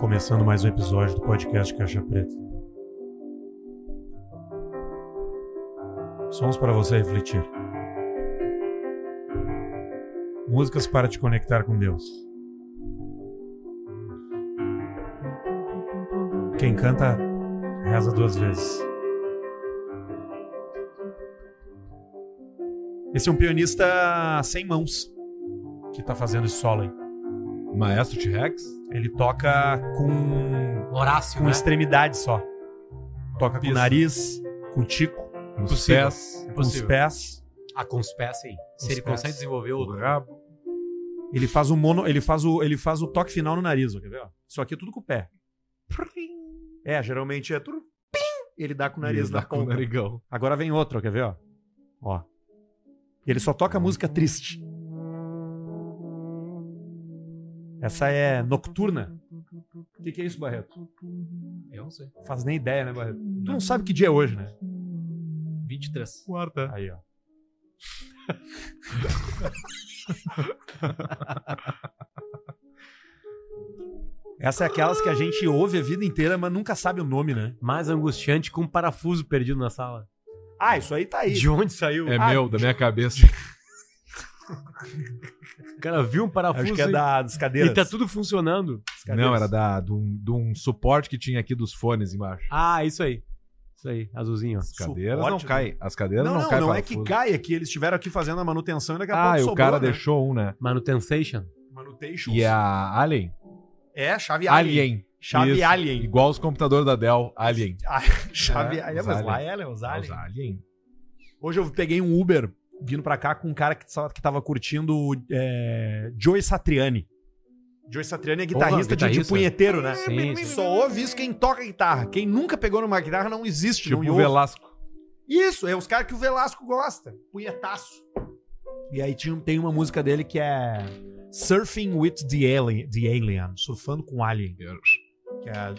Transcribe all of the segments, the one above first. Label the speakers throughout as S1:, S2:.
S1: Começando mais um episódio do podcast Caixa Preta. Sons para você refletir. Músicas para te conectar com Deus. Quem canta, reza duas vezes. Esse é um pianista sem mãos que tá fazendo esse solo aí.
S2: Maestro T-Rex?
S1: Ele toca com,
S3: Horácio,
S1: com
S3: né?
S1: extremidade só. Toca com o
S3: Pisa.
S1: nariz, com o tico,
S2: Nos
S3: Possível.
S2: pés,
S1: com os
S3: Possível.
S1: pés.
S3: Ah, com os pés, sim.
S1: os
S3: Se ele
S1: pés.
S3: consegue desenvolver
S2: o
S3: o...
S2: rabo.
S1: Ele faz o mono, ele faz o, ele faz o toque final no nariz, ó, quer ver? ó? Isso aqui é tudo com o pé. É, geralmente é tudo. pim, Ele dá com o nariz
S2: e
S1: na
S2: dá com o
S1: ponta.
S2: narigão.
S1: Agora vem outro, ó, quer ver? Ó. ó. Ele só toca música triste. Essa é nocturna. O que, que é isso, Barreto?
S3: Eu não sei.
S1: Faz nem ideia, né, Barreto? Tu não sabe que dia é hoje, né?
S3: 23.
S2: Quarta.
S1: Aí, ó. Essa é aquelas que a gente ouve a vida inteira, mas nunca sabe o nome, né?
S3: Mais angustiante com um parafuso perdido na sala.
S1: Ah, isso aí tá aí.
S3: De onde saiu?
S2: É
S1: Ah,
S2: meu, da minha cabeça.
S3: O cara viu um parafuso
S1: Acho que é
S3: e-
S1: da, das cadeiras.
S3: e tá tudo funcionando.
S1: Das cadeiras.
S2: Não, era da, de, um, de um suporte que tinha aqui dos fones embaixo.
S3: Ah, isso aí. Isso aí, azulzinho.
S2: As cadeiras
S1: Suporte,
S2: não caem. As cadeiras
S1: Não,
S2: não,
S1: não,
S2: caem.
S1: não é
S2: parafuso.
S1: que cai aqui. Eles estiveram aqui fazendo a manutenção e daqui a
S2: Ah,
S1: pouco
S2: e
S1: sobrou,
S2: o cara
S1: né?
S2: deixou um, né?
S3: Manutensation.
S1: Manutentions.
S2: E é a Alien?
S1: É, chave Alien.
S2: Alien.
S1: Chave
S2: Isso.
S1: Alien.
S2: Igual os computadores da Dell. Alien.
S1: Ah, chave
S2: É,
S1: Alien. É,
S2: os
S1: mas
S2: Alien.
S1: lá é, né, os Alien.
S2: Os Alien.
S1: Hoje eu peguei um Uber vindo pra cá com um cara que, sa- que tava curtindo é, Joey Satriani. Joey Satriani é guitarrista,
S3: Porra,
S1: De, de
S3: guitarrista.
S1: punheteiro, né?
S3: Sim, sim.
S1: Só ouve isso quem toca guitarra. Quem nunca pegou numa guitarra não existe.
S2: Tipo
S1: não e
S2: o
S1: ouve.
S2: Velasco.
S1: Isso, é os caras que o Velasco gosta. Punhetaço. E aí tinha, um, tem uma música dele que é Surfing with the Alien, the alien surfando com Alien. Que é...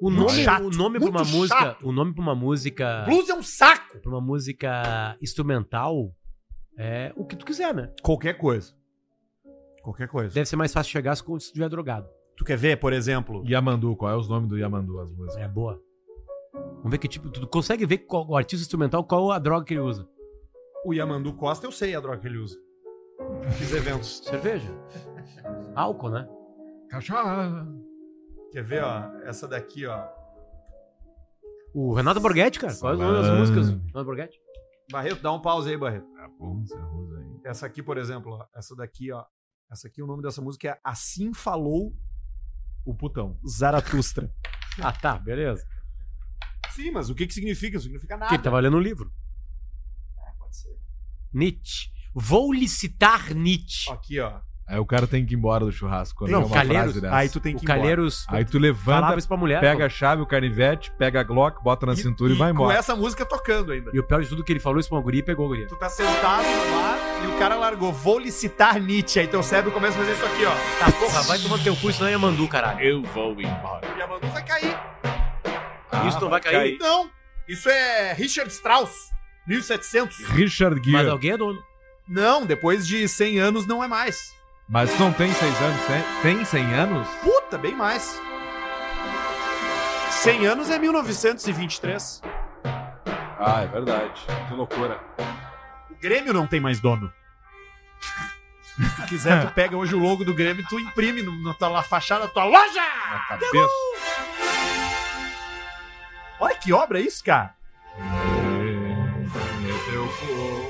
S3: O
S1: Muito
S3: nome,
S1: chato,
S3: o nome pra
S1: muito
S3: uma música,
S1: chato.
S3: o nome pra uma música,
S1: Blues é um saco!
S3: pra uma música instrumental é o que tu quiser, né?
S1: Qualquer coisa. Qualquer coisa.
S3: Deve ser mais fácil chegar se tu estiver drogado.
S1: Tu quer ver, por exemplo?
S2: Yamandu. Qual é os nomes do Yamandu, as músicas?
S3: É boa. Vamos ver que tipo. Tu consegue ver qual o artista instrumental, qual a droga que ele usa?
S1: O Yamandu Costa, eu sei a droga que ele usa. Fiz eventos.
S3: Cerveja. Álcool, né?
S2: Cachorro.
S1: Quer ver, ó? Essa daqui, ó.
S3: O Renato Borghetti, cara. Qual é o nome das
S2: Salame.
S3: músicas? Renato Borghetti?
S1: Barreto, dá um pause aí, Barreto.
S2: Tá bom, você arroz aí.
S1: Essa aqui, por exemplo, ó. Essa daqui, ó. Essa aqui, o nome dessa música é Assim Falou
S2: O putão.
S1: Zaratustra.
S3: Ah, tá, beleza.
S1: Sim, mas o que que significa? Não significa nada.
S3: Porque
S2: Então,
S3: ele tava lendo um livro.
S2: É,
S1: Pode ser.
S3: Nietzsche. Vou lhe citar Nietzsche.
S1: Aqui, ó.
S2: Aí o cara tem que ir embora do churrasco. quando
S3: Não,
S2: é uma
S3: Calheiros,
S2: frase dessa.
S1: Aí tu tem que
S3: O
S1: ir embora.
S3: Calheiros
S2: Aí tu
S3: falava
S2: levanta,
S3: isso pra mulher.
S2: pega
S3: pô.
S2: a chave, o canivete, pega a Glock, bota na cintura e, vai
S1: Com
S2: embora.
S1: essa música tocando ainda.
S3: E o pior de tudo é que ele falou isso pra uma guria e pegou a guria.
S1: Tu tá sentado lá e o cara largou. Vou licitar Nietzsche. Aí teu cérebro começa a fazer isso aqui, ó.
S3: Tá, porra, vai tomando teu cu, senão é Yamandu, caralho.
S2: Eu vou embora.
S1: E a Manu vai cair.
S3: isso não vai cair.
S1: Não. Isso é Richard Strauss, 1700.
S2: Richard Gere.
S3: Mas
S2: Mas,
S3: alguém é dono.
S1: Não, depois de 100 anos não é mais.
S2: tu não tem seis anos, tem, tem 100 anos?
S1: Puta, bem mais. 100 anos é 1923.
S2: Ah, é verdade. Que loucura.
S1: O Grêmio não tem mais dono. Se quiser, tu pega hoje o logo do Grêmio e tu imprime no- na tua la- fachada da tua loja.
S2: Na cabeça.
S1: Olha que obra é isso, cara.
S2: É, meu cu.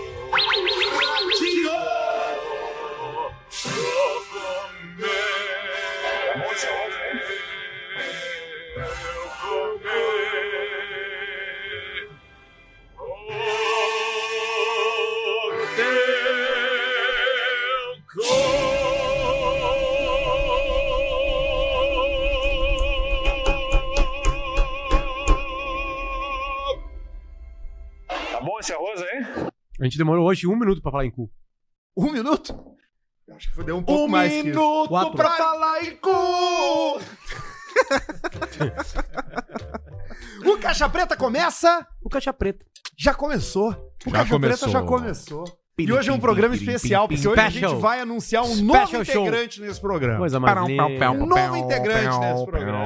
S4: Tá bom esse arroz aí?
S3: A gente demorou hoje um minuto pra falar em cu.
S1: Um minuto? Eu acho que foi deu um pouco mais que isso.
S3: Quatro.
S1: falar em cu! o Caixa Preta começa?
S3: O caixa preta.
S1: Já começou. O
S2: Já
S1: Caixa
S2: começou.
S1: Preta já começou. E hoje é um programa especial, porque hoje a gente
S3: Special.
S1: vai anunciar um
S3: Special
S1: novo
S3: show. é.
S1: integrante nesse programa.
S3: Coisa mais
S2: Parão,
S3: linda.
S2: pau, pau, pau.
S1: Novo integrante
S3: é.
S1: nesse programa.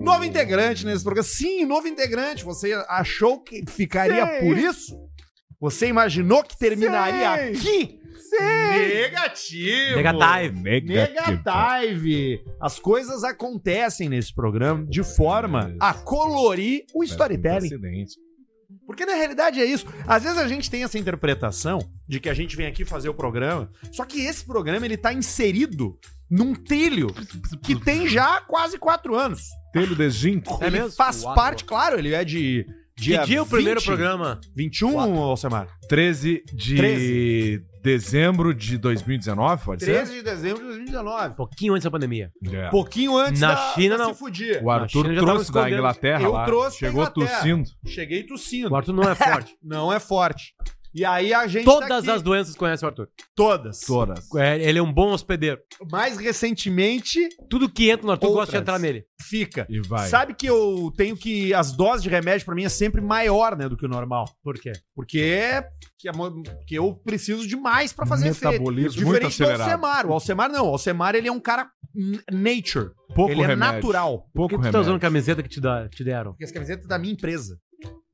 S1: Novo integrante nesse programa. Sim, novo integrante. Você achou que ficaria
S2: Sim.
S1: por isso? Você imaginou que terminaria aqui? Negativo.
S3: Negative.
S1: Negative. As coisas acontecem nesse programa de forma a colorir o storytelling. Porque na realidade é isso. Às vezes a gente tem essa interpretação de que a gente vem aqui fazer o programa, só que esse programa ele tá inserido num trilho que tem já quase quatro anos.
S2: Telho de Jim.
S3: É
S1: ele
S3: mesmo?
S1: faz
S3: Quatro.
S1: parte, claro, ele é de
S3: Que dia é o primeiro
S1: 20,
S3: programa?
S1: 21,
S3: Quatro.
S1: Alcemar.
S2: 13 de
S1: 13.
S2: dezembro de 2019, pode
S1: 13 de dezembro de 2019.
S3: Pouquinho antes da pandemia.
S2: ser? É.
S1: Pouquinho antes
S3: Na
S1: da,
S3: China,
S1: da se
S3: não.
S1: fudir.
S2: O Arthur
S3: China já tava
S2: trouxe da
S3: escondendo.
S2: Inglaterra
S1: Eu
S2: lá.
S1: trouxe da
S2: Chegou
S1: Inglaterra.
S2: tossindo.
S1: Cheguei tossindo.
S3: O Arthur não é forte.
S1: Não é forte. E aí a gente tá
S3: Todas
S1: aqui.
S3: as doenças conhece o Arthur.
S1: Todas.
S2: Toras.
S3: É, Ele é um bom hospedeiro.
S1: Mais recentemente,
S3: Tudo que entra no Arthur gosta de
S1: Outras.
S3: entrar nele.
S1: fica.
S2: E vai.
S1: Sabe que eu tenho que. As doses de remédio pra mim é sempre maior, né, do que o normal.
S3: Por quê?
S1: Porque, é, que a mo- que eu preciso de mais pra fazer efeito.
S2: Metabolismo muito
S1: Diferente do
S2: acelerado.
S1: Alcemar. O Alcemar não. O Alcemar ele é um cara n- nature.
S2: Pouco
S1: ele é
S2: remédio.
S1: natural.
S3: Por
S2: Pouco
S3: que tu tá usando
S2: remédio.
S3: a camiseta que te, dá- te deram?
S1: Porque as camisetas da minha empresa.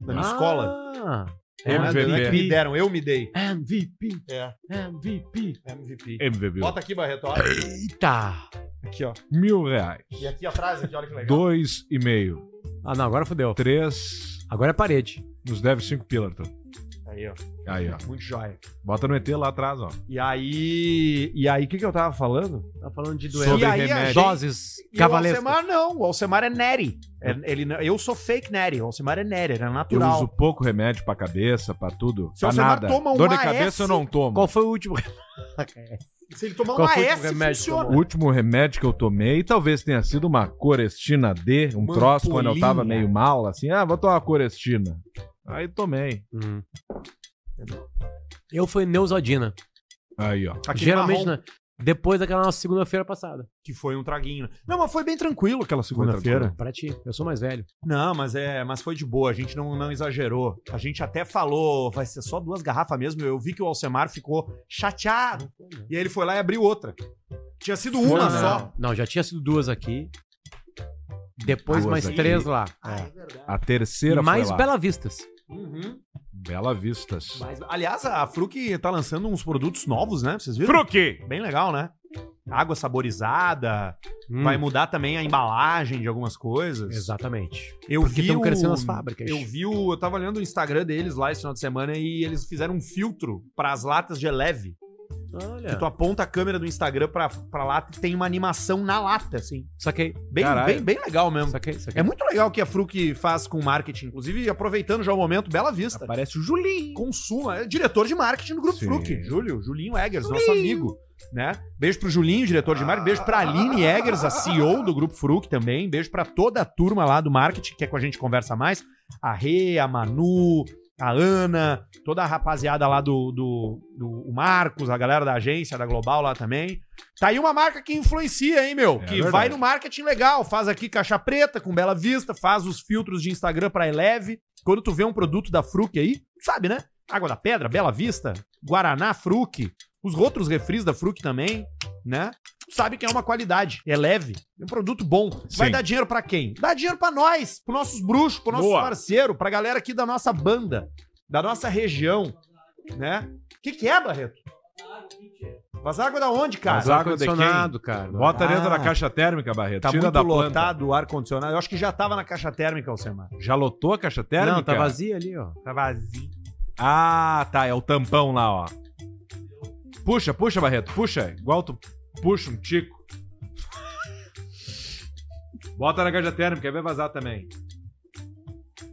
S1: Da minha escola.
S3: Ah,
S1: Não é
S2: MVP.
S1: que me deram, eu me dei.
S3: MVP,
S1: É,
S3: MVP.
S1: MVP.
S2: MVP.
S1: Bota aqui, Barreto. olha.
S3: Eita.
S1: Aqui, ó.
S2: Mil reais.
S1: E aqui atrás, aqui, olha que legal.
S2: Dois e meio.
S3: Ah, não, agora fodeu.
S2: Três.
S3: Agora é parede.
S2: Nos deve cinco pila, Arthur.
S1: Aí, ó.
S2: Aí, ó.
S1: Muito joia.
S2: Bota no ET lá atrás, ó.
S1: E aí. E aí, o que, que eu tava falando?
S3: Tá falando de
S1: E
S2: Sobre
S3: doença.
S1: aí, a
S2: remédio.
S1: gente-
S3: Doses
S1: E
S3: cavalescas.
S1: o Alcemar não. O Alcemar é Neri. É, ele, não- eu sou fake Neri. O Alcemar é Neri, ele é
S2: Eu
S1: natural.
S2: uso pouco remédio pra cabeça, pra tudo.
S1: Se
S2: pra
S1: você não
S2: nada.
S1: toma um
S2: Dor de
S1: AS,
S2: cabeça eu não tomo.
S3: Qual foi o último?
S1: Se ele tomar
S3: Qual
S1: uma
S3: foi o
S1: S,
S3: remédio que
S1: funciona.
S2: O último remédio que eu tomei talvez tenha sido uma corestina D, um
S1: Mampolinha.
S2: troço quando eu tava meio mal, assim, ah, vou tomar uma corestina. Aí tomei.
S3: Hum. Eu fui Neusodina.
S2: Aí, ó.
S1: Aquele
S3: Geralmente,
S1: marrom,
S3: na- depois daquela nossa segunda-feira passada.
S1: que foi um traguinho. Não, mas foi bem tranquilo aquela segunda-feira.
S3: Pra ti, eu sou mais velho.
S1: Não, mas é, mas foi de boa, a gente não, não exagerou. A gente até falou, vai ser só duas garrafas mesmo. Eu vi que o Alcemar ficou chateado. E aí ele foi lá e abriu outra. Tinha sido uma
S3: não, não,
S1: só.
S3: Não, Não, já tinha sido duas aqui. Depois
S2: Duas
S3: mais
S2: aqui.
S3: três lá. É.
S1: verdade.
S2: A
S3: E
S2: terceira
S3: mais
S2: foi lá.
S3: Bela Vistas.
S1: Uhum.
S2: Bela Vistas.
S1: Mas, aliás, a Fruc tá lançando uns produtos novos, né? Vocês viram?
S2: Fruque!
S1: Bem legal, né? Água saborizada,
S3: Hum,
S1: vai mudar também a embalagem de algumas coisas.
S3: Exatamente.
S1: Eu
S3: Porque
S1: vi
S3: tão
S1: o-
S3: crescendo as fábricas.
S1: Eu vi o, eu tava olhando o Instagram deles lá esse final de semana e eles fizeram um filtro para as latas de Eleve.
S3: Olha.
S1: Que tu aponta a câmera do Instagram pra, pra lata e tem uma animação na lata, assim.
S3: Saquei,
S1: Bem,
S2: Caralho.
S1: bem, bem legal mesmo.
S3: saquei, saquei.
S1: É muito legal o que a Fruc faz com marketing, inclusive aproveitando já o momento, Bela Vista.
S2: Parece o Julinho.
S1: Consuma, é diretor de marketing do Grupo
S2: Sim.
S1: Fruc, Júlio, Julinho Eggers, nosso amigo, né? Beijo pro Julinho, diretor de marketing, beijo pra Aline Eggers, a CEO do Grupo Fruc também, beijo pra toda a turma lá do marketing, que é com a gente conversa mais, a Rê, a Manu, a Ana, toda a rapaziada lá do, do, do- o Marcos, a galera da agência, da Global lá também. Tá aí uma marca que influencia, hein, meu?
S2: É
S1: que
S2: verdade.
S1: vai no marketing legal, faz aqui caixa preta com Bela Vista, faz os filtros de Instagram pra Eleve. Quando tu vê um produto da Fruc aí, tu sabe, né? Água da Pedra, Bela Vista, Guaraná, Fruc, os outros refris da Fruc também, né? Tu sabe que é uma qualidade, é leve, é um produto bom. Vai
S2: Sim.
S1: dar dinheiro pra quem? Dá dinheiro pra nós, pros nossos bruxos, pro nosso
S2: Boa.
S1: parceiro, pra galera aqui da nossa banda, da nossa região, né? O que, que é, Barreto? Vazar água da onde, cara?
S2: Vazar água de quem?
S3: ar-condicionado, cara.
S2: Bota dentro
S1: Ah.
S2: da caixa térmica, Barreto.
S1: Tá
S2: Tira
S1: muito
S2: da planta.
S1: lotado o ar-condicionado. Eu acho que já tava na caixa térmica, Alcemar.
S2: Já lotou a caixa térmica?
S3: Não, tá vazio ali, ó.
S1: Tá vazio.
S2: Ah, tá. É o tampão lá, ó. Puxa, puxa, Barreto. Puxa. Igual tu puxa um tico. Bota na caixa térmica. Vai vazar também.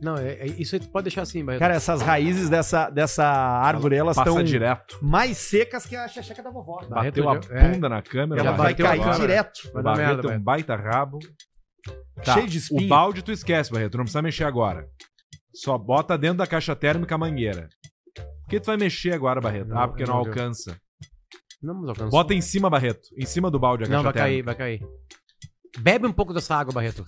S3: Não, é, é- isso aí tu pode deixar assim, mas...
S1: Cara, essas raízes dessa, dessa árvore, elas
S2: Passa
S1: estão
S2: direto.
S1: mais secas que a checheca da vovó.
S3: Barreto
S2: Bateu a
S3: já- é.
S2: bunda na câmera.
S1: Ela
S2: o
S1: vai
S2: Barreto
S1: cair
S2: agora.
S1: direto.
S2: O
S3: Vai dar
S2: Barreto
S3: merda,
S2: é um
S3: velho.
S2: baita rabo. Tá,
S1: Cheio de espinho.
S2: O balde tu esquece, Barreto. Não precisa mexer agora. Só bota dentro da caixa térmica a mangueira. Por que tu vai mexer agora, Barreto?
S3: Não,
S2: ah, porque não
S3: não deu.
S2: alcança.
S3: Não, mas alcançou.
S2: Bota em cima, Barreto. Em cima do balde a caixa
S3: Não, vai
S2: térmica.
S3: cair, vai cair. Bebe um pouco dessa água, Barreto.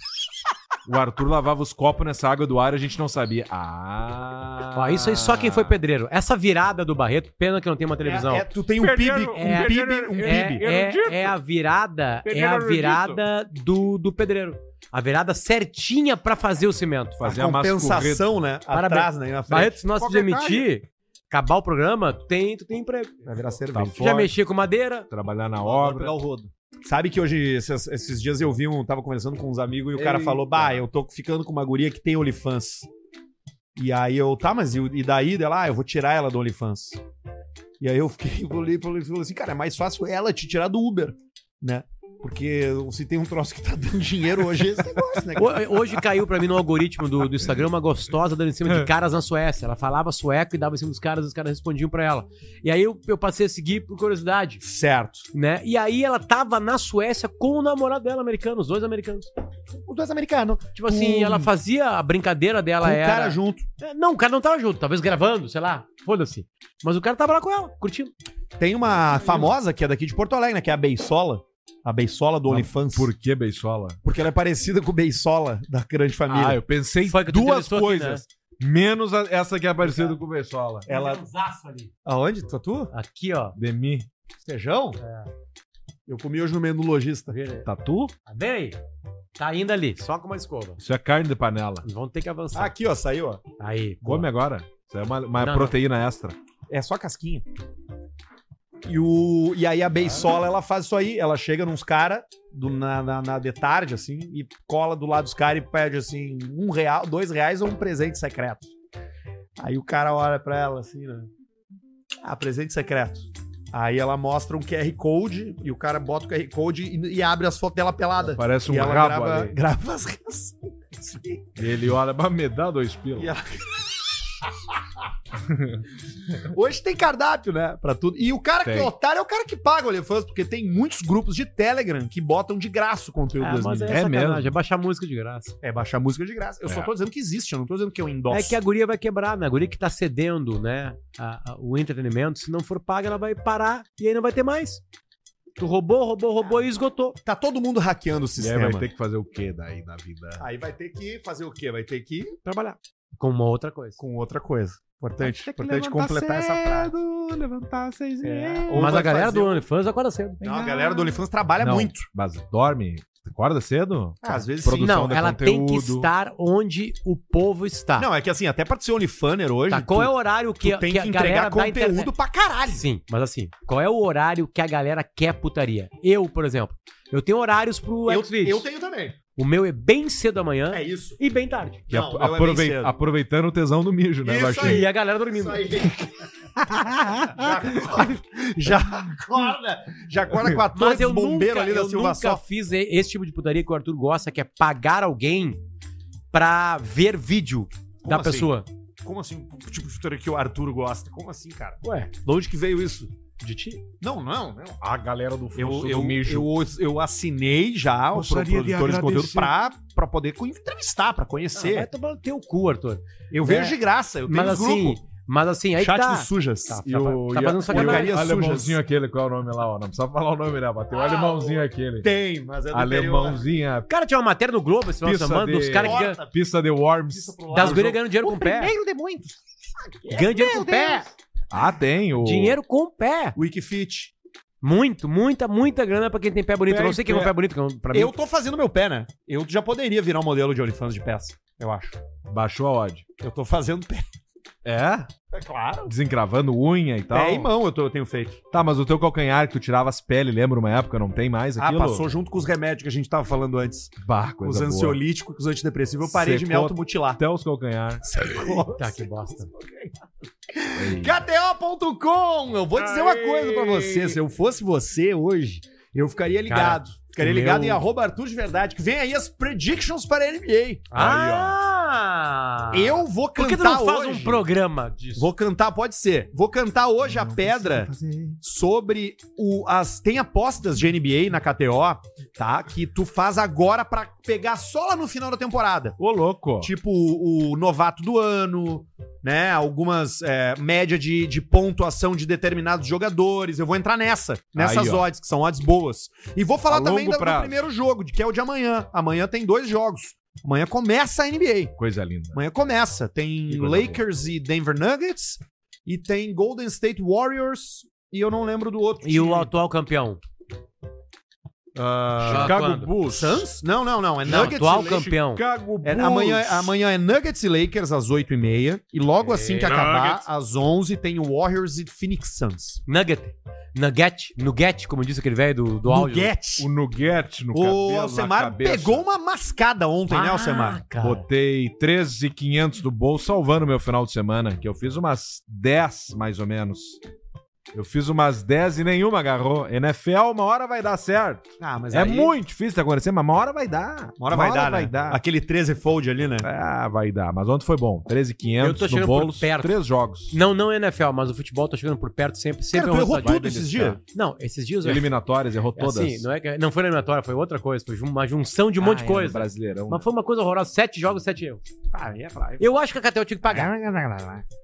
S2: o Arthur lavava os copos nessa água do ar e a gente não sabia. Ah.
S3: Ó, isso aí só quem foi pedreiro. Essa virada do Barreto, pena que não tem uma televisão.
S1: É, é, tu tem um
S2: Perderam-
S1: PIB, um
S3: é-
S1: PIB, um
S3: É,
S1: PIB.
S3: é-
S2: erudito.
S3: é a virada, é a
S2: Pedreiro
S3: virada do, do pedreiro. A virada certinha pra fazer o cimento.
S2: Fazer a massa correta.
S1: Compensação, né?
S3: Parabéns.
S1: Atrás, né? Na frente.
S3: Barreto, se nós te
S2: Qualquer
S3: demitir, acabar o programa, tu tem, tu tem emprego.
S1: Vai virar
S2: Tá
S1: cerveja.
S3: Tu já
S2: fora,
S3: mexia com madeira.
S2: trabalhar na
S5: Agora
S2: obra.
S5: pegar o rodo.
S1: Sabe que hoje, esses, esses dias eu vi um, tava conversando com uns amigos e o cara
S5: Eita.
S1: falou, bah, eu tô ficando com uma guria que tem OnlyFans. E aí eu, tá, mas e, o- e daí? Ela, ah, eu vou tirar ela do OnlyFans. E aí eu fiquei, olhei pra ele e falei assim, cara, é mais fácil ela te tirar do Uber, né? Porque se tem um troço que tá dando dinheiro hoje, é esse negócio, né? cara?
S3: Ho- Hoje caiu pra mim no algoritmo do, do Instagram uma gostosa dando em cima de caras na Suécia. Ela falava sueco e dava em cima dos caras, os caras respondiam pra ela. E aí eu, eu passei a seguir por curiosidade,
S1: Certo.
S3: né? E aí ela tava na Suécia com o namorado dela, americano, os dois americanos.
S1: Os dois americanos.
S3: Tipo assim,
S1: Com-
S3: ela fazia a brincadeira dela
S1: Hum. com o
S3: era.
S1: cara junto.
S3: É, Não, o cara não tava junto, talvez gravando, sei lá, foda-se. Mas o cara tava lá com ela, curtindo.
S1: Tem uma famosa que é daqui de Porto Alegre, né? Que é a Beisola. A Beisola do
S2: Mas
S1: OnlyFans.
S2: Por que Beisola?
S1: Ah, Porque ela é parecida com o Beisola da grande família.
S2: Ah, eu pensei
S3: Foi que tu
S2: duas
S3: entrevistou aqui, né? Tá.
S2: coisas. Menos a- essa que é parecida com o Beisola.
S1: Ela. Aonde? Tatu?
S3: um Aqui, ó. É.
S2: Demi.
S1: Feijão? Eu comi hoje no menu do lojista.
S2: Tatu?
S3: Tá bem aí? Tá ainda ali, só com uma escova.
S2: Isso é carne de panela.
S3: Vamos ter que
S1: Ah,
S3: avançar.
S1: aqui, ó, saiu, ó.
S3: Aí. boa.
S2: Come agora. Isso é uma, uma
S3: Não,
S2: proteína extra.
S1: É só casquinha. E, o, e aí a beisola, ela faz isso aí. Ela chega nos caras na, na, na de tarde, assim, e cola do lado dos caras e pede, assim, um real, dois reais ou um presente secreto. Aí o cara olha pra ela, assim, né? Ah, presente secreto. Aí ela mostra um QR Code e o cara bota o QR Code e, e abre as fotos dela pelada.
S2: Parece um
S1: e ela
S2: rabo
S1: grava,
S2: ali.
S1: grava as reações. assim.
S2: Ele olha, "Bah, me dá dois pila.
S1: E a- Hoje tem cardápio, né? Pra tudo. E o cara que
S2: Tem.
S1: é otário é o cara que paga o OnlyFans, porque tem muitos grupos de Telegram que botam de graça o conteúdo
S3: Ah,
S1: das
S3: mas
S1: meninas.
S3: é,
S2: É
S3: sacanagem,
S2: mesmo.
S3: é baixar música de graça.
S1: É. baixar música de graça. Eu só
S2: É.
S1: tô dizendo que existe, eu não tô dizendo que eu endosso.
S3: É que a guria vai quebrar, né? A guria que tá cedendo, né? a- a- o entretenimento, se não for paga, ela vai parar e aí não vai ter mais. Tu roubou, roubou, roubou e esgotou.
S1: Tá todo mundo hackeando
S2: E
S1: o
S2: aí
S1: sistema.
S2: vai ter que fazer o quê daí na vida?
S1: Aí vai ter que fazer o quê? Vai ter que ir
S3: Trabalhar. Com uma outra coisa.
S1: com outra coisa. Importante,
S2: Tem que
S1: importante
S2: levantar
S1: completar essa frase.
S2: cedo, Levantar às seis e
S1: É.
S2: meia.
S1: Ou
S3: Mas
S1: vai
S3: a galera
S1: fazer
S3: do
S1: um-
S3: OnlyFans acorda cedo.
S1: Não, a galera do OnlyFans trabalha
S2: Não,
S1: muito.
S2: Mas dorme? Acorda cedo?
S1: Ah, às vezes
S2: produção
S3: não,
S2: de
S3: ela tem que
S2: conteúdo.
S3: estar onde o povo está.
S1: sim. Não, é que assim, até pra ser OnlyFaner hoje,
S3: Tá, qual
S1: tu-
S3: é o horário que,
S1: tu tem
S3: que
S1: que,
S3: a galera
S1: entregar
S3: da
S1: conteúdo
S3: internet...
S1: pra caralho.
S3: Sim, mas assim, qual é o horário que a galera quer putaria? Eu, por exemplo, eu tenho horários pro
S2: é
S1: Eu,
S3: Xvideos.
S1: eu tenho também.
S3: O meu é bem cedo da manhã
S1: É isso.
S3: e bem tarde.
S2: Que
S1: Não,
S2: apro-
S1: o meu é bem
S2: aprovei-
S1: cedo.
S2: aproveitando o tesão do mijo, né?
S1: Isso
S2: baixinho?
S1: aí. é
S3: E a galera dormindo.
S1: Ah, já acorda, já acorda com a
S3: Mas
S1: torre
S3: eu
S1: dos bombeiros
S3: nunca,
S1: ali da
S3: eu
S1: Silva
S3: nunca
S1: Só.
S3: fiz e- esse tipo de putaria que o Arthur gosta, que é pagar alguém pra ver vídeo
S1: Como
S3: da
S1: assim?
S3: pessoa.
S1: Como assim, o tipo de história que o Arthur gosta? Como assim, cara?
S3: Ué,
S1: De onde que veio isso?
S3: de ti?
S1: Não, não, não.
S2: A galera do
S1: Eu,
S2: Fosso
S1: eu,
S2: do mijo.
S1: eu, eu assinei já o pro-
S2: Gostaria de
S1: produtor de, conteúdo
S2: agradecer.
S1: pra, pra poder co- entrevistar, pra
S3: Ah, vai
S1: conhecer.
S3: tomar no teu cu, Arthur.
S1: eu vejo de graça, eu tenho
S3: Mas
S1: os
S3: assim,
S1: grupos.
S3: mas assim, aí
S1: Chat
S3: tá.
S1: de sujas.
S3: Tá,
S2: E
S3: tá
S2: o,
S3: fa- tá
S2: e
S3: fazendo
S2: a-
S3: sacanagem.
S2: e o alemãozinho
S1: Sujas.
S2: aquele, qual é o nome lá? Ó? Não precisa falar o nome, né? Bateu o
S1: Ah,
S2: alemãozinho aquele.
S1: Tem, mas é do interior.
S2: Alemãozinha,
S3: Cara, tinha uma matéria no Globo esse final de
S2: Pizza
S3: semana,
S2: de-
S3: dos caras que ganham,
S1: Corta,
S2: pista de Worms.
S1: pizza pro lado.
S3: das gurias ganhando dinheiro com o pé.
S1: de muitos.
S3: Ganham É dinheiro com o pé.
S2: Ah, tem. O...
S3: Dinheiro com o pé.
S1: Wikifit.
S3: Muito, muita, muita grana pra quem tem pé bonito.
S2: Pé
S3: Eu não
S2: e
S3: sei quem é um
S2: pé.
S3: pé bonito, que é um- pra mim.
S1: Eu tô fazendo meu pé, né? Eu já poderia virar um modelo de OnlyFans de peça, eu acho.
S2: Baixou a odd.
S1: Eu tô fazendo pé.
S2: É?
S1: É claro. Então-
S2: Desencravando unha e tal.
S1: Pé e mão eu, tô- eu tenho feito.
S2: Tá, mas o teu calcanhar que tu tirava as peles, lembra uma época? Não tem mais aquilo?
S1: Ah, passou junto com os remédios que a gente tava falando antes.
S2: Bah, coisa
S1: os
S2: boa.
S1: ansiolíticos, os antidepressivos, eu parei de me
S2: Secou.
S1: automutilar.
S2: Até os calcanhar.
S3: Tá, que bosta.
S1: KTO.com! Eu vou dizer uma coisa pra você. Se eu fosse você hoje, eu ficaria ligado. ficaria
S3: meu-
S1: ligado em arroba Arthur de Verdade, que vem aí as predictions para a NBA.
S3: Ah!
S1: Eu vou
S3: Por
S1: cantar
S3: que tu não faz
S1: hoje.
S3: um programa disso?
S1: Vou cantar, pode ser. Vou cantar hoje a pedra sobre o as tem apostas de NBA na KTO, tá? Que tu faz agora pra pegar só lá no final da temporada.
S2: Ô, louco.
S1: Tipo o, o novato do ano, né? Algumas é, média de, de pontuação de determinados jogadores. Eu vou entrar nessa, nessas
S2: Aí, ó.
S1: odds, que são odds boas. E vou falar
S2: A
S1: também
S2: longo
S1: da- do
S2: prazo.
S1: primeiro jogo, de que é o de amanhã. Amanhã tem dois jogos. Amanhã começa a NBA.
S2: Coisa linda.
S1: Amanhã começa. Tem
S2: Que coisa
S1: Lakers e Denver Nuggets. E tem Golden State Warriors. E eu não lembro do outro.
S3: E
S1: time.
S3: o atual campeão?
S1: Ah,
S3: Chicago
S2: Chicago Bulls.
S1: Suns? Não, não, não. É
S3: Não,
S1: Nuggets
S3: atual
S1: e Lakers.
S3: campeão.
S2: Chicago Bulls.
S1: É, amanhã, amanhã é Nuggets e Lakers às 8h30. E logo
S3: É,
S1: assim que acabar,
S4: Nuggets.
S1: às 11 tem o Warriors e Phoenix Suns.
S3: Nugget. Nugget. Nugget, como disse aquele velho do, do áudio.
S2: O Nugget no cabelo,
S1: O
S2: na
S1: Alcemar
S2: cabeça.
S1: pegou um uma mascada ontem, né,
S3: Ah,
S1: Alcemar?
S3: cara.
S2: Botei 13,500 do bolso, salvando meu final de semana, que eu fiz umas 10, mais ou menos. Eu fiz umas 10 e nenhuma agarrou. NFL, uma hora vai dar certo.
S1: Ah, mas
S2: é
S1: aí-
S2: muito difícil de acontecer, mas uma hora vai dar.
S1: Uma hora vai dar, né? Aquele 13 fold ali, né?
S2: Ah, vai dar. Mas ontem foi bom.
S3: Eu tô
S2: 13,500
S3: chegando
S2: no bolo,
S3: por perto.
S2: três jogos.
S3: Não, não é NFL, mas o futebol tá chegando por perto sempre. sempre
S1: Cara,
S3: é um
S1: tu errou
S3: resultado-
S1: tudo esses dias?
S3: Não, esses dias... eu-
S2: Eliminatórias, errou
S3: é
S2: todas.
S3: Assim, não, é que- não foi na eliminatória, foi outra coisa. Foi uma junção de um
S2: é,
S3: monte de coisa.
S2: Brasileirão.
S3: Mas foi uma coisa horrorosa. Sete jogos, sete erros. Eu acho que a KTO tinha que
S2: É,
S3: pagar.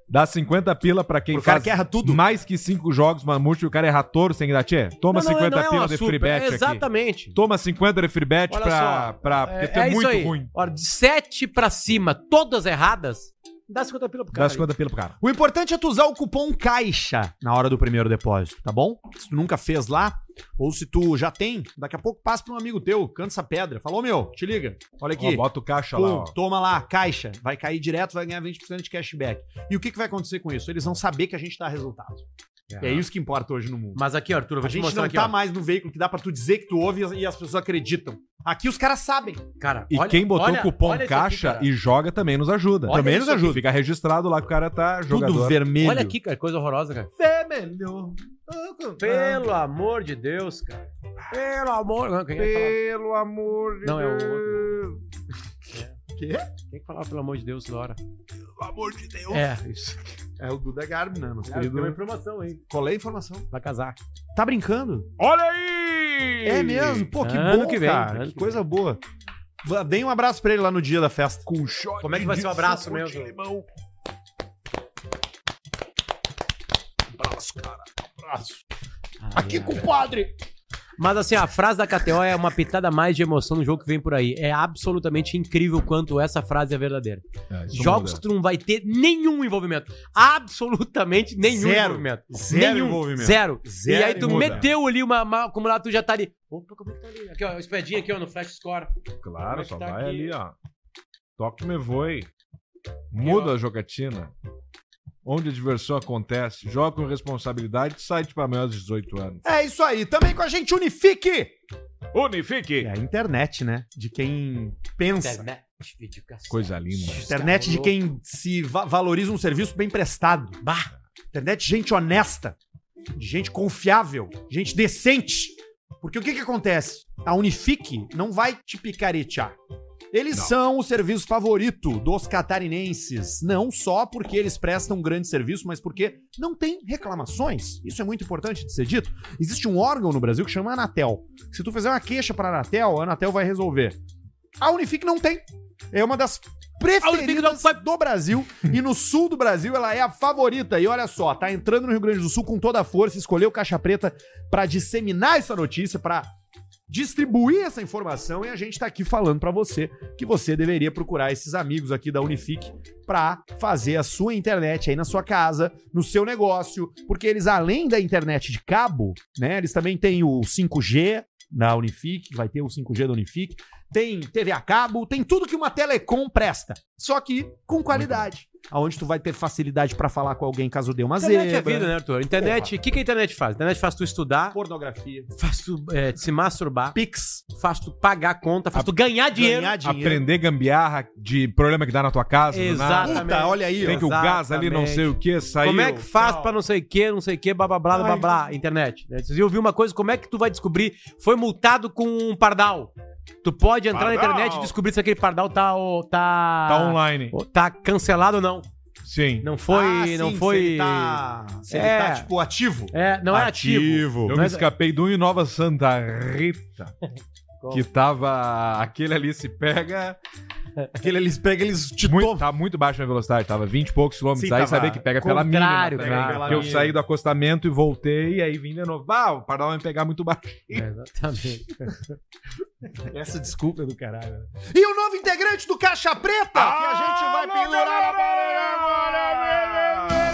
S2: Dá 50 pila pra quem
S1: O cara
S2: faz
S1: que erra tudo.
S2: mais que cinco jogos, mas múltiplo, o cara erra touro sem dar tchê. Toma
S3: Não, não,
S2: 50
S3: não é um
S2: pila de
S3: assunto,
S2: free bet
S3: é
S2: aqui.
S3: Exatamente.
S2: Toma 50 de free bet
S3: Olha
S2: pra,
S3: só,
S2: pra. Porque
S3: É,
S2: tem
S3: é
S2: muito
S3: isso aí.
S2: ruim.
S3: Olha, de sete pra cima, todas erradas, dá 50 pila pro cara.
S2: Dá 50 pila pro cara.
S1: O importante é tu usar o cupom CAIXA na hora do primeiro depósito, tá bom? Se tu nunca fez lá, ou se tu já tem, daqui a pouco passa pra um amigo teu, canta essa pedra. Falou, meu, te liga. Olha
S2: Ó,
S1: aqui.
S2: bota o caixa
S1: Pum,
S2: lá, ó.
S1: toma lá, caixa. Vai cair direto, vai ganhar 20% de cashback. E o que, que vai acontecer com isso? Eles vão saber que a gente dá resultado. É, isso que importa hoje no mundo.
S3: Mas aqui, Arthur, eu vou
S1: a
S3: te
S1: gente
S3: mostrar
S1: não
S3: aqui,
S1: tá
S3: ó.
S1: mais no veículo que dá pra tu dizer que tu ouve e as- e as pessoas acreditam. Aqui os caras sabem.
S3: Cara,
S2: E
S3: olha-
S2: quem botou
S3: olha-
S2: o cupom
S3: olha isso aqui,
S2: caixa
S3: cara.
S2: e joga também nos ajuda.
S3: Olha
S2: também nos
S3: isso aqui.
S2: ajuda. Fica registrado lá que o cara tá
S1: Tudo
S2: jogador.
S1: vermelho. É
S3: Olha aqui, cara, coisa horrorosa, cara.
S2: Vermelho.
S3: Pelo amor de Deus, cara. Pelo amor... Não, quem é que falava?
S2: Pelo amor de
S3: Não, é o outro.
S2: Deus.
S3: Quem é que falava pelo amor de Deus toda hora?
S2: Pelo amor de Deus.
S3: É, isso.
S1: É o Duda Garbi, né? Nosso
S3: Cara, tem uma
S1: querido.
S3: informação, hein?
S1: Colei a informação.
S3: Vai casar.
S1: Tá brincando?
S2: Olha aí!
S1: É mesmo? Pô, que
S3: Ano
S1: bom,
S3: que vem,
S1: cara.
S3: ano
S1: Que
S3: que
S1: coisa boa. Va- Deem um abraço pra ele lá no dia da festa.
S2: Com shot
S3: Como é que vai ser o abraço mesmo?
S2: Limão. Abraço, cara. Abraço.
S1: Aqui, compadre!
S3: Mas assim, a frase da KTO é uma pitada a mais de emoção no jogo que vem por aí. É absolutamente incrível quanto essa frase é verdadeira. Jogos que tu não vai ter nenhum envolvimento. Absolutamente nenhum
S1: Zero.
S3: envolvimento.
S1: Zero
S3: nenhum.
S1: envolvimento.
S3: Zero.
S1: Zero
S3: E aí tu
S2: envolvimento.
S3: meteu ali uma, uma acumulada, tu já tá ali. Opa, como é que tá ali? Aqui, ó, o espadinho aqui, ó, no flash score. Como é
S2: Claro,
S3: que
S2: só
S3: tá
S2: vai
S3: aqui?
S2: ali, ó. Toque me voe. Muda a jogatina. Onde a diversão acontece. Joga com responsabilidade. tipo, Site para maiores de 18 anos.
S1: É isso aí. Também com a gente, Unifique!
S2: Unifique!
S1: É a internet, né? De quem pensa.
S3: Internet, videocassete. Tá
S2: Coisa linda.
S1: Internet de quem se va- valoriza um serviço bem prestado.
S3: Bah,
S1: Internet de gente honesta, de gente confiável, gente decente. Porque o que, que acontece? A Unifique não vai te picaretear. Eles
S2: Não.
S1: são o serviço favorito dos catarinenses. Não só porque eles prestam um grande serviço, mas porque não tem reclamações. Isso é muito importante de ser dito. Existe um órgão no Brasil que chama Anatel. Se tu fizer uma queixa para a Anatel, a Anatel vai resolver. A Unifique não tem. É uma das
S3: Unifique não
S1: preferidas
S3: vai-
S1: do Brasil. E no sul do Brasil, ela é a favorita. E olha só, tá entrando no Rio Grande do Sul com toda a força, escolheu Caixa Preta para disseminar essa notícia, para distribuir essa informação. E a gente tá aqui falando para você que você deveria procurar esses amigos aqui da Unifique para fazer a sua internet aí na sua casa, no seu negócio, porque eles além da internet de cabo, né, eles também têm o 5G da Unifique, vai ter o 5G da Unifique, tem TV a cabo, tem tudo que uma telecom presta, só que com qualidade, aonde tu vai ter facilidade para falar com alguém caso dê uma
S3: internet
S1: zebra,
S3: é vida, né, Arthur? Internet, o que, que a internet faz? A internet faz tu estudar,
S1: pornografia,
S3: faz tu eh, se masturbar,
S1: Pix,
S3: faz tu pagar conta, faz tu ganhar dinheiro.
S1: ganhar dinheiro.
S2: Aprender gambiarra de problema que dá na tua casa. do
S3: Exato.
S2: nada.
S1: Puta, olha aí,
S2: Tem
S1: ó.
S2: que o gás ali, não sei o que, saiu.
S3: como é que faz pra não sei o que, não sei o que, blá blá blá blá blá, internet. né? Se eu ouvir uma coisa, como é que tu vai descobrir? Foi multado com um pardal. Tu pode entrar na
S2: Pardal.
S3: internet e descobrir se aquele pardal tá ó, tá
S2: Tá online.
S3: ó, tá cancelado ou não.
S2: Sim.
S3: Não foi,
S1: Ah, sim,
S3: não
S1: se
S3: foi.
S1: ele tá, se ele
S3: É.
S1: tá tipo ativo.
S3: É, não é ativo.
S2: Eu me
S3: Mas-
S2: escapei do em Nova Santa Rita.
S3: Qual?
S2: que tava. Aquele ali se pega.
S1: Porque eles pegam, eles te
S2: Muito, tá muito baixo na velocidade, tava 20 e poucos quilômetros.
S1: Sim,
S2: aí
S1: tava
S2: sabia que pega pela mínima.
S3: contrário,
S2: também,
S3: cara.
S2: Porque eu saí do acostamento e voltei, e aí vim de novo. Ah, o Pardal vai me pegar muito baixo.
S3: É, Exatamente.
S1: Essa desculpa é do caralho. né? E o novo integrante do Caixa Preta, que a gente vai pendurar a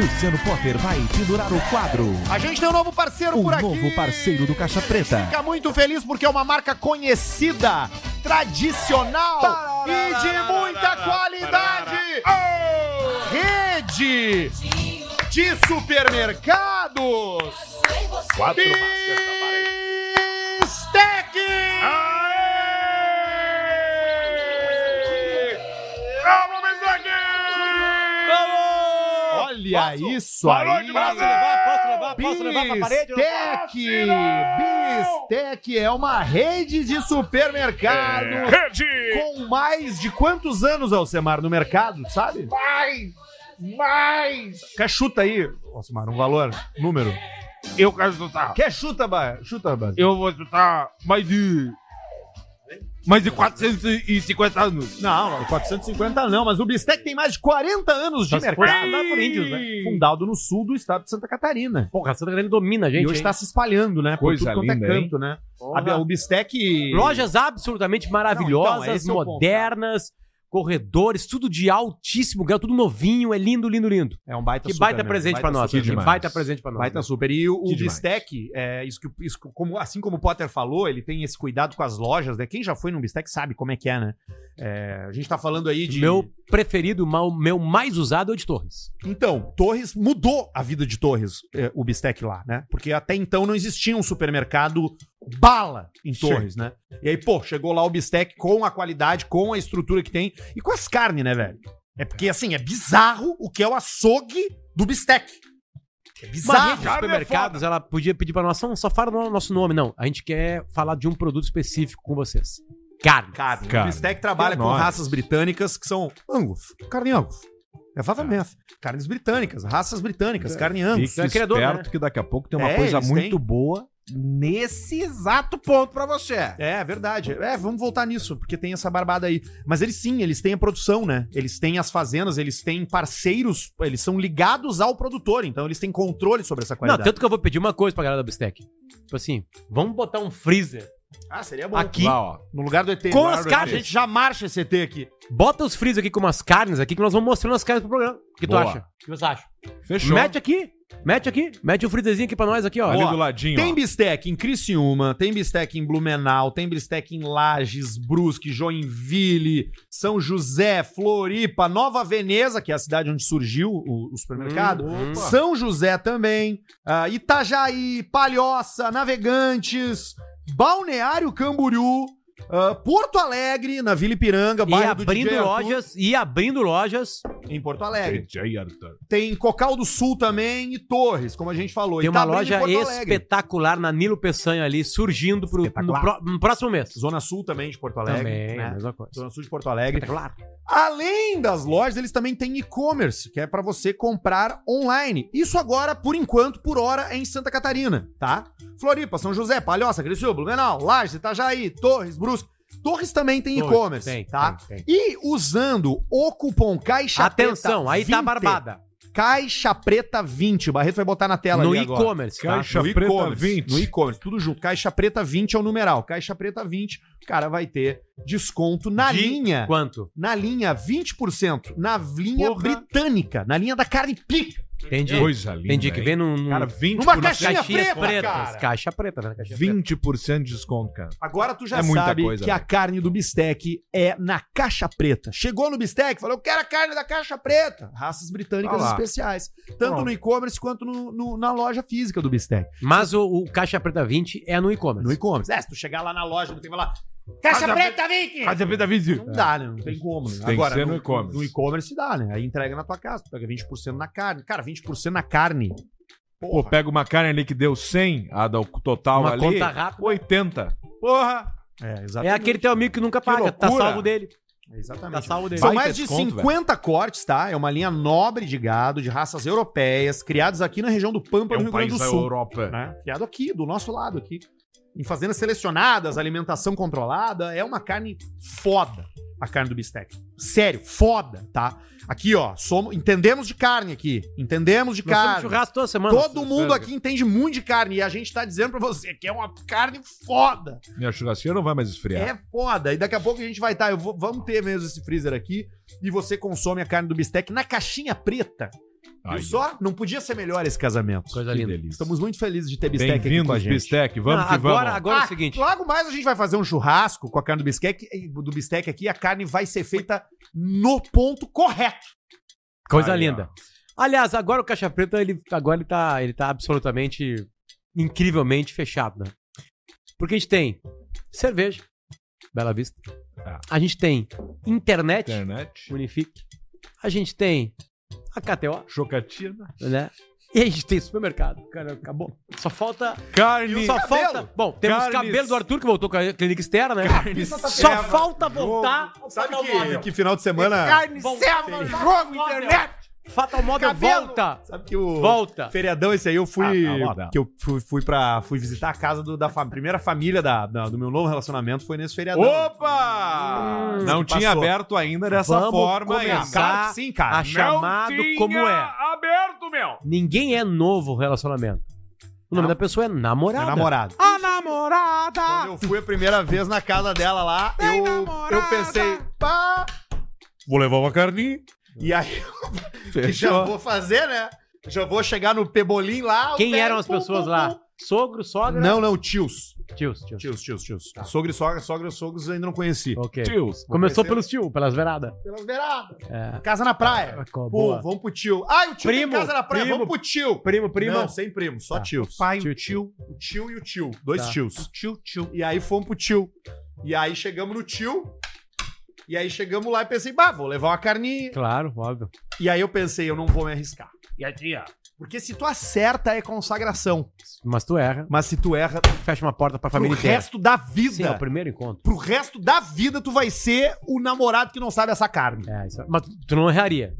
S5: Luciano Potter vai pendurar o quadro.
S1: A gente tem um novo parceiro
S5: O
S1: por aqui.
S5: novo parceiro do Caixa Preta.
S1: Fica muito feliz porque é uma marca conhecida, tradicional e de muita qualidade. Rede de supermercados.
S4: Quatro massas da parede.
S1: Bistec!
S4: Vamos, Bistec!
S1: Olha isso
S4: Parou
S1: aí.
S4: de bater!
S1: Posso levar pra parede? Bistec! Bistec é uma rede de supermercados
S4: Rede!
S1: com mais de quantos anos, Alcemar, no mercado, sabe?
S4: Mais! Mais!
S1: Quer chuta aí, Alcemar, um valor, número.
S2: Eu quero chutar.
S1: Quer chuta, ba... chuta, ba...
S2: Eu vou chutar mais de. Mais de 450 anos.
S1: Não, 450 não, mas o Bistec tem mais de 40 anos de
S3: Só se for
S1: mercado.
S3: fundado por índios, né?
S1: Fundado no sul do estado de Santa Catarina.
S3: Porra, a Santa Catarina domina, a gente.
S1: e hoje
S3: hein?
S1: está se espalhando, né?
S2: Coisa
S1: por tudo quanto
S2: linda,
S1: é canto, né?
S3: Porra.
S1: A- O Bistec.
S3: Lojas absolutamente
S1: Não, então,
S3: maravilhosas,
S1: esse é o ponto.
S3: modernas, corredores, tudo de altíssimo grau, tudo novinho, é lindo, lindo, lindo.
S1: É um baita
S3: que
S1: super,
S3: baita
S1: né?
S3: presente pra nós,
S1: super
S3: que
S2: demais.
S3: baita presente pra nós.
S1: Baita super. E o, o
S2: Que demais.
S1: Bistec, é, isso que, isso, que- como, assim como o Potter falou, ele tem esse cuidado com as lojas, né? Quem já foi num Bistec sabe como é que é, né? É, a gente tá falando aí de.
S3: Meu preferido, ma- o meu mais usado é o de Torres.
S1: Então, Torres mudou a vida de Torres, é, o Bistec lá, né? Porque até então não existia um supermercado bala em Torres, né? E aí, pô, chegou lá o Bistec com a qualidade, com a estrutura que tem e com as carnes, né, velho? É porque, assim, é bizarro o que é o açougue do Bistec. É
S3: Mas
S1: bizarro.
S3: gente, os supermercados, ela podia pedir pra nós, não, só fala o nosso nome, não. A gente quer falar de um produto específico com vocês. Carne.
S1: Carne.
S2: Carne.
S1: O Bistec trabalha
S2: É
S1: com
S2: nóis.
S1: raças britânicas que são angus, carne angus.
S2: Tá.
S1: É vavamento. Carnes britânicas, raças britânicas, carne angus.
S2: Fique
S3: é criador,
S2: esperto que daqui a pouco tem uma
S1: É,
S2: coisa
S1: eles
S2: muito
S1: têm.
S2: boa nesse exato ponto pra você.
S1: É, verdade. É, vamos voltar nisso, porque tem essa barbada aí. Mas eles sim, eles têm a produção, né? Eles têm as fazendas, eles têm parceiros, eles são ligados ao produtor, então eles têm controle sobre essa
S3: Não,
S1: qualidade.
S3: tanto que eu vou pedir uma coisa pra galera da Bistec. Tipo assim, vamos botar um freezer
S1: Ah, seria bom.
S3: aqui.
S2: Lá, ó.
S1: No lugar do ET.
S3: Com
S1: No
S3: as
S1: lugar do
S3: caixas.
S1: ET. A gente já marcha esse ET aqui.
S3: Bota os freezer aqui com umas carnes aqui que nós vamos mostrando as carnes pro programa. O que
S2: Boa.
S3: tu acha? O que você acha?
S2: Fechou.
S3: Mete aqui. Mete aqui. Mete o freezerzinho aqui pra nós aqui, ó.
S2: Ali
S1: Ó,
S2: do ladinho.
S1: Tem
S2: ó.
S1: bistec em Criciúma, tem bistec em Blumenau, tem bistec em Lages, Brusque, Joinville, São José, Floripa, Nova Veneza, que é a cidade onde surgiu o, o supermercado.
S3: Hum, opa.
S1: São José também, ah, Itajaí, Palhoça, Navegantes, Balneário Camboriú, ah, Porto Alegre, na Vila Ipiranga,
S3: E
S1: bairro do
S3: abrindo
S1: DJ Arthur,
S3: lojas, e abrindo lojas,
S1: em Porto Alegre.
S2: DJ Arthur.
S1: Tem Cocal do Sul também e Torres, como a gente falou.
S3: tem
S1: E
S3: uma
S1: tá abrindo em
S3: loja
S1: Porto Alegre.
S3: espetacular na Nilo Peçanha ali, surgindo pro, no,
S1: Espetacular.
S3: pró- no próximo mês.
S1: Zona Sul também de Porto Alegre. né?
S3: mesma coisa.
S1: Zona Sul de Porto Alegre.
S3: Espetacular.
S1: Além das lojas, eles também têm e-commerce, que é para você comprar online. Isso agora, por enquanto, por hora, é em Santa Catarina, tá? Floripa, São José, Palhoça, Criciúma, Blumenau, Lages, Itajaí, Torres, Brusque. Torres também tem
S3: Torres,
S1: e-commerce,
S3: tem,
S1: tá?
S3: tem, tem.
S1: E usando o cupom Caixa
S3: Atenção,
S1: Preta
S3: aí tá
S1: 20,
S3: barbada.
S1: Caixa Preta 20. O Barreto vai botar na tela
S3: No
S1: ali agora.
S3: e-commerce, tá?
S2: Caixa
S1: No
S2: Preta
S1: e-commerce,
S2: 20.
S1: No e-commerce, tudo junto. Caixa Preta 20 é o numeral. Caixa Preta 20, o cara vai ter desconto na
S3: De
S1: linha
S3: Quanto?
S1: na linha 20%, na linha
S2: Porra.
S1: britânica, na linha da carne pica.
S3: Entendi.
S2: Coisa linda.
S3: Entendi, que
S2: hein?
S3: vem num... num-
S2: Cara, 20%,
S1: Numa
S2: por-
S1: caixinha preta, cara.
S3: Caixa preta, né? Caixa preta.
S2: 20 de desconto, cara.
S1: Agora tu já
S2: É muita
S1: sabe
S2: coisa,
S1: que a
S2: velho.
S1: carne do bistec é na caixa preta. Chegou no bistec, falou, eu quero a carne da caixa preta. Raças britânicas
S2: Tá lá.
S1: especiais. Tanto
S2: Pronto.
S1: no e-commerce quanto no- no- na loja física do bistec.
S3: Mas o, o Caixa Preta 20 é no
S1: No
S3: e-commerce.
S1: e-commerce. É, se tu chegar lá na loja, tu tem que falar, caixa preta, Vicky!
S2: Caixa Preta 20.
S1: Não dá, né? Não tem como. Né?
S2: Tem que ser no e-commerce.
S1: No e-commerce dá, né? Aí entrega na tua casa, tu pega 20% na carne. Cara, 20% na carne.
S2: Pô, pega uma carne ali que deu 100, a do total
S3: Uma
S2: ali.
S3: conta rápida.
S2: 80. Porra!
S1: É,
S3: É
S1: exatamente.
S3: aquele teu amigo que nunca paga. Tá
S2: loucura.
S3: salvo dele.
S1: É, exatamente.
S3: Tá salvo dele.
S1: São
S2: Baita
S1: mais de
S2: desconto,
S1: 50 cortes, tá? É uma linha nobre de gado, de raças europeias, criados aqui na região do Pampa,
S2: É um
S1: no Rio Grande
S2: país
S1: do
S2: da
S1: Sul.
S2: Europa.
S1: Né? Criado aqui, do nosso lado aqui. em fazendas selecionadas, alimentação controlada, é uma carne foda a carne do bistec. Sério, foda, tá? Aqui, ó, somos, entendemos de carne aqui. Entendemos de
S3: Nós temos
S1: carne.
S3: churrasco toda semana.
S1: Todo mundo aqui entende muito de carne e a gente tá dizendo pra você que é uma carne foda.
S2: Minha churrasqueira não vai mais esfriar.
S1: É foda. E daqui a pouco a gente vai estar. eu vou- vamos ter mesmo esse freezer aqui. E você consome a carne do bistec na caixinha preta.
S2: Ai,
S1: Viu só? Não podia ser melhor esse casamento.
S3: Coisa
S2: que
S3: linda.
S2: delícia.
S1: Estamos muito felizes de ter bistec aqui com a
S2: Bem-vindos,
S1: gente.
S2: Bistec. Vamos
S3: Ah,
S2: que
S3: agora,
S2: vamos.
S3: agora é
S1: Ah,
S3: o seguinte.
S1: Logo mais a gente vai fazer um churrasco com a carne do bistec, do bistec aqui. A carne vai ser feita no ponto correto.
S3: Coisa
S2: Aí, ó.
S3: linda. Aliás, agora o Caixa Preta, ele, agora ele tá, ele tá absolutamente, incrivelmente fechado, né? Porque a gente tem cerveja, Bela Vista.
S2: Ah.
S3: A gente tem internet,
S2: Internet.
S3: Unifique. A gente tem a KTO,
S2: Chocatina.
S3: né? E a gente tem supermercado. Cara, acabou. Só falta...
S2: Carne.
S3: Só
S1: cabelo?
S3: falta... Bom, temos
S2: Carnes.
S3: cabelo do Arthur, que voltou com a clínica externa, né? Só
S1: Serva,
S3: falta voltar... ao Fatal Model.
S1: final de semana.
S4: Carne,
S3: Bom,
S4: serva,
S3: sim.
S4: jogo,
S3: Olha.
S4: internet.
S3: Fatal Model
S4: Cabelo.
S3: volta!
S1: Sabe que o.
S3: Volta!
S1: Feriadão, esse aí eu fui.
S2: Ah, tá bom, tá.
S1: que eu fui, fui para fui visitar a casa do- da fam- primeira família da, da- do meu novo relacionamento, foi nesse feriadão.
S2: Opa!
S1: Hum,
S2: não
S1: que
S2: tinha
S1: passou.
S2: aberto ainda dessa
S3: Vamos
S2: forma
S3: começar.
S2: ainda.
S1: Claro que sim, cara.
S3: A chamado
S4: Não tinha
S3: como é.
S4: aberto, meu.
S3: Ninguém é novo relacionamento. O nome
S1: Não.
S3: da pessoa é namorada.
S1: Minha namorada.
S2: A namorada!
S3: Ah.
S1: Quando eu fui a primeira vez na casa dela lá, eu, eu pensei, pá,
S2: Vou levar uma carninha.
S1: e aí que já vou fazer, né? Já vou chegar no Pebolim lá. o
S3: Quem
S1: velho,
S3: eram as
S1: pum,
S3: pessoas
S1: pum,
S3: lá?
S1: pum.
S3: Sogro, sogra?
S1: Não, não, tios.
S3: Tios, tios.
S1: Tios, tios, tios.
S3: Tá.
S1: Sogro e sogra, sogra e sogros eu ainda não conheci.
S3: Ok.
S2: Tios.
S3: Começou
S1: Comecei-
S3: pelos tios, pelas veradas.
S1: Pelas beiradas.
S3: É.
S1: Casa na praia.
S3: Qual-
S1: Pô,
S3: boa.
S1: vamos pro tio. Ai, o tio
S3: Primo,
S1: tem casa na praia,
S3: primo,
S1: vamos pro tio.
S3: Primo, prima.
S1: Não, sem primo, só
S3: Tá.
S1: tios. pai,
S3: Tio,
S1: o tio, o tio e o tio. Dois
S3: Tá.
S1: tios. tio, tio. E aí fomos pro tio. E aí chegamos no tio. E aí chegamos lá e pensei, bah, vou levar uma carninha.
S3: Claro, óbvio.
S1: E aí eu pensei, eu não vou me arriscar.
S4: E a tia?
S1: Porque se tu acerta é consagração.
S3: Mas tu erra,
S1: Mas se tu erra,
S3: fecha uma porta pra
S1: pro
S3: família inteira.
S1: resto da
S3: Sim, é o
S1: vida.
S3: primeiro encontro.
S1: pro resto da vida tu vai ser o namorado que não sabe essa carne.
S3: É, isso. Mas tu- tu não erraria.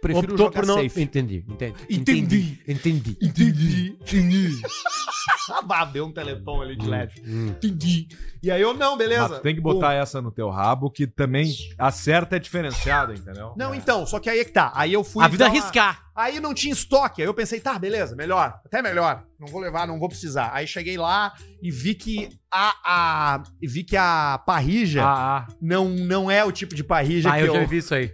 S1: Prefiro
S3: Optou
S1: jogar
S3: por não.
S1: safe.
S3: Entendi, entendi.
S1: Entendi.
S3: Entendi.
S1: Entendi. Entendi. ah, bah, deu um teleton ali de leve.
S3: Hum.
S1: Entendi. E aí eu, não, beleza.
S2: Mas tu tem que botar essa no teu rabo, que também acerta é diferenciado, entendeu?
S1: Pum. Não, então, só que aí é que tá. Aí eu fui.
S3: A vida
S1: dar uma-
S3: arriscar.
S1: Aí não tinha estoque. Aí eu pensei, tá, beleza, melhor. Até melhor. Não vou levar, não vou precisar. Aí cheguei lá e vi que a. a e vi que a parrija
S3: Ah, ah.
S1: não, não é o tipo de parrija
S3: Ah,
S1: que
S3: eu
S1: eu.
S3: já vivi isso aí.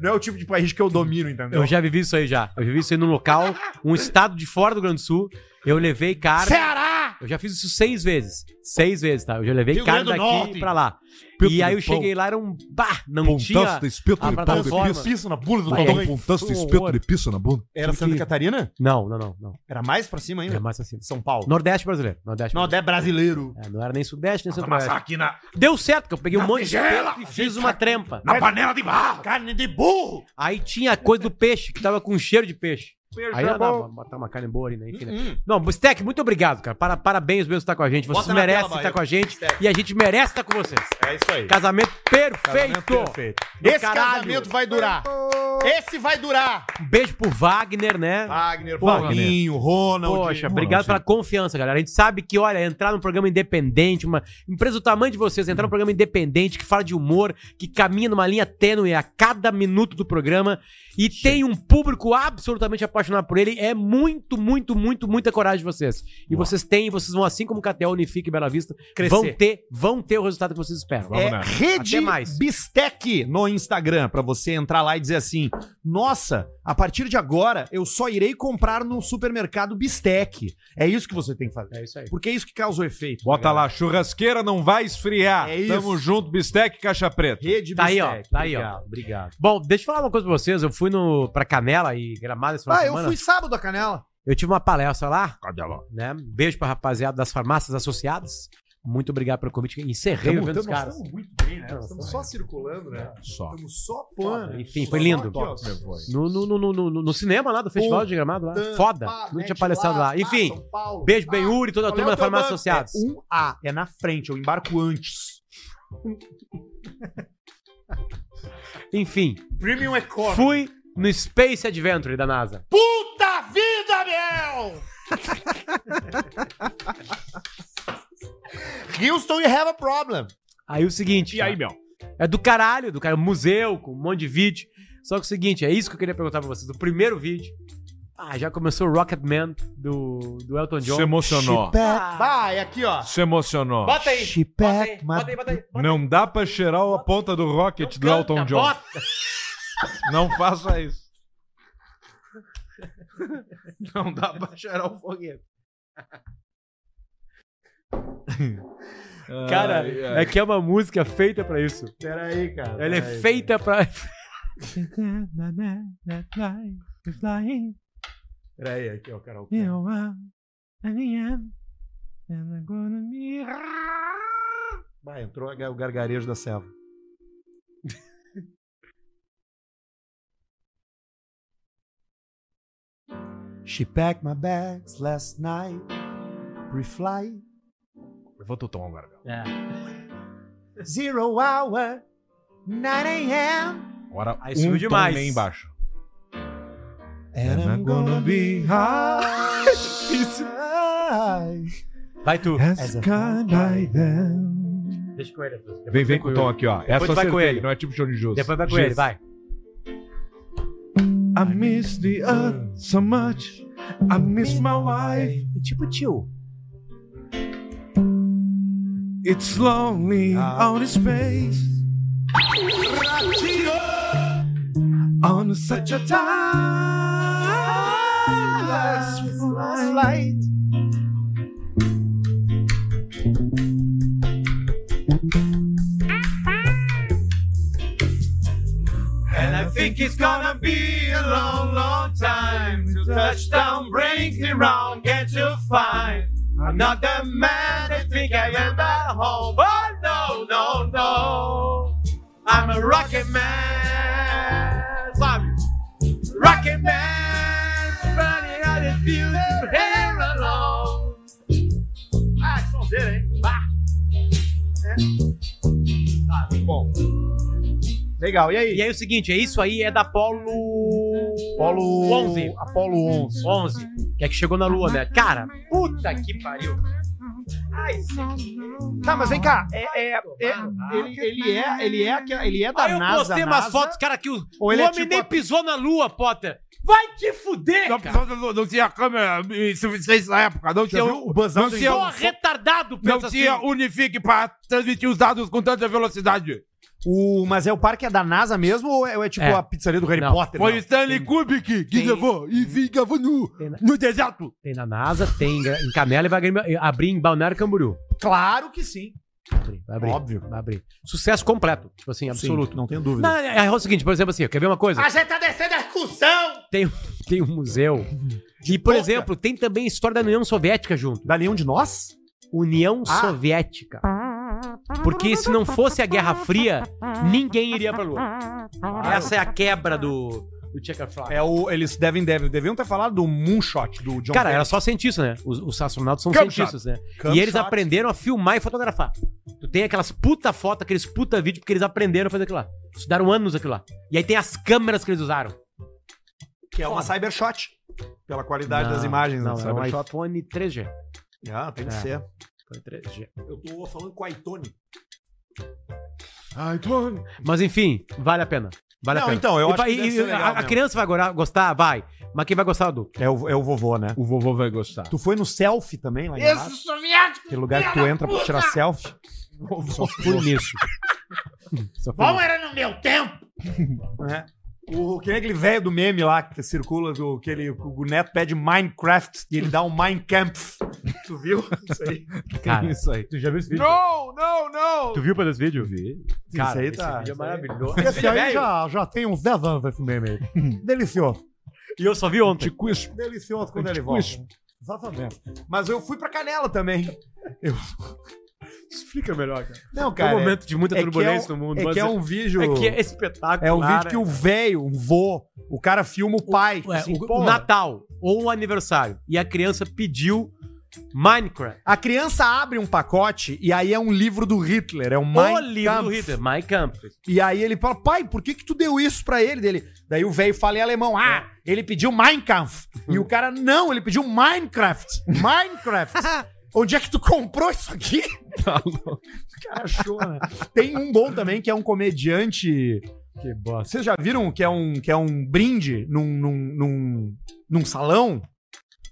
S1: Não é o tipo de parrija que eu domino, entendeu?
S3: Eu já vivi isso aí já. Eu vivi isso aí num local, um estado de fora do Rio Grande do Sul. Eu levei carne.
S1: Ceará!
S3: Eu já fiz isso seis vezes. Seis vezes, tá? Eu já levei
S1: Rio
S3: carne
S1: Grande
S3: daqui
S1: do Norte.
S3: pra lá.
S2: Pito
S3: E aí
S2: de
S3: eu
S2: pão.
S3: cheguei lá, era um. Bah, não
S2: Pontaço
S3: tinha.
S2: de espeto
S3: a
S2: de pau de
S3: plataforma.
S2: piso.
S1: Piso na bula do
S3: Vai,
S1: tamanho.
S3: aí.
S2: Pontaço de
S3: Um
S2: espeto
S3: horror.
S2: de piso na bunda.
S1: Era Santa
S3: que-
S1: Catarina?
S3: Não, não, não, não.
S1: Era mais pra cima ainda?
S3: Era mais assim.
S1: São Paulo.
S3: Nordeste brasileiro. Nordeste
S1: Não,
S3: brasileiro.
S1: é brasileiro.
S3: É, não era nem Sudeste, nem
S4: Tomar
S3: Centro-Oeste.
S4: aqui na,
S3: Deu certo, que eu peguei um monte de
S4: tigela!
S3: espeto e fiz uma trempa.
S4: na panela de barro.
S1: Carne de burro!
S3: Aí tinha a coisa do peixe, que tava com cheiro de peixe. Aí
S2: é
S3: não,
S2: bom.
S3: não, botar uma carne boa ali, né? Enfim, né?
S1: Hum.
S3: Não, Bustec, muito obrigado, cara. Para, parabéns mesmo por estar com a gente. Vocês
S1: Bota na
S3: merecem
S1: tela,
S3: estar
S1: Bahia.
S3: com a gente.
S1: Bistec.
S3: E a gente merece estar com vocês.
S1: É isso aí.
S3: Casamento perfeito.
S1: Casamento perfeito. Esse
S3: caralho.
S1: casamento vai durar. Esse vai durar.
S3: Um beijo pro Wagner, né?
S1: Wagner,
S2: Porra,
S1: Vaguinho, Ronald.
S3: Poxa,
S2: não,
S3: obrigado
S2: sim.
S3: pela confiança, galera. A gente sabe que, olha, entrar num programa independente, uma empresa do tamanho de vocês,
S1: Hum.
S3: entrar num programa independente que fala de humor, que caminha numa linha tênue a cada minuto do programa e tem um público absolutamente apaixonado por ele, é muito, muito, muito, muita coragem de vocês. E vocês têm, vocês vão, assim como Catel, Unifique e Bela Vista,
S1: Crescer.
S3: vão ter, vão ter o resultado que vocês esperam.
S2: Vamos
S1: É
S2: nessa.
S1: Rede
S3: Até mais.
S1: Bistec no Instagram, pra você entrar lá e dizer assim: Nossa, a partir de agora eu só irei comprar no supermercado Bistec. É isso que você tem que fazer.
S3: É isso aí.
S1: Porque é isso que causa o efeito.
S2: Bota
S1: tá,
S2: lá, churrasqueira não vai esfriar.
S1: É
S2: Tamo
S1: isso.
S2: junto, bistec, caixa preta.
S1: galera? Rede
S3: Tá aí, ó,
S1: Bistec.
S3: tá aí, ó.
S1: Obrigado, obrigado.
S3: Bom, deixa eu falar uma coisa pra vocês. Eu fui no, pra Canela e Gramado esse final
S1: Ah,
S3: de
S1: eu
S3: semana.
S1: fui sábado a canela.
S3: Eu tive uma palestra lá. Né? Beijo pra rapaziada das farmácias associadas. Muito obrigado pelo convite. Encerrei o evento dos caras.
S1: muito bem, né?
S3: Nós estamos
S1: só circulando, né?
S2: Só.
S1: Estamos só
S3: pano. Enfim, foi lindo. No, no, no, no, no, no cinema lá do Festival de Gramado lá. Foda.
S1: é
S3: Não tinha palestrado
S1: Ah,
S3: lá. Enfim, beijo, Benhuri, toda a turma da Farmácia Associadas.
S1: É um A, é na frente, eu embarco antes. uh,
S3: Enfim,
S1: Premium é Economy.
S3: fui no Space Adventure da NASA.
S1: Puta vida, meu! Houston, you have a problem.
S3: Aí o seguinte.
S6: E aí,
S3: tá?
S6: meu?
S3: É do caralho, do caralho. Museu, com um monte de vídeo. Só que é o seguinte, é isso que eu queria perguntar pra vocês. O primeiro vídeo. Ah, já começou o Rocket Man do, do Elton John.
S2: Se emocionou.
S3: Ah,
S1: Vai, aqui, ó.
S2: Se emocionou.
S3: bota aí.
S1: She
S3: Bota aí,
S1: packed my-
S3: bota aí, bota aí. bota aí.
S2: Não dá pra cheirar a ponta do rocket do Elton
S3: Canta,
S2: John.
S3: bota.
S2: Não faça isso. Não dá pra cheirar o foguete.
S3: Cara,
S2: Ai,
S3: é
S2: ai.
S3: que é uma música feita pra isso.
S1: Pera aí, cara.
S3: Ela é
S1: Pera aí,
S3: feita pra.
S1: Pera aí, aqui, ó, Carol. Vai, entrou a ga- o gargarejo da selva. She packed my bags last night. Pre-flight.
S2: Levanta o tom agora, meu.
S1: Zero hour. 9 a.m.
S2: Agora
S3: Aí
S2: um
S3: subiu
S2: tom
S3: demais.
S2: meio embaixo. é
S1: And I'm gonna be high. Difícil.
S3: Vai tu.
S1: As a fly by then.
S3: Deixa com ele. Arthur.
S2: Vem, vem
S3: Depois
S2: com o tom aqui, ó. Essa
S3: tu vai
S2: eu
S3: com
S2: acertei,
S3: ele.
S2: não é tipo show de justo.
S3: Depois vai com ele, vai.
S7: I miss the earth so much. I miss my wife.
S1: Tipo tio.
S7: It's lonely
S2: Ah.
S7: out in space. On such a timeless flight. And I think it's gonna be a long, long time till touchdown brings me round. Get to find I'm not the man they think I am at home. But no, no, no, I'm a rocket man. Love you. rocket man. Burning out the fuse here alone.
S6: Ah, que sonzeira, hein?
S1: É. Tá, Legal, e aí?
S3: E aí o seguinte, é isso aí, é da Polo.
S1: Apolo
S3: 11.
S1: Apolo 11.
S3: 11, que é que chegou na lua, né? Cara, puta que pariu. Ai,
S1: Tá, mas vem cá. É, é, é, ele, ele é, ele é, aquela- ele é da
S3: Aí eu
S1: NASA.
S3: postei
S1: NASA,
S3: umas fotos, cara, que o, o
S1: Ou ele
S3: homem
S1: é tipo
S3: nem
S1: a-
S3: pisou na lua, Potter. Vai te fuder, cara.
S2: Não, não, não tinha câmera suficiente na época. Não
S1: Já
S2: tinha,
S1: viu o buzzão
S2: não
S1: do
S2: tinha-
S1: Elon
S3: Porra,
S1: Musk?
S3: retardado,
S2: não
S3: pensa
S2: tinha
S3: assim.
S2: Unifique pra transmitir os dados com tanta velocidade.
S1: o, Mas é o parque é da NASA mesmo ou é, ou é tipo
S3: É.
S1: a pizzaria do Harry
S3: Não.
S1: Potter?
S2: Foi
S1: Não.
S2: Stanley Kubrick que
S3: tem-
S2: levou e ficava no,
S3: tem-
S1: né?
S2: no deserto.
S3: Tem na NASA, tem em Gra- em Canela e vai abrir- abrir em Balneário Camboriú.
S1: Claro que sim.
S3: Vai abrir, vai abrir.
S1: Óbvio.
S3: Vai abrir. Sucesso completo, tipo assim, absoluto.
S1: Absoluto, não tenho dúvida.
S3: Não, é, é o seguinte, por exemplo assim, quer ver uma coisa?
S1: gente tá descendo a excursão!
S3: Tem, tem um museu. E, por
S1: boca.
S3: exemplo, tem também a história da União Soviética junto.
S1: Da Leão um de Nós?
S3: União
S1: Ah.
S3: Soviética. Porque se não fosse a Guerra Fria, ninguém iria pra Lua. Essa é a quebra do, do Checkerflag.
S1: É o, eles devem, devem, deviam ter falado do Moonshot, do John
S3: Cara,
S1: Kerry.
S3: era só cientista, né? Os, os astronautas são
S2: Camp
S3: cientistas, né?
S1: Camp
S3: e eles
S1: shot.
S3: aprenderam a filmar e fotografar. Tu tem aquelas puta foto, aqueles puta vídeo, porque eles aprenderam a fazer aquilo lá. Estudaram anos aquilo lá. E aí tem as câmeras que eles usaram.
S1: Que é uma Cybershot. Pela qualidade das imagens,
S3: não,
S1: né?
S3: é um
S1: Cybershot.
S3: iPhone 3G.
S1: Ah, tem que
S3: É.
S1: ser.
S3: iPhone 3G.
S1: Eu tô falando com a iTone.
S2: Ai, Tony.
S3: Mas enfim, vale a pena. Vale a
S1: Não,
S3: pena.
S1: então, eu
S3: E
S1: acho
S3: vai-
S1: que deve
S3: e-
S1: ser
S3: a-
S1: legal
S3: a,
S1: mesmo.
S3: criança vai agora gostar? Vai. Mas quem vai gostar é o adulto.
S1: É o, é o vovô, né?
S2: O vovô vai gostar.
S1: Tu foi no selfie também lá em Arrasco?
S6: Esse soviético!
S1: Aquele lugar que tu entra pra tirar selfie.
S3: Só fui nisso. Só fui
S6: Bom
S3: nisso.
S6: era no meu tempo!
S1: né? O, quem é aquele velho do meme lá que circula, do, que ele, o neto pede Minecraft e ele dá um Minecraft. Tu viu? Isso aí.
S3: Cara,
S2: isso aí.
S3: tu já viu esse
S2: Então.
S3: vídeo?
S2: Não, não, não.
S3: viu pra esse vídeo? Vi. Cara,
S1: Isso aí
S3: esse
S1: tá-
S3: vídeo é
S1: isso aí-
S3: maravilhoso.
S1: Esse aí já, já tem uns 10 anos esse meme aí. Delicioso.
S3: E eu só vi ontem.
S1: Delicioso quando ele
S2: Tipo
S1: volta.
S2: isso.
S1: Exatamente. Mas eu fui pra Canela também.
S3: Explica melhor, cara.
S1: Não,
S3: é
S1: cara.
S3: um momento de muita
S1: é que
S3: turbulência
S1: é um-
S3: no mundo.
S1: é
S3: mas
S1: que é um vídeo.
S3: é que
S1: É,
S3: é espetáculo.
S1: um vídeo
S3: cara.
S1: que o velho, um vô, o cara filma o pai.
S3: Ué,
S1: assim,
S3: o, o
S1: porra.
S3: Natal ou o aniversário. E a criança pediu Minecraft.
S1: A criança abre um pacote e aí é um livro do Hitler, é um
S3: O
S1: Mein
S3: livro do
S1: Kampf.
S3: Hitler. My Campus.
S1: E aí ele fala, pai, por que que tu deu isso pra ele? Dele, daí o velho fala em alemão, ah, ele pediu Mein Kampf. E o cara, não, ele pediu Minecraft. Minecraft. Onde é que tu comprou isso aqui? O cara achou, né? Tem um bom também, que é um comediante...
S3: Que bosta.
S1: Vocês já viram que é um, que é um brinde num, num, num, num salão?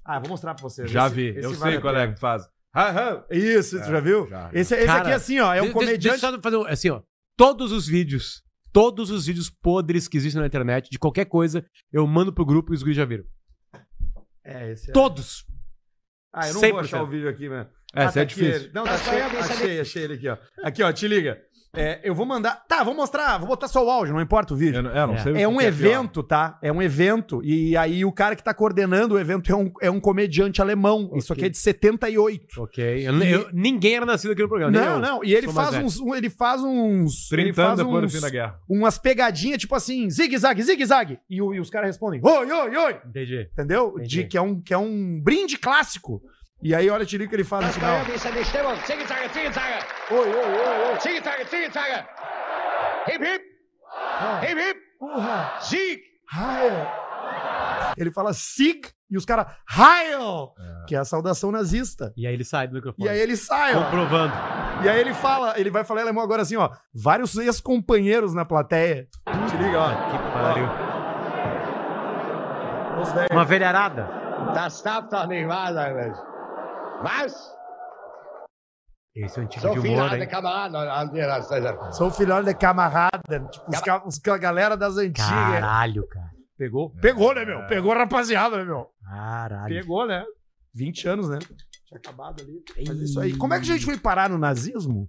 S1: Ah, eu vou mostrar pra vocês.
S2: Já
S1: Esse-
S2: vi.
S1: esse
S2: Eu
S1: vale
S2: sei
S1: a
S2: qual
S1: pena.
S2: é que faz. Ha, ha.
S1: Isso,
S2: É,
S1: tu já viu?
S2: já, já.
S1: Esse, esse
S3: Cara,
S1: aqui, assim, ó, é
S3: Deixa-
S1: um
S3: deixa-
S1: comediante...
S3: Deixa eu só fazer um- assim, ó. Todos os vídeos, todos os vídeos podres que existem na internet, de qualquer coisa, eu mando pro grupo e os guris já viram.
S1: É, esse é...
S3: Todos.
S1: Ah, eu não vou
S3: 100%.
S1: achar o vídeo aqui, mano.
S2: É,
S1: Ah,
S2: Essa
S1: tá
S2: é
S1: aqui
S2: difícil.
S1: ele. Não, tá, achei, achei, achei ele aqui, ó. Aqui, ó, te liga. É, eu vou mandar. Tá, vou mostrar, vou botar só o áudio, não importa o
S2: Eu
S1: vídeo.
S2: não, eu não
S3: É.
S2: sei o
S1: É,
S2: que
S1: um
S2: que pior.
S1: evento, tá? É um evento. E aí o cara que tá coordenando o evento é um, é um comediante alemão. Isso aqui é de 78.
S3: Ok. Eu- eu- ninguém era nascido aqui no programa. nem
S1: Não,
S3: eu.
S1: não. E ele
S3: Sou
S1: faz,
S3: mais
S1: uns, um- ele faz uns. ele
S2: 30
S1: faz
S2: anos depois
S1: uns-
S2: do fim da guerra.
S1: Umas pegadinhas, tipo assim, zigue-zague, zigue-zague. E, o- e os caras respondem, oi, oi, oi.
S3: Entendi.
S1: Entendeu? De,
S3: Entendi.
S1: que, é um, que é um brinde clássico. E aí, olha, te liga o que ele faz no final. Ah.
S4: Sieg!
S1: Heil! Ele fala Sig e os caras Heil! Que é a saudação nazista.
S3: E aí ele sai do microfone.
S1: E aí ele sai, ó.
S3: Comprovando.
S1: E aí ele fala, ele vai falar em alemão agora assim, ó. Vários ex-companheiros na plateia. Te liga, ó.
S3: Que pariu.
S1: Os velhos.
S3: Uma velharada.
S1: Tá
S4: Das darf doch nicht wahr sein, Mensch. Was?
S3: Esse é um tipo
S4: So
S3: de
S4: viele
S3: humor,
S4: alte
S3: hein?
S4: Kameraden an dir. Das, das, das.
S1: Sou filhão de camarada. Tipo, os, ca- os ca- a galera das antigas.
S3: Caralho, cara.
S1: Pegou? Pegou, né, meu? Pegou a rapaziada, né, meu?
S3: Caralho.
S1: Pegou, né? 20 anos, né? Tinha acabado ali. Mas isso aí. Como é que a gente foi parar no nazismo?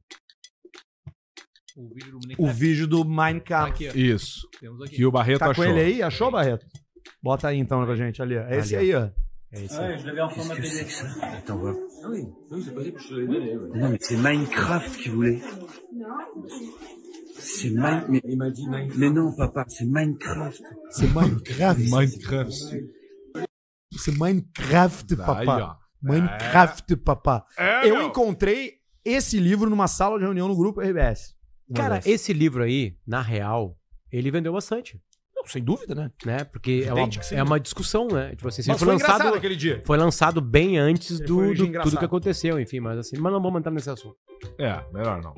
S8: O vídeo do
S1: O
S8: Minecraft.
S1: vídeo do Mein
S8: Tá
S1: Kampf.
S8: aqui, ó.
S2: Isso.
S8: Temos aqui.
S2: Que o Barreto
S1: Tá com
S2: achou.
S1: ele aí? Achou, Barreto? Bota aí então pra gente ali. ó. É esse aí, ó.
S3: É isso aí.
S9: Attends, voir. Non, mais c'est Minecraft qu'il voulait. C'est Minecraft. Mais, il m'a dit Minecraft. Mais non, papa, c'est Minecraft.
S1: C'est é Minecraft.
S2: Minecraft.
S1: C'est Minecraft,
S2: Aí,
S1: papá.
S2: ó.
S1: Minecraft, papá.
S2: É,
S1: Eu
S2: meu.
S1: encontrei esse livro numa sala de reunião no grupo RBS. Uma
S3: Cara,
S1: dessas.
S3: esse livro aí, na real, ele vendeu bastante,
S1: Não, sem dúvida, né?
S3: né? Porque é uma,
S1: Evidente que sim.
S3: é uma discussão, né? Tipo assim, se
S1: Mas
S3: foi
S1: foi engraçado
S3: lançado
S1: aquele dia.
S3: Foi lançado bem antes
S1: Ele
S3: do,
S1: foi
S3: do
S1: engraçado.
S3: tudo que aconteceu, enfim, mas assim, mas não vamos entrar nesse assunto.
S2: É, melhor não.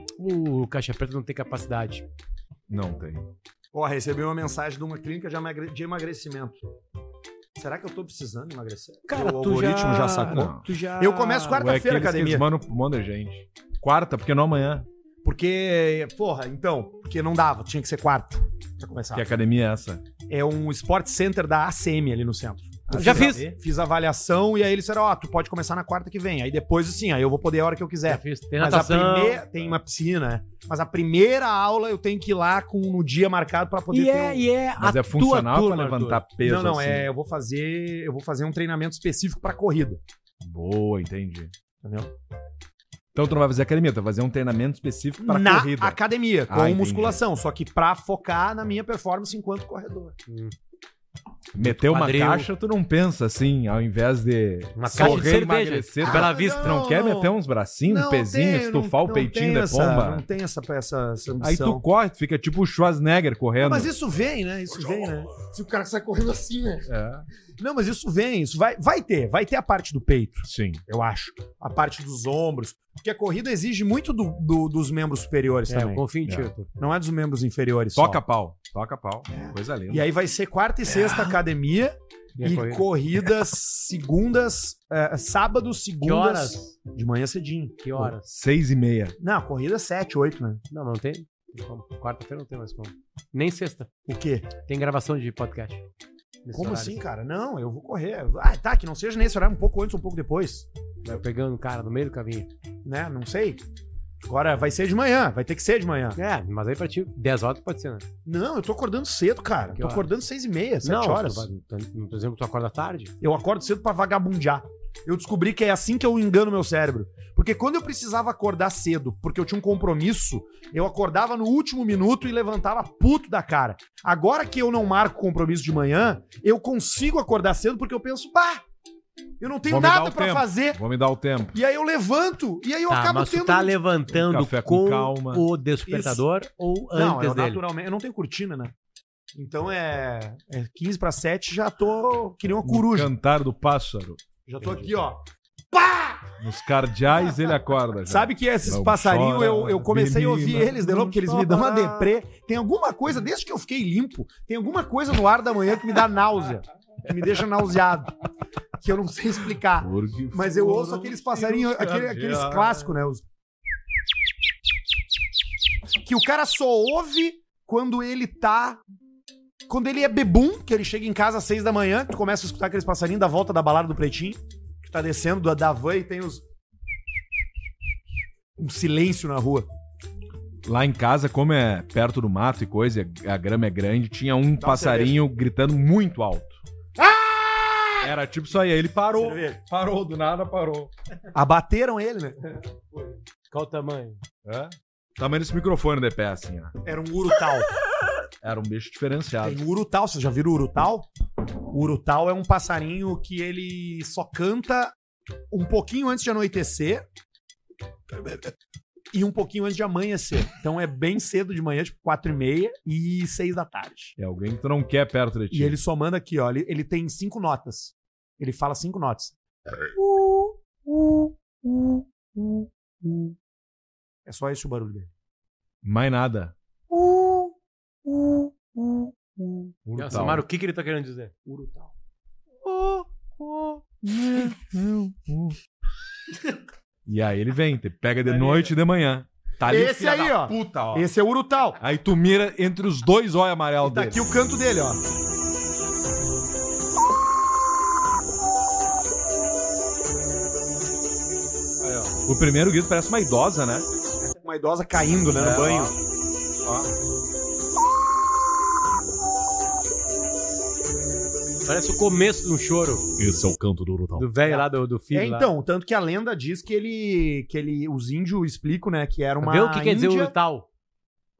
S3: O Caixa Preta não tem capacidade.
S2: Não tem.
S1: Ó, recebi uma mensagem de uma clínica de emagre- de emagrecimento. Será que eu tô precisando emagrecer? o algoritmo já, sacou?
S2: não.
S3: tu já-
S1: Eu começo
S2: Ué,
S1: quarta-feira,
S2: aqueles que
S1: academia.
S2: eles mandam manda gente. Quarta, porque não amanhã.
S1: Porque, porra, então, porque não dava, tinha que ser quarta pra começar.
S2: Que academia é essa?
S1: É um Sport Center da ACM ali no centro.
S3: Eu já fiz.
S1: a- Fiz a avaliação e aí eles disseram, ó, tu pode começar na quarta que vem. Aí depois, assim, aí eu vou poder a hora que eu
S3: Já
S1: quiser.
S3: fiz, tem
S1: Mas a
S3: natação.
S1: primeira... Tem uma piscina, né? Mas a primeira aula eu tenho que ir lá com, no dia marcado pra poder
S3: E é,
S1: ter um...
S3: e é
S2: Mas
S3: a
S2: é funcional
S3: tua
S2: pra
S3: turma,
S2: levantar peso.
S1: não, não,
S2: assim.
S1: é, eu vou fazer, eu vou fazer um treinamento específico pra corrida,
S2: Boa, entendi.
S1: entendeu?
S2: Então tu não vai fazer academia, tu vai fazer um treinamento específico para
S1: na
S2: corrida.
S1: academia, com
S2: Ah, entendi.
S1: musculação, só que pra focar na minha performance enquanto corredor.
S2: Meter uma
S3: Quadril.
S2: caixa, tu não pensa assim, ao invés de
S3: Uma caixa de
S2: correr,
S3: cerveja.
S2: emagrecer, tu
S3: Bela Vista.
S2: não, quer meter uns bracinhos, um pezinho,
S1: tenho,
S2: estufar o
S1: não
S2: peitinho
S1: tenho
S2: da
S1: essa-
S2: pomba?
S1: Não tem essa, essa, essa
S2: Aí
S1: ambição.
S2: tu corre, tu fica tipo o Schwarzenegger correndo.
S1: Mas isso vem, né? Isso vem, né? Se o cara sai correndo assim, né?
S2: É,
S1: Não, mas isso vem, isso vai, vai ter, vai ter a parte do peito,
S2: sim.
S1: eu acho. A parte dos ombros. Porque a corrida exige muito do- do- dos membros superiores
S3: É, eu
S1: também.
S3: confio em ti.
S2: É.
S3: Arthur.
S1: Não é dos membros inferiores.
S2: Toca
S1: só.
S2: pau, toca pau. Coisa linda.
S1: E aí vai ser quarta e sexta
S2: Ah,
S1: academia
S3: é, E a
S1: e
S3: corrida?
S1: corridas segundas, é, sábados,
S3: Que
S1: segundas,
S3: horas?
S1: de manhã cedinho.
S3: Que horas?
S2: Seis e meia.
S1: Não, corrida sete, oito, né?
S3: Não, mas não tem. não tem como. Quarta-feira não tem mais como. Nem sexta.
S1: O quê?
S3: Tem gravação de podcast. Nesse
S1: Como
S3: horário.
S1: assim, cara? Não, eu vou correr. Ah, tá, que não seja nesse horário, um pouco antes, um pouco depois.
S3: Vai pegando o cara no meio do caminho.
S1: Né? Não sei. Agora vai ser de manhã, vai ter que ser de manhã.
S3: É, mas aí pra ti, 10 horas pode ser, né?
S1: Não, eu tô acordando cedo, cara.
S3: Que
S1: Tô
S3: horas?
S1: acordando seis e meia, sete horas.
S3: Não tô não tô dizendo que tu acorda tarde.
S1: Eu acordo cedo pra vagabundear. Eu descobri que é assim que eu engano meu cérebro. Porque quando eu precisava acordar cedo, porque eu tinha um compromisso, eu acordava no último minuto e levantava puto da cara. Agora que eu não marco compromisso de manhã, eu consigo acordar cedo porque eu penso, bah, Eu não tenho
S2: Vou me dar
S1: nada
S2: o
S1: pra
S2: tempo.
S1: fazer.
S2: Vou me dar o tempo.
S1: E aí eu levanto e aí eu
S3: Tá,
S1: acabo
S3: mas
S1: tendo. um
S3: tu tá levantando
S2: Café com
S3: com,
S2: calma.
S3: o despertador ou
S1: Não, é
S3: antes
S1: eu
S3: dele?
S1: naturalmente. Eu não tenho cortina, né? Então é, é 15 pra 7, já tô. Que nem uma coruja.
S2: Cantar do pássaro.
S1: Já tô aqui, ó.
S2: Nos cardeais ele acorda. já.
S1: Sabe que esses
S2: Não
S1: passarinhos,
S2: né? chora,
S1: eu, eu comecei a ouvir
S2: menina,
S1: eles de novo, porque eles
S2: não
S1: me dão uma
S2: chora.
S1: deprê. Tem alguma coisa, desde que eu fiquei limpo, tem alguma coisa no ar da manhã que me dá náusea. Que me deixa nauseado. Que eu não sei explicar.
S2: Porque
S1: Mas eu ouço
S2: foram
S1: aqueles passarinhos,
S2: os
S1: aquele- aqueles
S2: cardeais.
S1: clássicos, né? Os... Que o cara só ouve quando ele tá. Quando ele é bebum, que ele chega em casa às seis da manhã, tu começa a escutar aqueles passarinhos da volta da balada do Pretinho, que tá descendo da, da van e tem os. Um silêncio na rua.
S2: Lá em casa, como é perto do mato e coisa, e a grama é grande, tinha um
S1: Dá uma
S2: passarinho gritando muito alto.
S1: Ah!
S2: Era tipo isso aí, aí ele parou.
S1: Cerveja.
S2: Parou, do nada parou.
S1: Abateram ele, né?
S3: Qual o tamanho?
S2: É? Tamanho desse microfone de pé, assim, ó.
S1: Era um urutal.
S2: Era um bicho diferenciado.
S1: Tem o urutal, vocês já viram o urutal? O urutal é um passarinho que ele só canta um pouquinho antes de anoitecer e um pouquinho antes de amanhecer. Então é bem cedo de manhã, tipo 4 e meia e 6 da tarde.
S2: É alguém que tu não quer perto de ti.
S1: E ele só manda aqui, ó. Ele, ele tem cinco notas. Ele fala cinco notas. É só esse o barulho dele.
S2: Mais nada. Brutal.
S3: Nossa, Mário, o que, que ele tá querendo dizer?
S1: Urutal.
S2: E aí ele vem, te pega de noite e de manhã. Tá ali,
S1: Esse
S2: filha
S1: aí,
S2: da
S1: ó.
S2: Puta, ó.
S1: Esse é o urutal.
S2: Aí tu mira entre os dois olhos amarelos
S1: Tá
S2: dele.
S1: aqui o canto dele, ó.
S2: O primeiro grito parece uma idosa, né?
S1: Uma idosa caindo, né, no banho.
S3: Parece o começo de um choro
S2: Esse é o canto do Urutau.
S3: do velho lá, do, do filho
S1: É, então, tanto que a lenda diz que ele. que ele. Os índios explicam, né? Que era
S3: lá.
S1: uma.
S3: Vê o que quer dizer
S1: Índia-
S3: Urutal.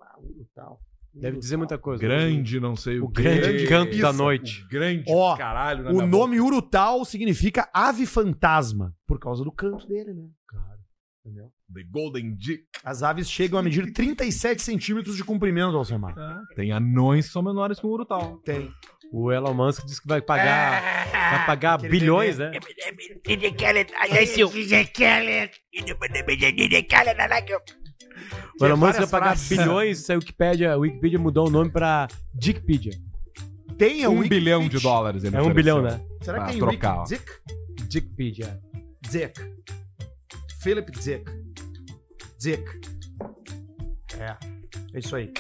S1: Ah, Urutal.
S3: Deve dizer muita coisa.
S2: Grande, não sei o,
S3: O grande canto da noite.
S2: O grande
S1: Ó,
S2: caralho. né,
S1: O
S2: da
S1: nome Urutal significa ave fantasma, por causa do canto dele, né? Claro. Entendeu?
S2: boca. The Golden Dick.
S1: As aves chegam a medir 37 centímetros de comprimento, Alcemar.
S2: Tem anões que são menores que o Urutau.
S1: Tem.
S3: O Elon Musk disse que vai pagar, vai pagar
S1: aquele é
S3: bilhões, né? O Elon Musk vai
S1: várias
S3: pagar
S1: frases.
S3: bilhões, saiu Wikipedia, a Wikipedia mudou o nome pra Dickpedia.
S1: Tem a
S2: um
S1: Wiki-
S2: bilhão de dólares ele
S3: É um
S2: ofereceu.
S3: bilhão, né?
S1: Será
S2: pra
S1: que tem
S2: trocar, ó.
S1: Wiki? Zick?
S3: Dickpedia.
S1: Zick. Philip Zick. Zick. É. É isso aí.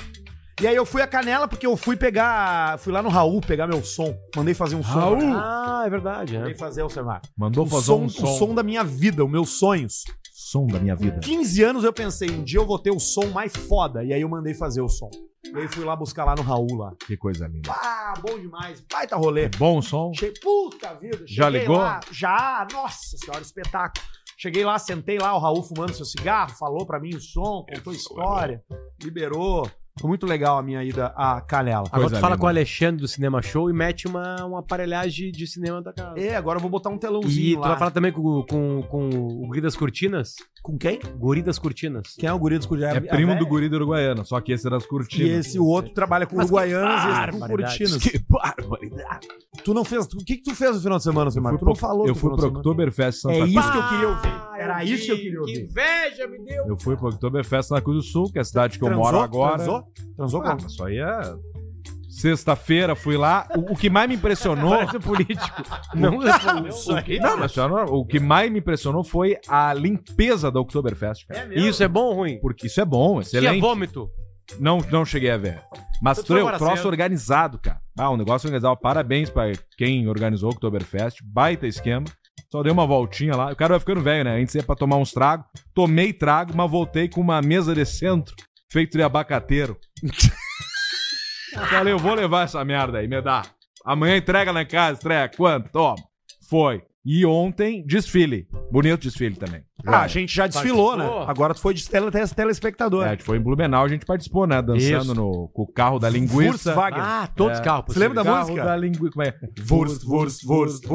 S1: E aí eu fui a Canela porque eu fui pegar. Fui lá no Raul pegar meu som. Mandei fazer um som.
S2: Raul!
S3: Ah, é verdade, né?
S1: Mandei fazer o Semar.
S2: Mandou
S1: O
S2: fazer
S1: som,
S2: um
S1: o
S2: som.
S1: som da minha vida, os meus sonhos.
S2: Som da minha vida.
S1: 15 anos eu pensei, um dia eu vou ter o som mais foda. E aí eu mandei fazer o som. E aí fui lá buscar lá no Raul lá.
S2: Que coisa linda.
S1: Ah, bom demais. Baita
S2: É
S1: rolê.
S2: bom o som?
S1: Che... Puta vida.
S2: Já
S1: cheguei
S2: ligou?
S1: lá, já. Nossa senhora, espetáculo. Cheguei lá, sentei lá, o Raul fumando seu cigarro, falou pra mim o som,
S3: É,
S1: contou história, liberou. Foi muito legal a minha ida à Canela.
S2: Coisa
S3: Agora tu fala
S2: linda.
S3: com o Alexandre do Cinema Show e mete uma, uma aparelhagem de cinema da casa.
S1: É, agora eu vou botar um
S3: E
S1: telãozinho
S3: tu
S1: lá.
S3: vai falar também com, com, com o Guri das Cortinas?
S1: Com quem?
S3: Guri das Cortinas.
S1: Quem é o guri dos Curianos?
S2: É primo do guri do Uruguaiana, só que esse é das
S1: E
S2: cortinas.
S1: esse o outro trabalha com
S3: Mas que
S1: uruguaianos e esse é com
S3: barbaridade.
S1: cortinas. Tu não fez. tu- O que, que tu fez no final de semana, Semana?
S2: fui
S1: Tu não
S2: pro-
S1: falou
S2: Eu
S1: do
S2: fui
S1: final de
S2: pro
S1: semana.
S2: Oktoberfest Santa
S1: É
S2: Cruz.
S1: isso que eu queria ouvir. Era isso que eu queria ouvir.
S3: inveja me deu!
S2: Eu fui pro Oktoberfest na Cruz do Sul, que é a cidade que eu
S1: Transou?
S2: moro agora.
S1: Transou? Transou
S2: Ah,
S1: com
S2: mas isso aí é. Sexta-feira fui lá. O, o que mais me impressionou.
S3: político. Não respondeu.
S2: Não, mas senhora, o que mais me impressionou foi a limpeza da Oktoberfest, cara.
S3: Isso é bom ou ruim?
S2: Porque isso é bom,
S3: Tinha
S2: excelente.
S3: vômito.
S2: Não, não cheguei a ver. Mas
S3: Então tu foi
S2: o
S3: agora
S2: troço
S3: cedo.
S2: organizado, cara. Ah, um negócio organizado. Parabéns pra quem organizou o Oktoberfest. Baita esquema. Só dei uma voltinha lá. O cara vai ficando velho, né? Antes ia pra tomar uns tragos. Tomei trago, mas voltei com uma mesa de centro feito de abacateiro. Falei, eu vou levar essa merda aí, me dá. Amanhã entrega lá em casa, entrega. Quanto? Toma. Foi. E ontem, desfile. Bonito desfile também.
S1: Ah, a gente já desfilou, né?
S3: Participou.
S1: Agora tu foi de tele, tele- telespectador.
S2: É, a gente foi em Blumenau, a gente participou, né? Dançando
S3: Isso.
S2: no, com o carro da linguiça.
S1: Volkswagen.
S3: Ah, todos
S2: É.
S3: os carros.
S1: Você lembra da
S2: carro
S1: música?
S2: da linguiça. Como é?
S1: Wurst, Wurst, Wurst,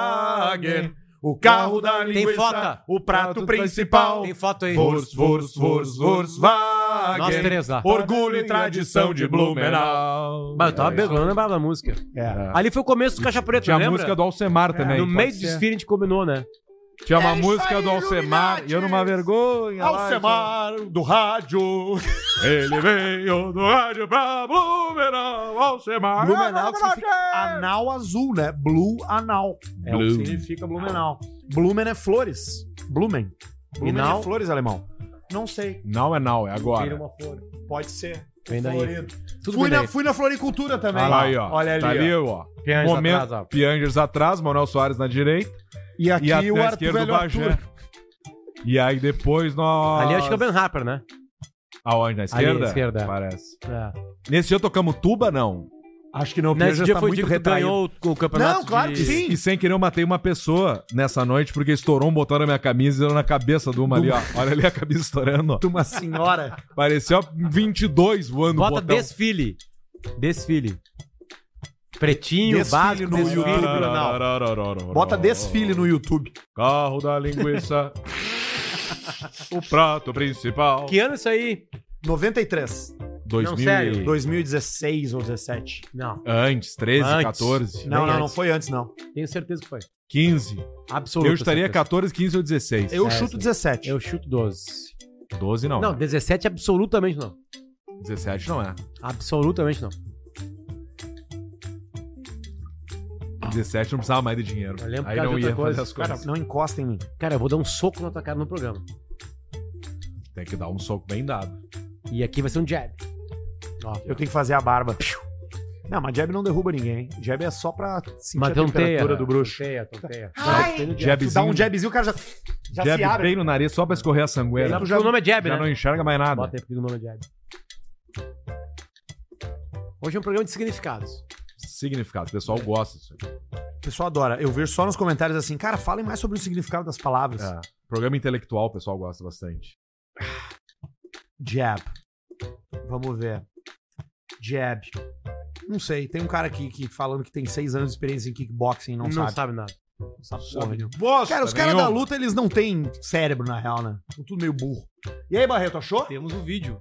S1: Volkswagen. O carro da
S3: Tem
S1: linguiça.
S3: foto.
S1: O prato
S2: Prato
S1: principal.
S3: Tem foto aí.
S1: Wurst, Wurst, Wurst, Volkswagen.
S3: Nós três lá.
S1: Orgulho e tradição de Blumenau.
S3: Mas eu tava bebendo, eu não lembrava da música.
S1: É.
S3: Ali foi o começo do Caixa Preta,
S2: Tinha
S3: lembra? É.
S2: a música do Alcemar também.
S3: No
S2: pode
S3: meio do
S2: ser.
S3: desfile a gente combinou, né?
S2: Tinha uma
S1: É isso
S2: música
S1: aí,
S2: do Alcemar
S1: Illuminati.
S2: e eu numa vergonha. lá,
S1: É. Alcemar do rádio.
S2: Ele veio do rádio pra Blumenau, Alcemar.
S1: Blumenau que significa anal azul, né? Blue anal. É o
S2: Blue.
S1: que significa Blumenau. Blumen é flores. Blumen. Blumen
S3: Nau?
S1: é flores, alemão. Não sei.
S2: Não é não, é agora.
S3: uma flor.
S1: Pode ser.
S3: Vem daí.
S1: Florido.
S3: Tudo bem
S1: Fui na,
S3: daí.
S1: fui na floricultura também.
S2: Ah lá, aí, ó.
S1: Olha ali.
S2: Tá ali,
S1: ó.
S2: ó.
S3: Piangers
S2: Momento-
S3: atrás, ó.
S2: Piangers atrás, Manuel Soares na direita.
S1: E aqui
S2: E, até
S1: o
S2: a
S1: Arthur,
S2: esquerda o
S1: velho
S2: Bagé.
S1: Arthur.
S2: E aí depois nós...
S3: Ali acho que é o Ben Harper, né?
S2: Aonde? Na esquerda?
S3: à esquerda.
S2: Parece.
S3: É.
S2: Nesse dia tocamos tuba, não?
S1: Acho que não, porque
S3: Nesse
S1: já
S3: Né, dia
S1: tá
S3: foi o
S1: muito
S3: dia que tu
S1: retraído.
S3: ganhou o o campeonato
S1: Não, claro
S3: de-
S1: que sim.
S2: E sem querer eu matei uma pessoa nessa noite porque estourou um botão na minha camisa e deu na cabeça de uma ali, ó. Olha ali a camisa estourando, ó.
S1: De uma senhora.
S2: Parecia ó, 22 voando o
S3: Bota
S2: botão.
S3: desfile. Desfile. Pretinho,
S1: Desfile
S3: básico,
S1: no
S3: desfile.
S1: YouTube. Bota
S2: Bota
S1: desfile no YouTube.
S2: Carro da linguiça. o prato principal.
S3: Que ano é isso aí?
S1: 93.
S2: 2000 e-
S3: sério,
S1: 2016 ou 17.
S3: Não,
S2: Antes, né? 13,
S3: Antes.
S2: 14,
S1: Não,
S3: Bem
S1: não, não
S3: antes.
S1: foi antes, não.
S3: tenho certeza que foi.
S2: 15.
S3: Absoluto.
S2: Eu estaria
S3: certeza.
S2: 14, 15 ou 16.
S1: Eu
S3: É,
S1: chuto
S3: sim.
S1: 17.
S3: Eu chuto 12.
S2: 12 não.
S3: Não, 17 absolutamente não.
S2: 17 não é.
S3: Absolutamente não.
S2: 17 não precisava mais de dinheiro.
S3: Eu lembro por
S2: Aí
S3: causa
S2: não
S3: de
S2: ia
S3: outra
S2: fazer
S3: coisa.
S2: as
S1: Cara,
S2: coisas.
S1: não encosta em mim.
S3: Cara, eu vou dar um soco na tua cara no programa.
S2: Tem que dar um soco bem dado.
S3: E aqui vai ser um jab. Ó,
S1: Eu tenho que fazer a barba. Não, mas jab não derruba ninguém. Jab é só pra sentir
S3: mas um
S1: a
S3: tonteia.
S1: temperatura do bruxo.
S3: Tonteia, tonteia.
S1: Tu
S2: Jabzinho.
S1: dá um jabzinho, o cara já, já
S2: jab
S1: se abre.
S2: bem no nariz só pra escorrer a sangueira.
S3: Sabe porque o nome é jab,
S2: Já não
S3: né?
S2: enxerga mais nada.
S3: Bota aí porque o nome é jab. Hoje é um programa de significados.
S2: Significado. O pessoal gosta disso aqui.
S1: O pessoal adora. Eu vejo só nos comentários assim, cara, falem mais sobre o significado das palavras.
S2: É. Programa intelectual, o pessoal gosta bastante.
S1: Jab. Vamos ver. Jab. Não sei, tem um cara aqui que falando que tem seis anos de experiência em kickboxing e não,
S3: Não,
S1: sabe.
S3: sabe. nada.
S1: Não sabe porra nenhuma.
S2: Bosta,
S1: Cara, os caras da luta, eles não têm cérebro, na real, né? São tudo meio burro. E aí, Barreto, achou?
S3: um-
S8: Temos o vídeo.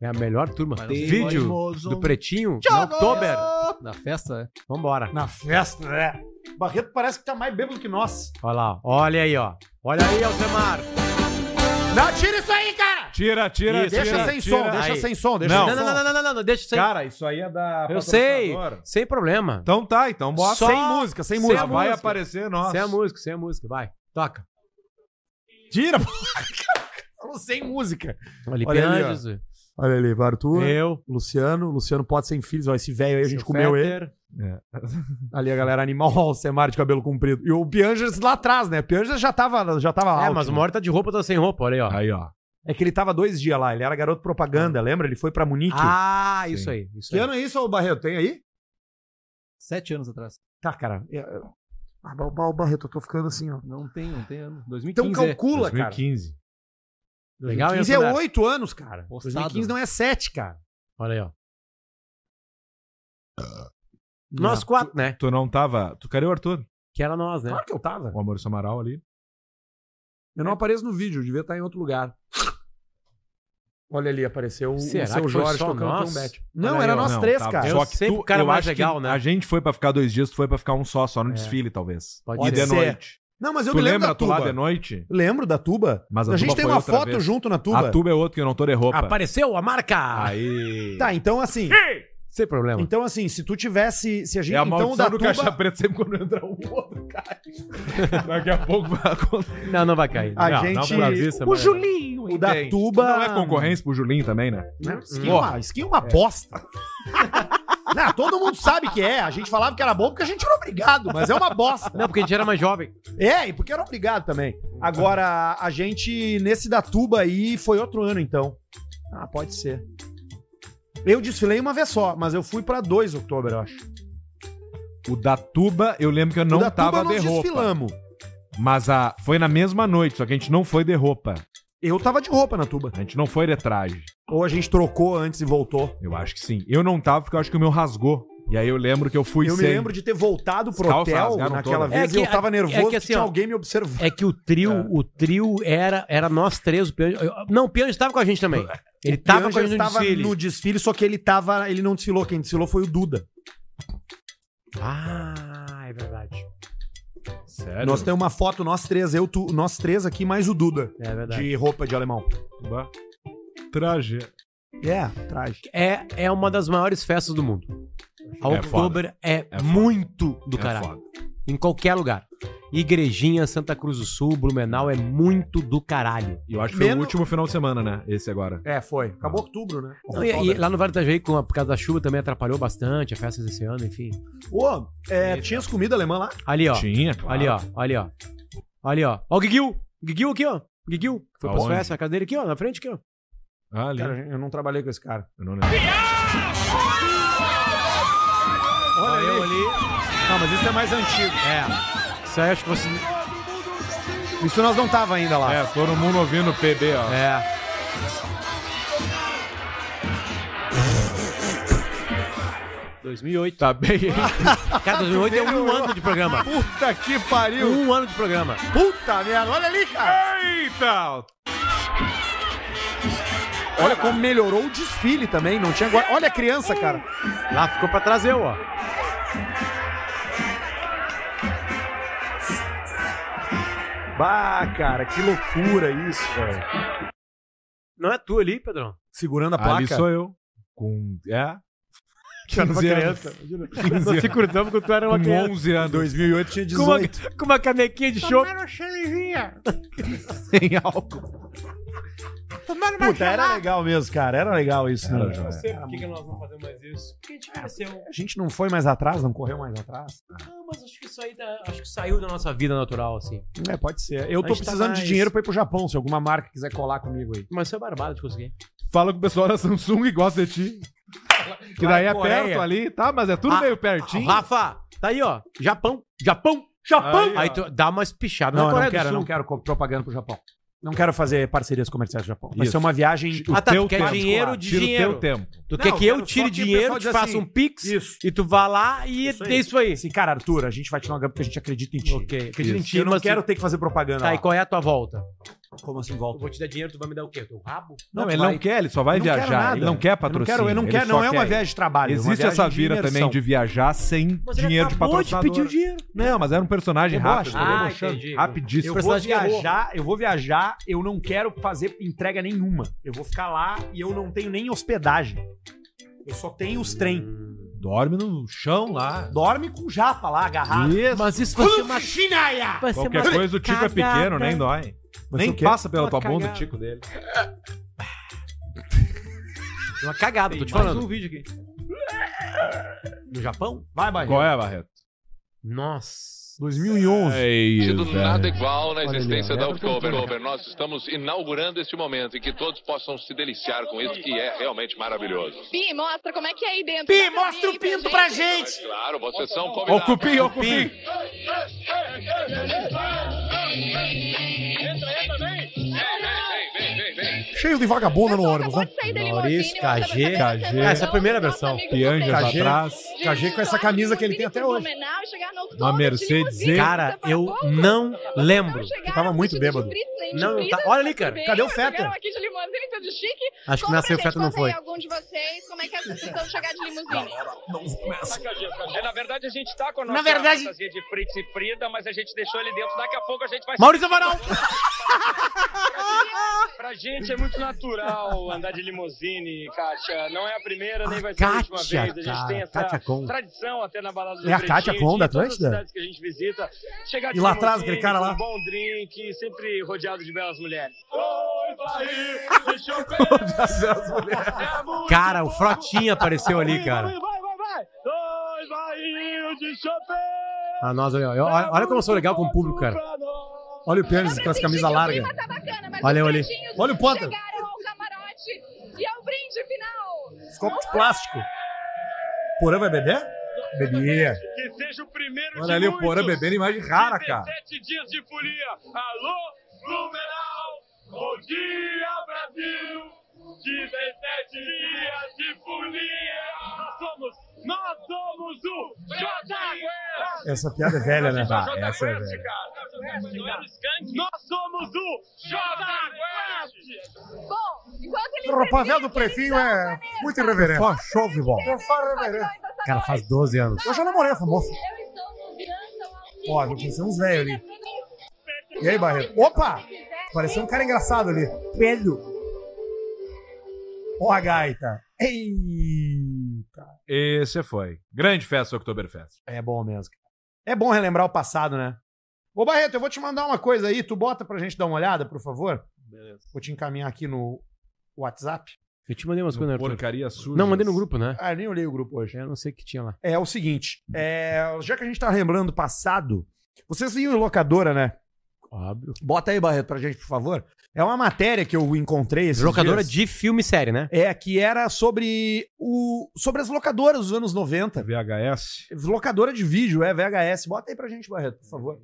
S3: É a melhor turma.
S8: Mas não sei
S3: Vídeo
S8: Teimoso.
S3: do Pretinho no October.
S8: Na festa, é?
S3: Vambora.
S1: Na festa, né? Barreto parece que tá mais bêbado que nós.
S3: Olha lá. ó. Olha aí, ó. Olha aí, Alcemar.
S1: Não, tira isso aí, cara!
S2: Tira, tira,
S3: Isso,
S2: tira.
S1: Deixa sem
S2: tira.
S1: som, deixa
S3: Aí.
S1: sem som, deixa
S2: Não.
S1: sem
S3: Não, não,
S1: som.
S3: não, não, não, não, não. Deixa sem.
S2: Cara, isso aí é da.
S3: eu sei.
S2: patrocinadora.
S3: Sem problema.
S2: Então tá, então bota.
S3: Só-
S1: Sem música, sem
S3: sem
S1: música.
S2: Já
S3: a
S2: vai
S3: música.
S2: aparecer, nossa.
S3: Sem a música, sem a música. Vai. Toca.
S1: Tira, pô. Falou sem música.
S3: Ali,
S1: Olha ali, ó.
S3: Anjos.
S1: Olha ali, Arthur,
S3: Eu.
S1: Luciano. Luciano pode sem filhos, ó, esse velho aí, a gente
S3: É. seu
S1: comeu ele.
S3: Fetter.
S1: Ali a galera animal, ó, o Semar de cabelo comprido. E o Piangers lá atrás, né? Piangers já tava, já tava
S3: É,
S1: alto,
S3: mas
S1: né?
S3: uma hora tá de roupa, tá sem roupa. Olha aí, ó.
S2: Aí, ó.
S1: É que ele tava dois dias lá, ele era garoto propaganda, lembra? Ele foi pra Munique.
S3: Ah, isso aí. Isso
S1: que
S3: aí.
S1: ano é isso, ô Barreto? Tem aí?
S8: Sete anos atrás.
S1: Tá, cara. É, é- Ah, ba- ba- Barreto, eu tô ficando assim, ó.
S8: Não tem, não tem ano. 2015.
S1: Então calcula, cara.
S2: 2015.
S3: Legal, hein,
S1: 2015 é
S3: Antonelli?
S1: 8 anos, cara.
S8: Postado.
S1: 2015 não é 7, cara.
S3: Olha aí, ó. Nós quatro, né?
S2: Tu não tava. Tu cadê o Arthur?
S3: Que era nós, né?
S1: Claro que eu tava.
S2: O Amor Amaral ali.
S1: Eu não apareço no vídeo, eu devia estar em outro lugar. Olha ali, apareceu o
S3: Será
S1: seu
S3: que foi
S1: Jorge
S3: só
S1: tocando
S3: nós?
S1: trompete. Não,
S2: Olha
S1: era
S2: aí, ó.
S1: nós
S2: Não,
S1: três,
S2: tava-
S1: cara.
S3: Eu
S2: Só que
S3: sempre
S2: tu,
S3: o cara
S2: eu
S3: mais
S2: acho
S3: legal,
S2: que
S3: né?
S2: A gente foi pra ficar dois dias, tu foi pra ficar um só, só no
S3: É.
S2: desfile, talvez.
S3: Pode
S2: e de
S1: ser.
S2: noite.
S1: Não, mas eu
S2: tu
S1: me lembro
S2: lembra
S1: da
S2: tu lá de
S1: tuba.
S2: noite?
S1: Lembro da tuba.
S2: Mas
S1: a, gente
S2: tuba
S1: tem
S2: foi
S1: uma
S2: outra
S1: foto
S2: vez.
S1: junto na tuba.
S2: A tuba é outro que eu não tô de roupa.
S3: Apareceu a marca!
S2: Aí. é
S1: Tá, então assim,
S3: Sem problema.
S1: então assim, se tu tivesse, se a gente
S2: É a
S1: então
S2: maldição
S1: o da
S2: do
S1: tuba,
S2: Caixa Preta sempre quando entra um outro, cara. Daqui a pouco vai acontecer.
S3: Não, não vai cair.
S1: a
S2: Não, não
S1: gente
S2: pra
S3: vista,
S1: o
S3: mas-
S1: Julinho, o da
S2: entende?
S1: tuba
S2: Não é concorrência pro Julinho também, né?
S1: Não, Skin é
S2: Porra.
S1: uma, skin é uma bosta. Não, todo mundo sabe que é. A gente falava que era bom porque a gente era obrigado, mas é uma bosta.
S3: Não, porque a gente era mais jovem.
S1: É, e porque era obrigado também. Agora, a gente, nesse da tuba aí, foi outro ano, então. Ah, pode ser. Eu desfilei uma vez só, mas eu fui pra 2 de outubro, eu acho.
S2: O da Tuba, eu lembro que eu não
S1: da
S2: tava
S1: Tuba
S2: de
S1: nós
S2: roupa.
S1: desfilamos.
S2: Mas a, foi na mesma noite, só que a gente não foi de roupa.
S1: Eu tava de roupa na tuba.
S2: A gente não foi de traje.
S1: Ou a gente trocou antes e voltou.
S2: Eu acho que sim. Eu não tava porque eu acho que o meu rasgou. E aí eu lembro que eu fui
S1: eu
S2: sem.
S1: me lembro de ter voltado pro
S2: Calças
S1: hotel
S2: rasgaram
S1: naquela
S2: todas.
S1: vez
S3: É
S1: e
S3: que-
S1: eu tava nervoso
S3: é que
S1: que,
S3: assim,
S1: tinha
S3: ó,
S1: alguém me observando.
S3: É que o trio, o trio era, era nós três, o Pianjo. eu- Não, o Pianjo estava com a gente também. Ele tava com a
S1: Pianjas
S3: gente no
S1: tava
S3: desfile.
S1: no desfile, só que ele tava. Ele não desfilou. Quem desfilou foi o Duda.
S3: Ah, é verdade.
S2: Sério?
S1: Nós temos uma foto, nós três, eu, tu, nós três aqui, mais o Duda.
S3: É verdade.
S1: De roupa de alemão.
S2: Bah. Traje.
S1: É, traje.
S3: É, é uma das maiores festas do mundo. A
S2: É
S3: Oktober é,
S2: É foda.
S3: muito do
S2: É
S3: caralho.
S2: foda.
S3: Em qualquer lugar. Igrejinha, Santa Cruz do Sul, Blumenau é muito do caralho.
S2: E eu acho que foi o
S1: Menos-
S2: último final de semana, né? Esse agora.
S1: É, foi. Acabou outubro, né?
S3: Não, e, e lá no Vale do Itajaí, com a- por causa da chuva, também atrapalhou bastante a festa desse ano, enfim.
S1: Ô, é, tinha as comidas alemã lá?
S3: Ali, ó.
S2: Tinha, claro.
S3: Ali, ó. Ali, ó. Ali, ó. Ó o Guiguil. Guiguil aqui, ó. Guiguil. Foi pra
S2: Aonde?
S3: festa, na casa dele aqui, ó. Na frente aqui, ó.
S2: Ah, ali.
S1: Cara, eu não trabalhei com esse cara.
S2: Eu não lembro.
S3: Olha eu ali.
S1: Não, mas isso é mais antigo.
S3: É. Isso aí acho que você...
S1: Isso nós não tava ainda lá.
S2: É, todo mundo ouvindo PB, ó.
S3: É.
S2: Tá bem, hein?
S3: Cara, 2008 é um ano de programa.
S1: Puta que pariu!
S3: Um ano de programa.
S1: Puta merda, olha ali, cara!
S2: Eita!
S1: Olha como melhorou o desfile também, não tinha guarda. Olha a criança, cara.
S3: Lá ficou pra trás eu, ó.
S1: Bah, cara, que loucura isso, velho.
S3: Não é tu ali, Pedrão?
S1: Segurando a
S2: Ali
S1: placa.
S2: sou eu. Com. É?
S3: Tu era uma
S2: 15
S3: criança. Nós se cruzamos quando tu era uma
S2: Com
S3: criança.
S2: 11 anos.
S1: 2008 tinha
S3: Com
S2: é
S3: uma, com uma canequinha de chopp.
S2: Sem álcool.
S1: Puta, era legal mesmo, cara. Era legal isso, né?
S2: Era,
S1: Jorge?
S3: por que, nós não fazemos mais isso. Porque tipo, a gente cresceu.
S1: A gente não foi mais atrás, não correu mais atrás.
S3: Não, Ah, mas acho que isso aí da- acho que saiu da nossa vida natural, assim.
S1: É, pode ser. Eu
S3: A
S1: tô
S3: gente tá
S1: precisando
S3: mais-
S1: de dinheiro pra ir pro Japão, se alguma marca quiser colar comigo aí.
S3: Mas isso é barbado de conseguir.
S2: Fala com o pessoal da Samsung e gosta de ti. Que
S3: Tipo, Vai,
S2: daí é
S3: Coreia.
S2: perto ali, tá? Mas é tudo
S3: Ah,
S2: meio pertinho.
S3: Rafa, tá aí, ó. Japão, Japão, Japão.
S2: Aí,
S3: Aí,
S2: ó.
S3: tu dá uma espichada
S1: Não,
S3: na
S1: eu não
S3: Coreia
S1: quero,
S3: do Sul.
S1: não quero co- propaganda pro Japão. Não quero fazer parcerias comerciais com o Japão. Vai
S2: Isso.
S1: ser uma viagem.
S3: Ah, tá,
S2: teu
S1: é
S3: tu quer
S2: tempo,
S3: dinheiro
S1: claro.
S3: de
S2: Tira
S3: dinheiro.
S2: o teu tempo.
S3: Tu
S1: Não,
S3: quer que eu
S1: quero só
S3: tire
S1: que o
S3: dinheiro,
S1: pessoal
S3: te
S1: diz
S3: faça
S1: assim,
S3: um pix
S1: Isso.
S3: e tu vá lá e
S1: Isso aí.
S3: dê isso aí.
S1: Assim, cara, Arthur, a gente vai te dar uma grana porque a gente acredita em ti.
S3: Ok. Acredito em
S1: Isso.
S3: ti,
S1: eu não
S3: mas
S1: quero
S3: tu-
S1: ter que fazer propaganda.
S3: Tá,
S1: lá.
S3: e qual é a tua volta?
S1: Como assim
S3: Eu
S1: volta?
S3: vou te dar dinheiro, tu vai me dar o quê? O teu rabo?
S2: Não,
S1: tu
S2: ele
S1: vai.
S2: não quer, ele só vai
S1: Eu não quero
S2: viajar.
S1: nada.
S2: Ele não quer
S1: Eu não
S2: patrocínio.
S1: quero, eu não
S2: ele
S1: quero,
S2: só
S1: não é uma
S2: quer.
S1: viagem de trabalho. é uma
S2: Existe essa
S1: viagem
S2: vira
S1: imersão.
S2: também de viajar sem dinheiro de patrocinador.
S3: de pedir o dinheiro.
S2: Não, mas era um personagem
S1: Eu
S2: rápido.
S1: gosto.
S2: ele
S3: Ah,
S2: era mochando,
S3: entendi.
S2: Rapidíssimo.
S1: Eu
S3: Esse
S1: vou
S3: personagem errou.
S1: viajar, eu vou viajar, eu não quero fazer entrega nenhuma. Eu vou ficar lá e eu não tenho nem hospedagem. Eu só tenho os trem.
S2: Dorme no chão lá.
S1: Dorme com japa lá, agarrado.
S2: Isso.
S3: Mas isso vai ser uma...
S1: Chinaya!
S3: Vai ser
S2: Qualquer
S3: uma
S2: coisa, o tico é pequeno,
S3: cagada.
S2: nem dói.
S1: Mas
S2: nem
S1: o quê?
S2: passa pela
S3: Uma
S2: tua bunda o
S3: cagada.
S2: tico dele.
S3: Uma cagada, tô te
S8: Mais
S3: falando.
S8: um vídeo aqui.
S3: No Japão?
S1: Vai, Barreto.
S2: Qual é, Barreto?
S3: Nossa.
S1: 2011.
S2: É isso,
S10: sentido nada igual na
S1: Olha ali,
S10: existência
S1: ó.
S10: da
S1: Lembra que eu
S10: Oktober.
S1: tô-
S10: Oktober. Nós estamos inaugurando este momento em que todos possam se deliciar com isso que é realmente maravilhoso.
S11: Pi, mostra como é que é aí dentro.
S1: Pi,
S11: Dá pra
S1: mostra
S11: mim,
S1: o pinto pra gente!
S10: Mas claro, vocês são
S2: Ó o
S10: convidados.
S2: cupim, ó o cupim.
S10: Vem, vem, vem, vem.
S1: Cheio de vagabundo no ônibus,
S11: Acabou
S1: né?
S11: de sair da
S3: Maurício,
S11: limusine, mostra pra
S3: KG.
S11: essa galera,
S2: KG.
S11: não,
S3: Essa é a primeira
S11: nosso
S3: versão.
S11: amigo
S1: Tá
S2: Pianjas
S11: Rubens.
S1: KG.
S2: atrás.
S11: De
S1: KG com essa
S11: Vitória,
S1: camisa que ele
S11: limusine
S1: tem
S11: pro
S1: até hoje.
S11: Blumenau e chegar no
S2: Uma
S11: Oktober de
S2: Mercedes
S11: limusine.
S3: Cara,
S11: Você
S3: eu
S11: fala,
S3: não
S11: "Pô,
S3: lembro.
S11: chegaram
S1: Eu tava muito
S11: vestidos de
S1: bêbado.
S11: Britney, de
S3: Não,
S11: Britney,
S3: tá- olha ali,
S11: tudo
S3: cara.
S11: bem,
S1: Cadê o
S11: mas
S1: Fetter?
S11: chegaram aqui de limusine, tudo chique.
S3: Acho que
S11: Conta
S3: nasceu
S11: pra
S3: feto
S11: gente,
S3: não
S11: conta aí
S3: foi.
S11: algum de vocês, como é que essa questão de chegar de limusine?
S7: Na verdade, a gente tá com a
S1: Na verdade-
S7: fantasia de Fritz e Frida, mas a gente deixou ele dentro. Daqui a pouco a gente vai...
S3: Maurício Amaral!
S1: um-
S7: Pra gente é muito natural andar de limusine, Kátia. Não é a primeira, nem vai ser a última vez. A
S3: Kátia,
S7: gente tem
S3: cara.
S7: essa
S3: Kátia Com.
S7: tradição até na balada do
S1: É a Kátia
S7: Pretinho,
S1: Con da
S7: de todas as
S1: Atlântida?
S7: cidades que a gente visita. Chegar de
S1: E lá atrás,
S7: limusine,
S1: aquele cara lá?
S7: com um bom drink, sempre rodeado de belas mulheres. deixa eu É
S3: Cara, o Frotinha apareceu ali, cara.
S7: Vai, vai, vai! Dois barril de Chopin!
S3: Ah, nós, olha, olha, olha, olha como eu sou legal com o público, cara.
S1: Olha o Pianges com as camisas largas.
S11: Tá bacana, mas
S3: Olha
S11: os
S3: eu ali.
S11: pretinhos
S1: Olha o Potter.
S11: Chegaram ao camarote e ao brinde final.
S1: Escopo de plástico. Porã vai beber? Bebia.
S7: Que seja o primeiro
S2: Olha ali o Porã bebendo, imagem rara, cara.
S7: 17 dias de folia. Alô, Blumenau! Bom dia, Brasil! 17 dias de folia! Nós somos, nós somos o JQuest!
S1: Essa piada é velha, né?
S7: Tá,
S1: essa é velha.
S7: Nós somos o JQuest!
S11: Bom, enquanto ele.
S12: O rapaziada do prefinho é muito irreverente.
S1: Só show de bola.
S12: Eu sou
S11: então,
S12: irreverente. né?
S1: Cara, faz 12 anos.
S12: Eu já namorei essa moça.
S1: Ó, eu conheci uns velhos ali.
S12: E aí, Barreto? Tá Opa!
S1: Pareceu um cara engraçado ali. Pedro. Ó, a gaita. Eita.
S2: Esse foi. Grande festa Oktoberfest.
S1: É bom mesmo. cara. É bom relembrar o passado, né? Ô, Barreto, eu vou te mandar uma coisa aí. Tu bota pra gente dar uma olhada, por favor? Beleza. Vou te encaminhar aqui no WhatsApp.
S3: Eu te mandei umas
S2: No
S3: coisas, Arthur.
S2: porcaria suja.
S3: Não, mandei no grupo, né?
S1: Ah, eu nem olhei o grupo hoje.
S3: Eu não sei o que tinha lá.
S1: É o seguinte. é, já que a gente tá lembrando o passado, vocês iam em locadora, né?
S3: Óbvio.
S1: Bota aí, Barreto, pra gente, por favor. É uma matéria que eu encontrei esses
S3: Locadora
S1: dias.
S3: de filme e série, né?
S1: É, que era sobre o sobre as locadoras dos anos 90.
S2: VHS.
S1: Locadora de vídeo, é, VHS. Bota aí pra gente, Barreto, por favor.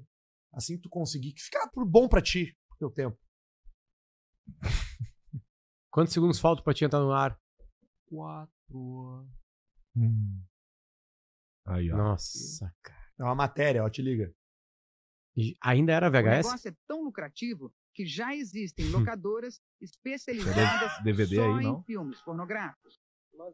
S1: Assim que tu conseguir. Que fica por bom pra ti, pro teu tempo.
S3: Quantos segundos faltam pra te entrar no ar?
S8: Quatro.
S2: Aí, ó.
S3: Nossa, cara.
S1: É uma matéria, ó, te liga.
S3: E Ainda era
S13: O
S3: VHS?
S13: negócio é tão lucrativo que já existem locadoras especializadas
S2: DVD
S13: só
S2: aí,
S13: em
S2: não?
S13: filmes pornográficos.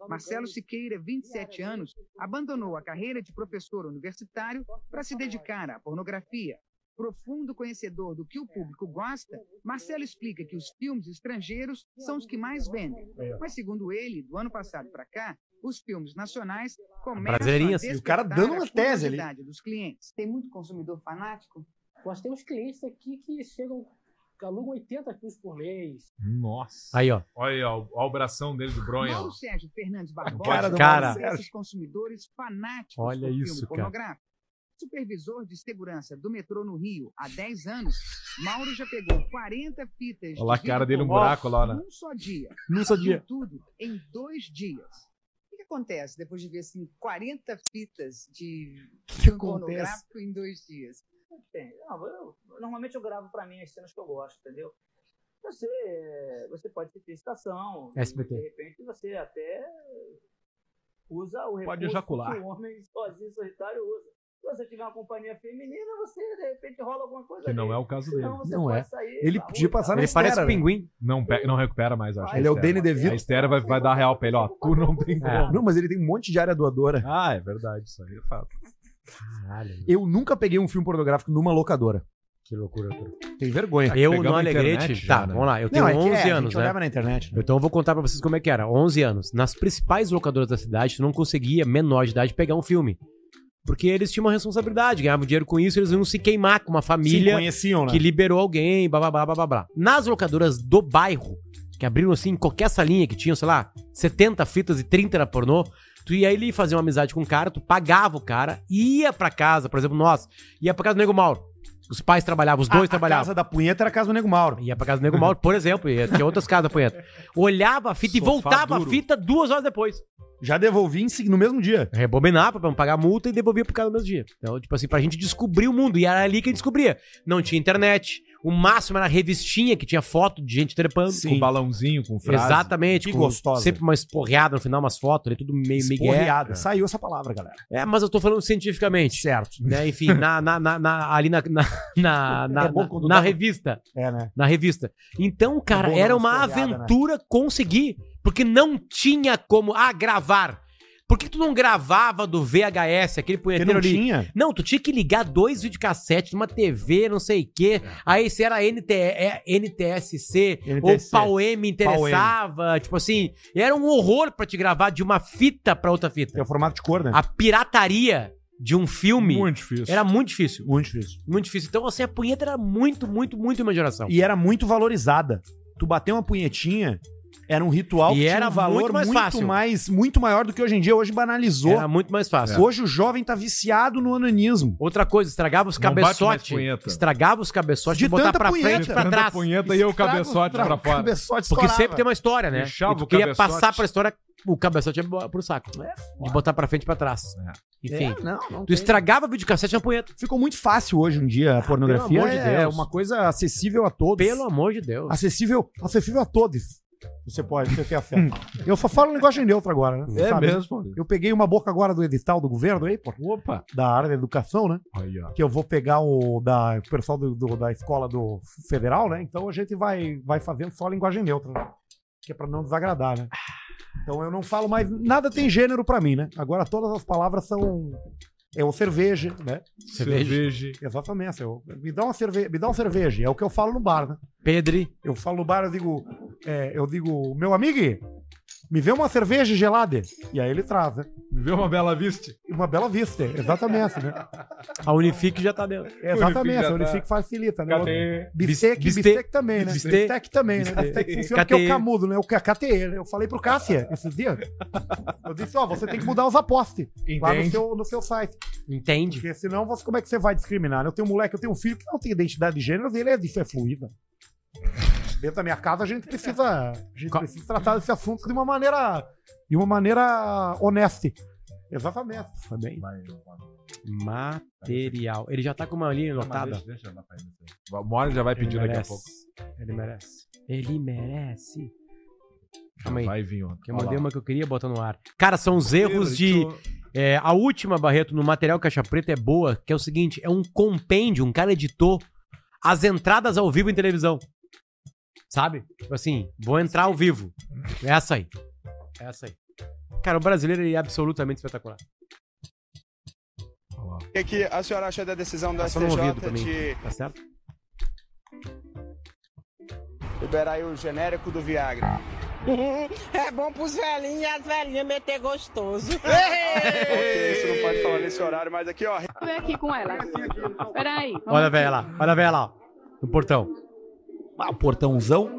S13: Marcelo Siqueira, 27 anos, abandonou a carreira de professor universitário para se dedicar à pornografia. Profundo conhecedor do que o público gosta, Marcelo explica que os filmes estrangeiros são os que mais vendem. Mas, segundo ele, do ano passado para cá, os filmes nacionais
S1: é
S13: começam a
S3: Brasileirinhas, e
S1: o cara
S13: despertar
S1: dando uma
S13: a
S1: tese ali.
S13: curiosidade dos clientes. Tem muito consumidor fanático
S14: Nós temos clientes aqui que chegam, que alugam 80 filmes por mês.
S2: Nossa.
S3: Aí, ó.
S2: Olha aí, ó, ó o bração dele do Bronha. ó.
S13: Mauro Sérgio Fernandes Barbosa
S1: Cara do
S3: Cara.
S1: Mauro Sérgio.
S13: esses consumidores fanáticos
S3: Olha
S13: do
S3: isso,
S13: filme
S3: cara.
S13: pornográfico. Supervisor de segurança do metrô no Rio há 10 anos, Mauro já pegou 40 fitas
S2: Olha lá a
S13: vídeo
S2: cara dele, um
S13: pornográfico
S2: buraco lá, né?
S13: num só dia.
S3: Num só dia.
S13: Isso Tudo em dois dias. O que acontece depois de ver assim, 40 fitas de filme pornográfico em dois dias?
S14: Tem. Não, eu- normalmente eu gravo pra mim as cenas que eu gosto, entendeu? Você, eh, você pode ter excitação. e,
S3: SBT.
S14: De repente você até usa o
S2: Pode
S14: recurso
S2: ejacular.
S14: que o homem sozinho, solitário, usa. Se você tiver uma companhia feminina, você de repente rola alguma coisa.
S2: Que não
S14: ali.
S2: é o caso dele.
S14: Então você
S3: Não
S14: pode
S3: é.
S14: sair
S1: Ele
S14: pra
S1: podia
S14: rua e
S1: passar
S14: tal.
S1: na
S3: Ele parece
S1: Estera,
S3: pinguim.
S2: Não, pe- não recupera mais, eu acho.
S1: Ele é o
S2: Estera.
S1: Danny
S2: A
S1: DeVito.
S2: Estera vai, vai dar real pra ele, ó. Tu não
S3: É.
S2: tem como.
S1: Não, mas ele tem um monte de área doadora.
S2: Ah, é verdade, isso aí é fato.
S3: Caralho,
S1: Eu nunca peguei um filme pornográfico numa locadora.
S3: que loucura. Arthur.
S1: Tem vergonha.
S3: Eu,
S2: pegamos
S3: no
S2: na
S3: Alegrete.
S2: internet já,
S3: tá,
S2: né?
S3: vamos lá. Eu tenho
S1: é que é,
S3: 11
S1: a
S3: anos,
S1: gente
S3: né?
S1: olhava na internet. né?
S3: Então eu vou contar pra vocês como é que era. 11 anos. Nas principais locadoras da cidade, tu não conseguia, menor de idade, pegar um filme. Porque eles tinham uma responsabilidade, ganhavam dinheiro com isso, eles iam se queimar com uma
S1: Sim,
S3: família
S1: conheciam, né?
S3: que liberou alguém, blá blá blá blá blá, blá. Nas locadoras do bairro, que abriram assim, qualquer salinha que tinha, sei lá, 70 fitas e 30 era pornô, tu ia ali fazer uma amizade com o cara, tu pagava o cara, ia pra casa, por exemplo, nós, ia pra casa do Nego Mauro. Os pais trabalhavam, os
S1: Ah, A-
S3: dois
S1: A
S3: trabalhavam.
S1: casa da punheta era a casa do Nego Mauro.
S3: Ia pra casa do Nego Mauro, por exemplo, ia, tinha outras casas, punheta. Olhava a fita e
S2: Sofá
S3: voltava
S2: duro.
S3: a fita duas horas depois.
S1: Já devolvi em si- no mesmo dia.
S3: Rebobinava pra não pagar multa e devolvia pro cara no mesmo dia. Então, tipo assim, pra gente descobrir o mundo. E era ali que a gente descobria. Não tinha internet. O máximo era revistinha que tinha foto de gente trepando.
S2: Com balãozinho, com frase.
S3: Exatamente.
S1: Que
S3: com
S1: gostosa.
S3: Sempre uma esporreada no final, umas fotos ali, tudo meio migué.
S1: Esporreada. Saiu essa palavra, galera.
S3: É, mas eu tô falando cientificamente.
S1: Certo. É
S3: Né? Enfim, na, na, na, na- ali na, na, na, na,
S1: bom quando
S3: na
S1: dá-
S3: revista.
S1: É, né?
S3: na revista. Então, cara,
S1: bom dar
S3: era
S1: uma né?
S3: uma
S1: estourada,
S3: aventura conseguir, porque não tinha como ah, gravar. Por que tu não gravava do VHS, aquele
S1: Porque
S3: punheteiro
S1: não
S3: ali?
S1: tinha.
S3: Não, tu tinha que ligar dois videocassetes numa TV, não sei o quê.
S1: É.
S3: Aí se era NT, é, NTSC, ou
S1: NTSC.
S3: PAU-M interessava. Tipo assim, era um horror pra te gravar de uma fita pra outra
S1: Tem
S3: fita.
S1: o formato de cor, né?
S3: A pirataria de um filme
S2: Muito difícil.
S3: era muito difícil.
S1: Muito difícil.
S3: Muito difícil. Então, assim, a punheta era muito, muito, muito imaginação.
S1: E era muito valorizada. Tu bater uma punhetinha era um ritual
S3: E
S1: que
S3: era
S1: tinha um valor
S3: muito
S1: muito,
S3: mais
S1: mais,
S3: fácil.
S1: muito maior do que hoje em dia. Hoje banalizou.
S3: Era muito mais fácil.
S1: Hoje o jovem tá viciado no ananismo.
S3: Outra coisa, estragava os
S2: Não bate mais
S3: cabeçotes.
S2: punheta.
S3: Estragava os cabeçotes
S1: De
S3: de botar
S1: tanta
S3: pra
S1: punheta.
S3: frente e pra
S2: Tanta
S3: trás.
S2: punheta e o cabeçote pra fora.
S1: Cabeçote
S3: Porque
S1: estourava.
S3: sempre tem uma história, né?
S2: Deixava
S3: E tu
S2: o
S3: queria
S2: cabeçote.
S3: passar pra história o cabeçote ia bo- pro saco. né? de botar pra frente e pra trás. Enfim.
S1: É, não, não
S3: tu
S1: tem.
S3: estragava o videocassete na punheta.
S1: Ficou muito fácil hoje em dia a pornografia.
S3: Ah, pelo amor de
S1: É
S3: Deus.
S1: uma coisa acessível a todos.
S3: Pelo amor de
S1: Ah,
S3: Deus.
S1: Acessível, acessível a todos. Você pode, você tem a fé. Eu só falo um negócio neutro agora, né? Você
S2: É
S1: sabe, né?
S2: mesmo, Paulinho.
S1: Eu peguei uma boca agora do edital do governo aí, pô.
S2: Opa.
S1: Da área da educação, né?
S2: Aí, ó.
S1: Que eu vou pegar o da, o pessoal do- do- da escola do federal, né? Então a gente vai, vai fazendo só linguagem neutra, né? Que é pra não desagradar, né? Então eu não falo mais. Nada tem gênero pra mim, né? Agora todas as palavras são. É o cerveja, né?
S3: Cerveja.
S2: Cerveja.
S1: Exatamente. Eu, me, dá uma cerve... me dá uma cerveja. É o que eu falo no bar, né?
S3: Pedre.
S1: Eu falo no bar, eu digo. é, eu digo, meu amigo, me vê uma cerveja gelada. E aí ele traz, né?
S2: Me vê uma bela vista.
S1: Uma bela vista, exatamente, né?
S3: A Unifique já tá dentro.
S1: É, Exatamente,
S3: já
S1: o Unifique
S3: tá.
S1: facilita, né?
S3: Cadê?
S1: Bistec,
S3: Bistec.
S1: bistec também, né?
S3: Bistec.
S1: Bistec também, né?
S3: Bistec.
S1: Bistec funciona porque é o
S3: KTE.
S1: camudo, né? O que é KTE, né? Eu falei pro Cássia esses dias. Eu disse, ó, você tem que mudar os apostes lá no
S3: Entende.
S1: seu, no seu site.
S3: Entende?
S1: Porque senão, você, como é que você vai discriminar? né? Eu tenho um moleque, eu tenho um filho que não tem identidade de gênero, ele é, isso é fluida. Dentro da minha casa, a gente precisa, a gente precisa tratar desse assunto de uma maneira, de uma maneira honesta. Exatamente. Foi bem.
S3: Material. Ele já tá com uma linha lotada.
S2: deixa- Uma hora ele já vai pedir
S3: Ele
S2: daqui a
S3: merece.
S2: pouco.
S3: Ele merece. Ele merece. Calma aí.
S2: Vai vir, ó.
S3: Que eu
S2: Olha
S3: mandei um
S2: lá.
S3: uma que eu queria botar no ar. Cara, são os erros de.
S2: Perfeito.
S3: é, a última, Barreto, no material Caixa Preta é boa, que é o seguinte: é um compêndio, um cara editou as entradas ao vivo em televisão. Sabe? Tipo assim, vou entrar ao vivo. É Essa aí. É Essa aí. Cara, o brasileiro ele é absolutamente espetacular.
S15: O que, que a senhora acha da decisão do
S3: Passou
S15: STJ
S3: no ouvido pra mim.
S15: de
S3: Tá certo?
S15: liberar aí o genérico do Viagra?
S16: É bom pros velhinhos e as velhinhas meter gostoso.
S15: Porque isso não pode falar nesse horário, mas aqui, ó.
S11: Vem aqui com ela. Peraí.
S3: Olha a velha lá, olha a velha lá, ó, no portão.
S1: Ah, o portãozão.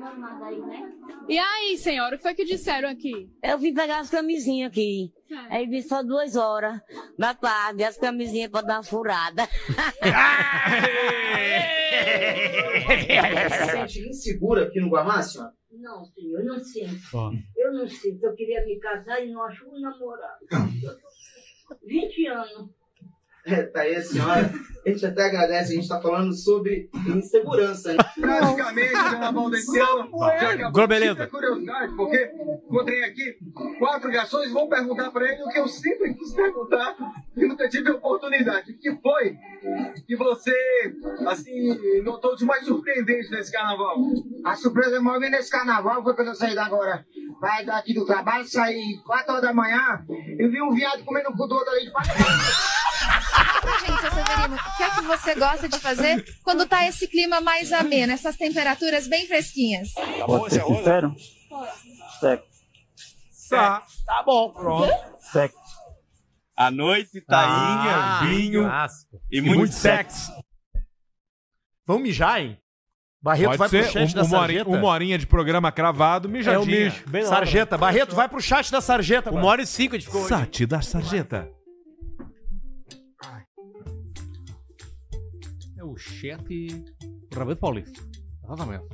S11: E aí, senhora, o que foi que disseram aqui?
S17: Eu vim pegar as camisinhas aqui. Aí vi só duas horas da tarde, as camisinhas pra dar uma furada.
S18: sente insegura aqui no Guamá, senhora?
S17: Não, filho, eu não sinto.
S18: Ó.
S17: Eu não sinto. Eu queria me casar e não acho um namorado. 20 anos.
S18: É, tá aí a senhora. A gente até agradece, a gente tá falando sobre insegurança. Praticamente, Dona Valdeciano, já acabou
S3: Agora beleza.
S18: muita curiosidade, porque encontrei aqui quatro garçons vão perguntar pra ele o que eu sempre quis perguntar e nunca tive oportunidade. O que foi que você, assim, notou de mais surpreendente nesse carnaval?
S19: A surpresa maior vem nesse carnaval foi quando eu saí da agora. Vai daqui do trabalho, saí 4 horas da manhã e vi um viado comendo com o todo ali de
S11: Gente, ô Severino, o que é que você gosta de fazer quando tá esse clima mais ameno, essas temperaturas bem fresquinhas?
S20: Pode ser sincero? Sexo.
S1: Tá. Tá bom, pronto.
S20: Sexo.
S21: A noite,
S3: tá
S21: tainha,
S1: Ah,
S21: vinho e, muito, sexo.
S1: Vamos mijar, hein? Barreto
S2: Pode
S1: vai
S2: ser
S1: pro chat
S2: um-
S1: da
S2: uma, horinha,
S1: sarjeta.
S2: uma horinha de programa cravado, mijadinha.
S1: É o mijo, bem na hora. Sarjeta, Barreto, vai pro chat da sarjeta.
S3: Uma hora e cinco a gente ficou. hoje.
S2: Sati da sarjeta.
S8: É o chefe Roberto Paulista. Exatamente.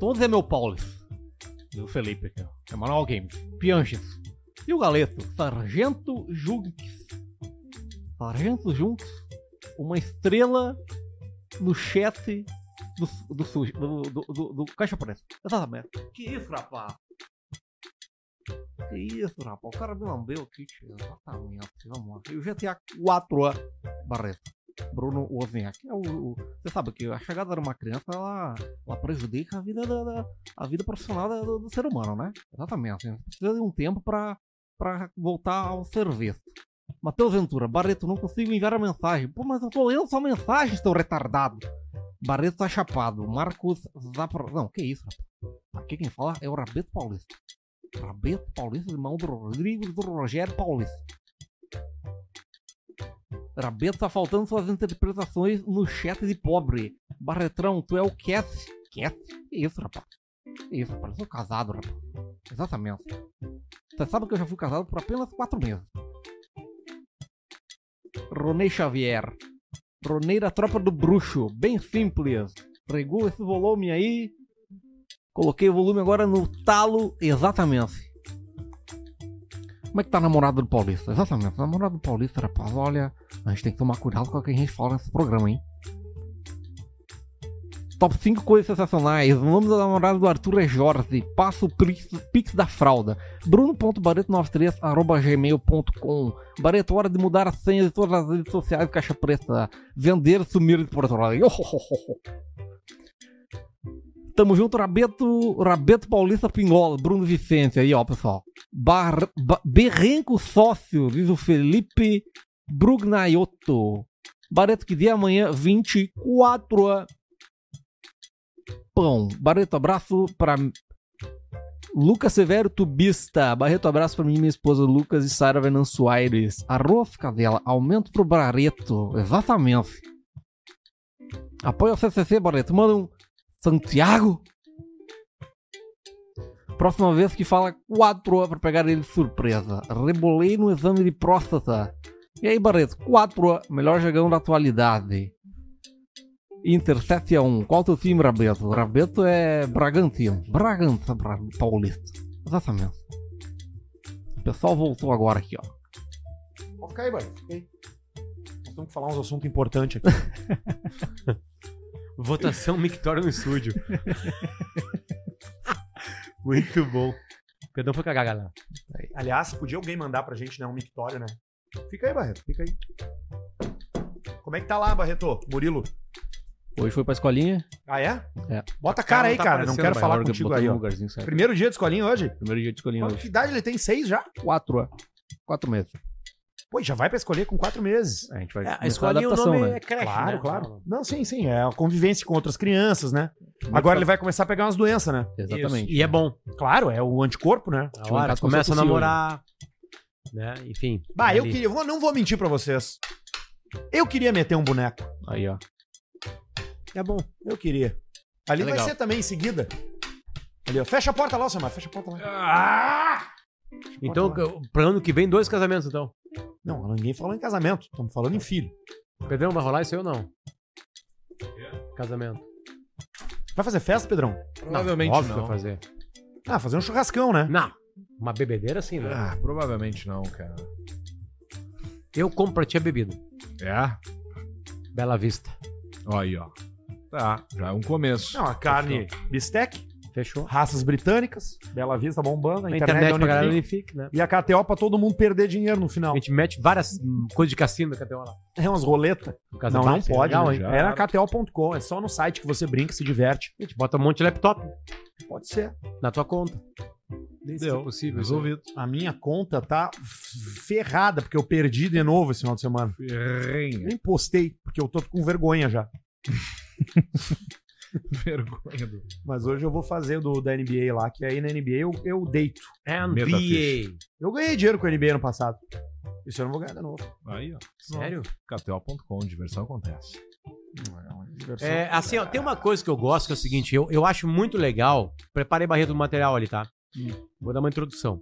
S3: Todos é meu Paulista.
S8: Do Felipe aqui, ó. Emanuel Games. Pianches. E o Galeto? Sargento Junks. Sargento Junks. Uma estrela no chat do, do, sujo- do, do, do- do Caixa Preta. Exatamente. Que isso, rapaz? Que isso, rapaz? O cara me lambeu aqui, tio. Exatamente. Vamos lá. E o GTA 4 Barreto. Bruno Wozniak. É o- o- Você sabe que a chegada de uma criança, ela, ela prejudica a vida, da, da- a vida profissional da- do, do ser humano, né? Exatamente. Você precisa de um tempo pra, pra voltar ao serviço. Matheus Ventura, Barreto, não consigo enviar a mensagem. Pô, mas eu tô lendo sua mensagem, seu retardado. Barreto tá chapado. Marcos Zapro... Não, que isso, rapaz. Aqui quem fala é o Rabeto Paulista. Rabeto Paulista, irmão do Rodrigo e do Rogério Paulista. Rabeto tá faltando suas interpretações no chat de pobre. Barretrão, tu é o Cat. Cat? Que isso, rapaz? Que isso, rapaz? Eu sou casado, rapaz. Exatamente. Você sabe que eu já fui casado por apenas quatro meses. Ronei Xavier. Ronei da tropa do bruxo. Bem simples. Regula esse volume aí. Coloquei o volume agora no talo. Exatamente. Como é que tá a namorada do Paulista? Exatamente, a namorada do Paulista, rapaz, olha, a gente tem que tomar cuidado com o que a gente fala nesse programa, hein? Top 5 coisas sensacionais. O nome da namorada do Arthur é Jorge. Passa o pix, pix da fralda. bruno.bareto93.gmail.com Bareto, hora de mudar as senhas de todas as redes sociais, caixa preta. Vender, sumir de Porto Alegre. Oh, oh, oh, oh. Tamo junto, Rabeto, Rabeto Paulista Pingola, Bruno Vicente aí, ó, pessoal. Bar, ba- Berrenco Sócio, diz o Felipe Brugnaiotto. Bareto, que dia é amanhã, 24 a Pão. Bareto, abraço pra Lucas Severo Tubista. Barreto, abraço pra mim e minha esposa Lucas e Sara Venan Soares. Arroz, cadela, aumento pro Bareto. Exatamente. Apoia o CCC, Barreto. Manda um Santiago. Próxima vez que fala 4 horas pra pegar ele de surpresa. Rebolei no exame de próstata. E aí, Barreto? 4 horas. Melhor jogão da atualidade. Inter 7 a 1. Qual teu time, Rabeto? Rabeto é Bragantino. Bragança Bra- Paulista. Exatamente. O pessoal voltou agora aqui, ó.
S1: Pode ficar aí, Barreto. Fica aí. Nós temos que falar uns assuntos importantes aqui.
S3: Votação Mictório no estúdio. Muito bom. Perdão foi cagar, galera.
S1: Aliás, podia alguém mandar pra gente, né? Um mictório, né? Fica aí, Barreto. Fica aí. Como é que tá lá, Barreto? Murilo?
S8: Hoje foi pra escolinha.
S1: Ah, é?
S8: É.
S1: Bota a cara aí,
S8: Tá
S1: cara. Não
S8: aparecendo,
S1: quero
S3: né?
S8: vai,
S1: falar
S8: Orga,
S1: contigo
S8: botou
S1: aí,
S3: um
S8: no
S1: ó.
S8: lugarzinho certo.
S1: Primeiro dia de escolinha hoje? é.
S8: Primeiro dia de escolinha
S1: Quanto
S8: hoje.
S1: que idade ele tem? Seis já?
S8: Quatro, ó. Quatro meses.
S1: Pô, já vai pra escolher com quatro meses.
S8: a gente vai
S1: começar
S3: escolinha, o
S1: adaptação,
S3: nome é creche,
S1: Claro,
S3: né?
S1: claro. Não, sim, sim. É a convivência com outras crianças, né? Agora ele vai começar a pegar umas doenças, né?
S3: Exatamente.
S1: E é bom. Claro, é o anticorpo, né?
S3: A hora, tu começa a namorar. Né? Enfim.
S1: Bah, eu
S3: ali.
S1: queria, vou- não vou mentir pra vocês. Eu queria meter um boneco.
S8: Aí, ó.
S1: É bom. Eu queria. Ali
S8: É
S1: vai
S8: legal.
S1: ser também em seguida. Ali, ó. Fecha a porta lá, Samar. Fecha a porta lá.
S2: Ah,
S3: Então, pra ano que vem, dois casamentos, então.
S1: Não, ninguém falou em casamento. Estamos falando em filho.
S3: Pedrão, vai rolar isso aí ou não? É. Casamento.
S1: Vai fazer festa, Pedrão?
S2: Provavelmente
S3: óbvio que
S2: não.
S3: vai fazer.
S1: Ah, fazer um churrascão, né?
S3: Não. Uma bebedeira sim, né?
S2: Ah, provavelmente não, cara.
S3: Eu compro pra ti a bebida.
S2: É?
S3: Bela Vista.
S2: Ó aí, ó. Tá, já é um começo.
S1: Não, a carne bistec.
S3: Fechou.
S1: Raças britânicas. Bela Vista bombando. A
S3: A
S1: internet,
S3: internet pra
S1: é
S3: galera
S1: Unifique.
S3: Unifique, né?
S1: E a KTO pra todo mundo perder dinheiro no final.
S3: A gente mete várias hum, coisas de cassino da KTO lá.
S1: É umas roletas.
S3: caso,
S1: Não,
S3: vai
S1: não
S3: ser
S1: pode.
S3: legal,
S1: né?
S3: hein?
S1: É na KTO.com. É só no site que você brinca e se diverte.
S3: A gente bota um monte de laptop
S1: Pode ser.
S3: na tua conta.
S1: Deu.
S3: é possível.
S2: Resolvido.
S1: A minha conta tá ferrada, porque eu perdi de novo esse final de semana.
S2: Ferrenha.
S1: Nem postei, porque eu tô com vergonha já.
S2: Vergonha do.
S1: Mas hoje eu vou fazer do da NBA lá, que aí na NBA eu, eu deito.
S3: É, NBA.
S1: Eu ganhei dinheiro com a NBA no passado. Isso eu não vou ganhar de novo.
S2: Aí, ó.
S3: Sério?
S2: KTO.com, diversão acontece.
S3: É, assim, ó, tem uma coisa que eu gosto que é o seguinte, eu, eu acho muito legal. Preparei barreto do material ali, tá? Vou dar uma introdução.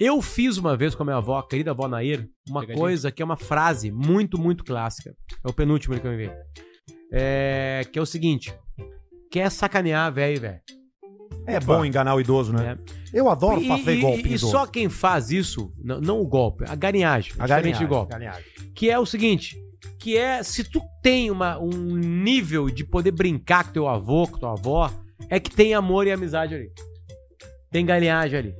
S3: Eu fiz uma vez com a minha avó, a querida avó Nair, uma
S8: Pegadinha.
S3: coisa que é uma frase muito, muito clássica. É o penúltimo ali que eu me vi. É, que é o seguinte: quer sacanear, velho, velho.
S1: É bom enganar o idoso, né? Eu adoro
S3: É. E-
S1: fazer
S3: e,
S1: golpe.
S3: E
S1: idoso.
S3: só quem faz isso, não, não o golpe, a garinhagem, a de
S1: galinhagem,
S3: golpe.
S1: galinhagem.
S3: Que é o seguinte, que é se tu tem uma, um nível de poder brincar com teu avô, com tua avó, é que tem amor e amizade ali. Tem galinhagem ali.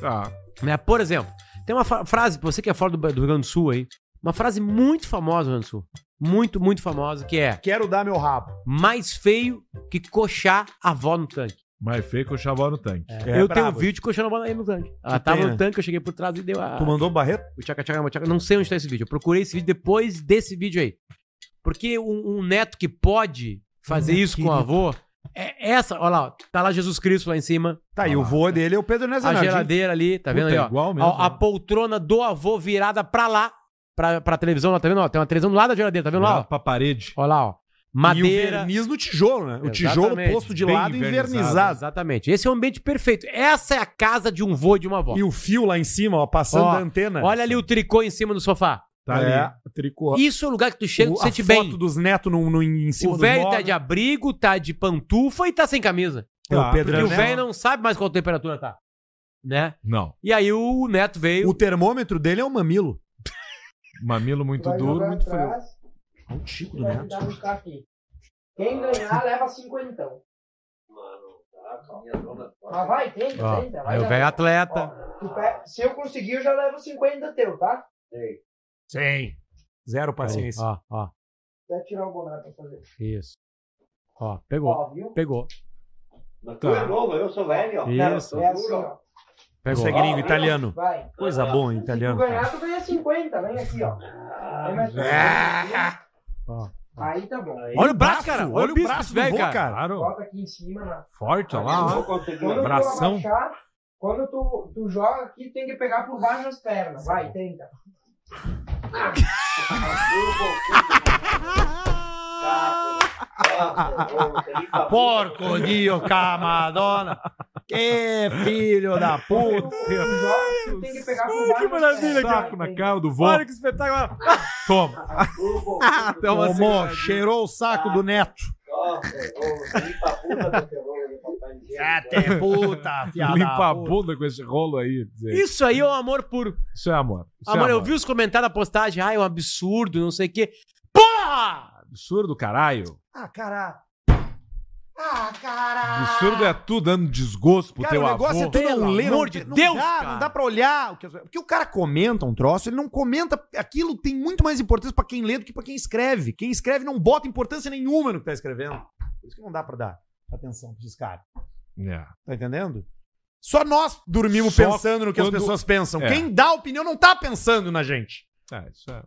S2: Tá.
S3: Né? Por exemplo, tem uma fra- frase, você que é fora do, do Rio Grande do Sul aí, uma frase muito famosa do Rio Grande do Sul. Muito, muito famosa, que é
S1: Quero dar meu rabo.
S3: mais feio que coxar a avó no tanque.
S2: Mais feio que o chavó no tanque.
S1: É.
S3: eu tenho um vídeo coxando a bola aí no tanque. Ela
S2: Tu
S3: tava
S2: tem,
S3: no
S2: né?
S3: tanque, eu cheguei por trás e deu a.
S1: Tu mandou o barreto?
S3: O tchaca tchaca tchaca. Não sei onde tá esse vídeo. Eu procurei esse vídeo depois desse vídeo aí. Porque um, um neto que pode fazer
S1: Neto
S3: isso com o
S1: querido.
S3: avô. É essa, olha lá, ó, tá lá Jesus Cristo lá em cima.
S1: Tá, e o vô dele é o Pedro
S3: A
S1: Nezenardi.
S3: geladeira ali, tá
S1: Puta,
S3: vendo aí, ó?
S1: igual mesmo, né?
S3: a, a poltrona do avô virada pra lá, pra, pra televisão lá, tá vendo? Ó, tem uma televisão do lado da geladeira, tá vendo lá? ó?
S2: Pra parede.
S3: Olha lá, ó.
S1: E o
S3: Madeira.
S1: verniz no tijolo, né? O tijolo
S3: Exatamente.
S1: posto de
S3: Bem
S1: lado e
S3: Exato,
S1: invernizado.
S3: Exatamente. Esse é o ambiente perfeito. Essa é a casa de um vô e de uma avó.
S1: E o fio lá em cima, ó, passando
S3: Ó,
S1: a antena.
S3: Olha ali o tricô em cima do sofá.
S2: Tá
S1: é,
S2: ali.
S1: Tricô.
S3: Isso é o lugar que tu chega,
S1: O-
S3: tu
S1: a
S3: sente bem.
S1: foto dos netos no, no, em cima
S3: O
S1: do
S3: velho tá
S1: móvel.
S3: de abrigo, tá de pantufa e tá sem camisa.
S1: É o Pedro
S3: Porque o
S1: Neto.
S3: velho não sabe mais qual temperatura tá. né?
S2: Não.
S3: E aí o Neto veio.
S1: O termômetro dele é um mamilo.
S2: Mamilo muito duro, muito frio.
S1: Olha o Tico do
S22: Vai
S1: Neto.
S22: tentar buscar aqui. Quem ganhar leva 50 então. Mas vai, tenta,
S8: Ah,
S3: Ó,
S8: né?
S22: tenta. Vai
S3: aí o
S22: dar.
S2: é
S3: velho atleta.
S22: Tu pe- Se eu conseguir, eu já levo 50 teu, tá?
S1: Sim. Zero paciência.
S3: Ó, ó.
S22: Vai tirar o boné pra fazer.
S3: Isso. Ó, pegou.
S22: Ó, viu?
S3: Pegou.
S23: Tu é novo, eu sou velho, ó. Cara, eu sou
S22: É assim,
S23: duro, ó.
S22: ó.
S1: Pegou. Isso é
S22: Ó,
S1: gringo,
S22: viu?
S1: italiano.
S22: Vai.
S1: Coisa boa, em
S22: Se tu
S1: italiano.
S22: ganhar, tu ganha 50. Vem aqui, ó. Vem mais pra
S1: Ah!
S22: frente. Aí tá bom.
S2: Olha o braço, cara. Olha o bíceps, velho, cara. Claro.
S22: Bota aqui em cima, na
S2: Forte, olha lá. ó.
S22: Quando
S2: Abração.
S22: tu abaixar, quando tu, tu joga aqui, tem que pegar por baixo das pernas. Vai, tenta.
S1: Porco Dio Camadona. Que filho da puta.
S22: Tu tem que pegar por
S2: Que
S22: baixo das
S2: maravilha,
S22: pernas.
S2: Saco na cara do vô.
S3: Olha que espetáculo.
S2: Toma.
S1: Tomou, cheirou o saco do Neto. Até puta, fiada.
S2: Limpa a bunda com esse rolo aí. dizer.
S3: Isso aí é um amor puro.
S2: Isso é amor. Isso
S3: Ah,
S2: é
S3: mano, eu
S2: amor.
S3: vi os comentários da postagem. Ai, é um absurdo, não sei o quê. Porra!
S2: Absurdo, caralho.
S22: Ah, caralho. Ah, caralho.
S2: Absurdo é tu dando desgosto pro
S1: Cara,
S2: teu
S1: o negócio
S2: avô.
S1: é tu não ler,
S3: amor
S1: não-
S3: de
S1: não
S3: Deus,
S1: dá,
S3: cara.
S1: Não dá pra olhar. o que as- Porque o cara comenta um troço, ele não comenta. Aquilo tem muito mais importância pra quem lê do que pra quem escreve. Quem escreve não bota importância nenhuma no que tá escrevendo. Por isso que não dá pra dar atenção pros caras.
S2: É.
S1: Tá entendendo? Só nós dormimos
S2: Só
S1: pensando no que
S2: quando-
S1: as pessoas pensam.
S2: É.
S1: Quem dá opinião não tá pensando na gente.
S2: É, isso é.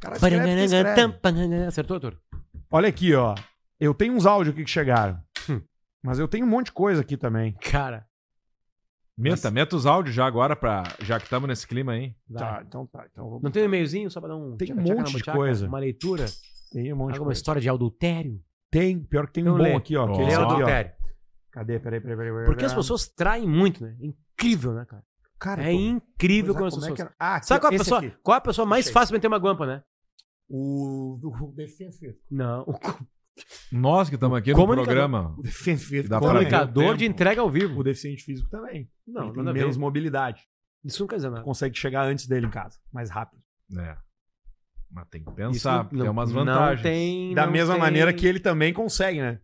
S1: Cara, escreve que escreve.
S3: Acertou, Arthur?
S1: Olha aqui, ó. Eu tenho uns áudios aqui que chegaram. Hum. Mas eu tenho um monte de coisa aqui também.
S3: Cara.
S2: Meta, meta os áudios já agora, pra, já que estamos nesse clima aí.
S1: Tá, então tá. Então vamos...
S3: Não tem um e-mailzinho só pra dar um.
S1: Tem
S3: tchaca,
S1: um
S3: tchaca na
S1: monte de
S3: buchaca?
S1: coisa.
S3: Uma leitura.
S1: Tem um monte de
S3: Alguma
S1: coisa.
S3: história de adultério?
S1: Tem, pior que tem
S3: Então
S1: um bom
S3: lê.
S1: aqui, ó. que
S3: Lê
S1: é esse
S3: o
S1: aqui, ó.
S3: adultério.
S1: Cadê? Peraí, peraí, peraí, peraí.
S3: Porque as pessoas traem muito, né? Incrível, né, cara?
S1: Cara,
S3: é
S1: eu tô-
S3: incrível como
S1: Pois
S3: as
S1: é, como
S3: pessoas.
S1: é que era? Ah, aqui,
S3: Sabe qual é a
S1: esse
S3: pessoa?
S1: aqui.
S3: Qual é a pessoa mais
S1: Achei.
S3: fácil de meter uma guampa, né?
S1: O, o, o defensivo.
S3: Não. O
S2: Nós que estamos aqui no
S3: Comunicador.
S2: programa.
S1: O defensivo.
S2: Dá pra ver o
S3: comunicador
S2: tempo.
S3: de entrega ao vivo.
S1: O deficiente físico também.
S3: Não,
S1: Ele tem
S3: nada a ver.
S1: menos mobilidade.
S3: Isso não quer dizer
S1: Tu
S3: nada.
S1: consegue chegar antes dele em casa, mais rápido.
S2: É. Mas tem que pensar,
S3: Isso
S2: tem
S3: não-
S2: umas
S3: não
S2: vantagens.
S3: tem-
S1: da
S3: não
S1: mesma
S3: tem-
S1: maneira que ele também consegue, né?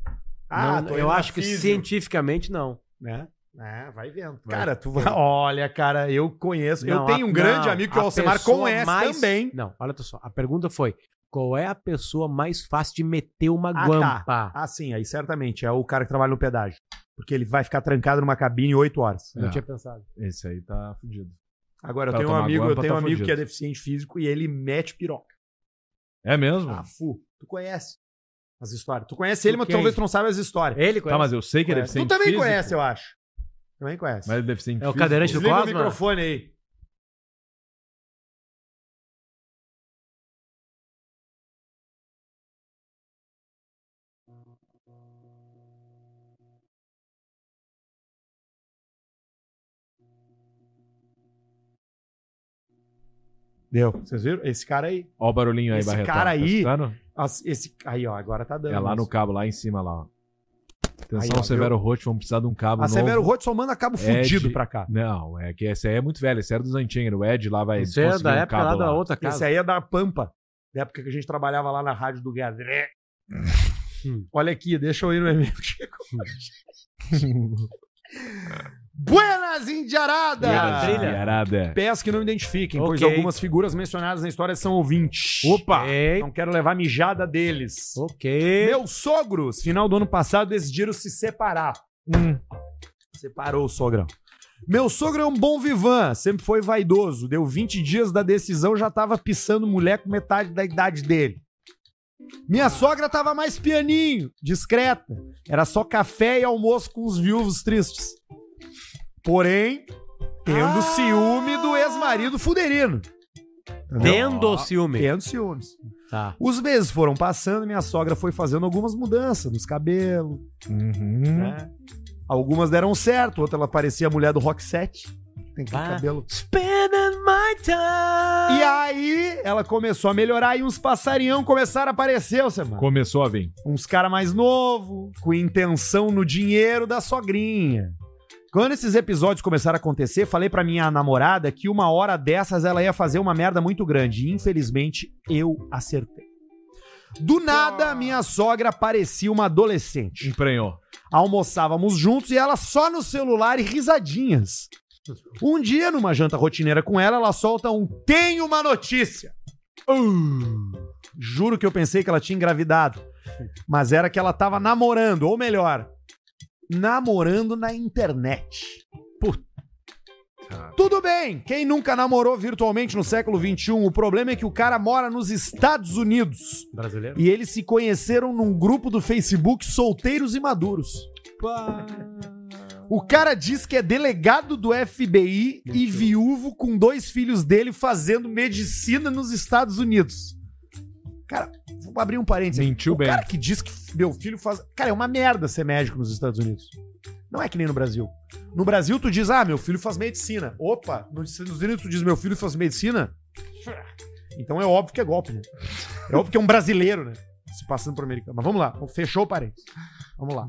S3: Não, eu acho que
S1: sim.
S3: cientificamente não.
S1: Né? É, vai vendo.
S3: Vai.
S1: Cara, tu vai... Olha, cara, eu conheço. eu
S3: Não,
S1: tenho
S3: a-
S1: um grande
S3: não,
S1: amigo que é
S3: a
S1: o Alcemar
S3: pessoa
S1: com S
S3: mais-
S1: também.
S3: Não, olha só. A pergunta foi: qual é a pessoa mais fácil de meter uma
S1: Ah,
S3: guampa?
S1: tá. Ah, sim, aí certamente. É o cara que trabalha no pedágio. Porque ele vai ficar trancado numa cabine oito horas.
S3: Não tinha pensado.
S2: Esse aí tá fudido.
S1: Agora, eu
S2: É. Pra
S1: tenho um
S2: tomar
S1: amigo, eu
S2: guampa,
S1: tenho um
S2: tá
S1: amigo que é
S2: fudido.
S1: deficiente físico e ele mete piroca.
S2: É mesmo?
S1: Ah, fu. Tu conhece as histórias. Tu conhece ele,
S3: Tu
S1: mas
S3: quem?
S1: talvez tu não saiba as histórias.
S3: Ele conhece.
S2: tá, mas eu sei que é
S1: Conhece.
S2: deficiente
S1: Tu também
S2: físico.
S1: conhece, eu acho. Também conhece.
S2: Mas ele é deficiente
S3: É o
S2: físico.
S3: cadeirante do
S1: Desliga o
S3: Cosma?
S1: microfone aí. Deu. Vocês viram? Esse cara aí.
S2: Ó o barulhinho aí,
S1: Esse
S2: Barretão. tá
S1: cara aí-
S2: escutando?
S1: As- Esse, aí, ó, agora tá dando.
S2: É lá no
S1: isso.
S2: cabo, lá em cima, lá. ó. Atenção,
S1: Aí, ó,
S2: Severo Roth, vamos precisar de um cabo
S1: A
S3: Ah,
S2: novo.
S1: Severo Roth só manda cabo
S2: É
S1: fudido
S2: de-
S1: pra cá.
S2: Não, é que esse aí é muito velho, esse era dos antigos, o Ed lá vai
S3: Isso é
S2: conseguir
S3: da época lá
S2: cabo
S3: da outra casa.
S1: Esse aí é da Pampa, da época que a gente trabalhava lá na rádio do Gadré. Olha aqui, deixa eu ir no e-mail. que chegou. Buenas Indiarada!
S2: Buenas, Indiarada.
S1: Peço que não me identifiquem, pois
S3: Ok.
S1: algumas figuras mencionadas na história são ouvintes.
S2: Opa!
S1: Não quero levar mijada deles.
S3: Ok.
S1: Meus sogros, final do ano passado, decidiram se separar.
S3: Hum.
S1: Separou o sogrão. Meu sogro é um bom vivan, sempre foi vaidoso. Deu 20 dias da decisão, já tava pisando mulher com metade da idade dele. Minha sogra tava mais pianinho, discreta. Era só café e almoço com os viúvos tristes. Porém,
S3: Ah.
S1: tendo ciúme do ex-marido fuderino.
S3: Tendo ciúme.
S1: Tendo ciúmes.
S3: Tá.
S1: Os meses foram passando e minha sogra foi fazendo algumas mudanças nos cabelos. né? Algumas deram certo, outra ela parecia a mulher do Rock 7. Tem que ter
S3: Ah.
S1: cabelo.
S3: Spending my time.
S1: E aí ela começou a melhorar e uns passarinhão começaram a aparecer, você mano.
S2: Começou a vir.
S1: Uns cara mais novo, com intenção no dinheiro da sogrinha. Quando esses episódios começaram a acontecer, falei pra minha namorada que uma hora dessas ela ia fazer uma merda muito grande. E infelizmente eu acertei. Do nada, minha sogra parecia uma adolescente.
S2: Emprenhou.
S1: Almoçávamos juntos e ela só no celular e risadinhas. Um dia, numa janta rotineira com ela, ela solta um Tem uma notícia. Hum. Juro que eu pensei que ela tinha engravidado. Mas era que ela tava namorando, ou melhor, namorando na internet. Puta. Tudo bem, quem nunca namorou virtualmente no século XXI, o problema é que o cara mora nos Estados Unidos.
S3: Brasileiro?
S1: E eles se conheceram num grupo do Facebook Solteiros e Maduros. O cara diz que é delegado do FBI e viúvo com dois filhos dele fazendo medicina nos Estados Unidos. Cara, vou abrir um parênteses. aqui.
S2: Mentiu
S1: o
S2: bem.
S1: cara que diz que meu filho faz. Cara, é uma merda ser médico nos Estados Unidos. Não é que nem no Brasil. No Brasil, tu diz, ah, meu filho faz medicina. Opa, nos Estados Unidos tu diz, meu filho faz medicina. Então é óbvio que é golpe, né? É óbvio que é um brasileiro, né? Se passando por americano. Mas vamos lá, fechou o parênteses. Vamos lá.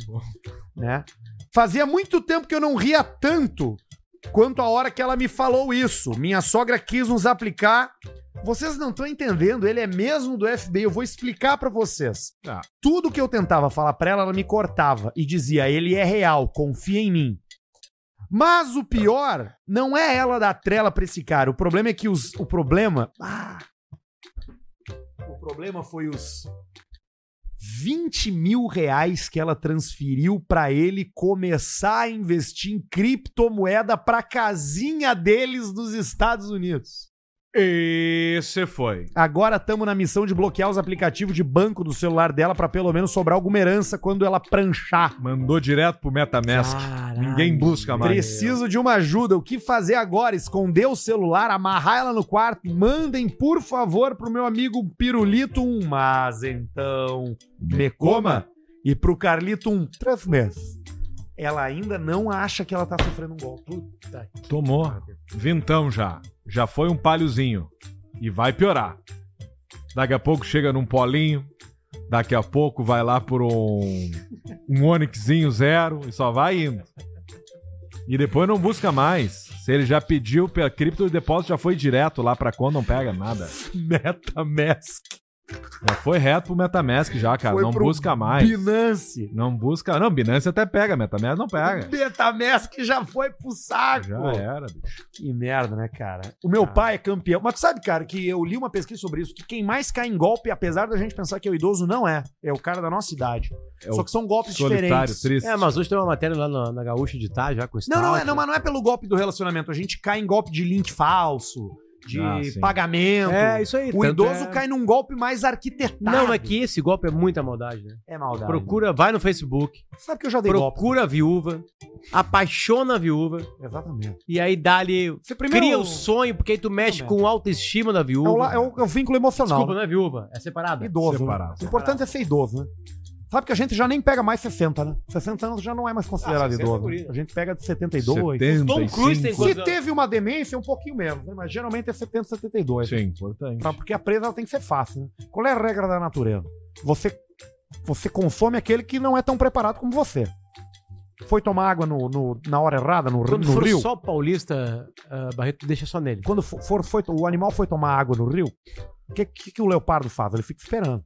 S1: Né? Fazia muito tempo que eu não ria tanto quanto a hora que ela me falou isso. Minha sogra quis nos aplicar. Vocês não estão entendendo, ele é mesmo do FBI, eu vou explicar pra vocês. Tudo que eu tentava falar pra ela, ela me cortava e dizia: "Ele é real, confia em mim". Mas o pior não é ela dar trela pra esse cara. O problema é que os o problema, ah, o problema foi os 20 mil reais que ela transferiu pra ele começar a investir em criptomoeda pra casinha deles nos Estados Unidos.
S2: Esse foi.
S1: Agora estamos na missão de bloquear os aplicativos de banco do celular dela pra pelo menos sobrar alguma herança quando ela pranchar.
S2: Mandou direto pro Metamask. Ninguém busca mais.
S1: Preciso de uma ajuda. O que fazer agora? Esconder o celular, amarrar ela no quarto? Mandem, por favor, pro meu amigo Pirulito um. Mas então, me coma. E pro Carlito um. Transmess. Ela ainda não acha que ela tá sofrendo um golpe. Puta que
S2: Tomou. Vintão já. Já foi um palhozinho. E vai piorar. Daqui a pouco chega num polinho. Daqui a pouco vai lá por um, um Onixzinho zero e só vai indo. E depois não busca mais. Se ele já pediu pela cripto, o depósito já foi direto lá pra quando não pega nada.
S1: Metamask.
S2: Já foi reto pro Metamask já, cara.
S1: Foi
S2: não
S1: pro
S2: busca mais.
S1: Binance.
S2: Não busca. Não, Binance até pega, Metamask não pega.
S1: Betamask já foi pro saco.
S2: Já era, bicho.
S1: Que merda, né, cara? O
S3: Ah.
S1: meu pai é campeão. Mas tu sabe, cara, que eu li uma pesquisa sobre isso, que quem mais cai em golpe, apesar da gente pensar que é o idoso, não é. É o cara da nossa idade.
S2: É
S1: Só
S2: o
S1: que são golpes
S2: solitário,
S1: diferentes.
S2: triste.
S3: É, mas hoje tem uma matéria lá na, na Gaúcha de Tá, já com esse
S1: Não, não,
S3: tal,
S1: é, não, mas não é pelo golpe do relacionamento. A gente cai em golpe de link falso, de
S3: Ah, sim.
S1: pagamento.
S3: É, isso aí.
S1: O
S3: tanto
S1: idoso
S3: é-
S1: cai num golpe mais arquitetado.
S3: Não, é que esse golpe é muita maldade, né?
S1: É maldade.
S3: Procura, vai no Facebook,
S1: Sabe que eu já dei golpe. né?
S3: procura a viúva, apaixona a viúva,
S1: Exatamente.
S3: e aí dá-lhe.
S1: primeiro-
S3: Cria o sonho, porque aí tu mexe com a autoestima da
S1: É o,
S3: viúva.
S1: la- é o- é o vínculo emocional.
S3: Desculpa, não é viúva, é separada.
S1: Idoso. né?
S2: Separado.
S1: O importante é ser idoso, né? Sabe que a gente já nem pega mais 60, né? 60 anos já não é mais
S3: Ah,
S1: considerado
S2: 60 é
S1: idoso.
S2: guri, né?
S1: A gente pega de 72.
S2: 75.
S3: Tom Cruise tem
S1: Se
S3: quantos anos?
S1: teve uma demência, um pouquinho menos, né? Mas geralmente é 70, 72.
S2: Sim, importante.
S1: Pra- Tá? Porque a presa ela tem que ser fácil, né? Qual é a regra da natureza? Você, você consome aquele que não é tão preparado como você. Foi tomar água no, no- na hora errada, no,
S3: Quando
S1: no
S3: for
S1: rio?
S3: só paulista, ah, Barreto, deixa só nele.
S1: Quando for, for- foi, o animal foi tomar água no rio, o que, que, que o leopardo faz? Ele fica esperando.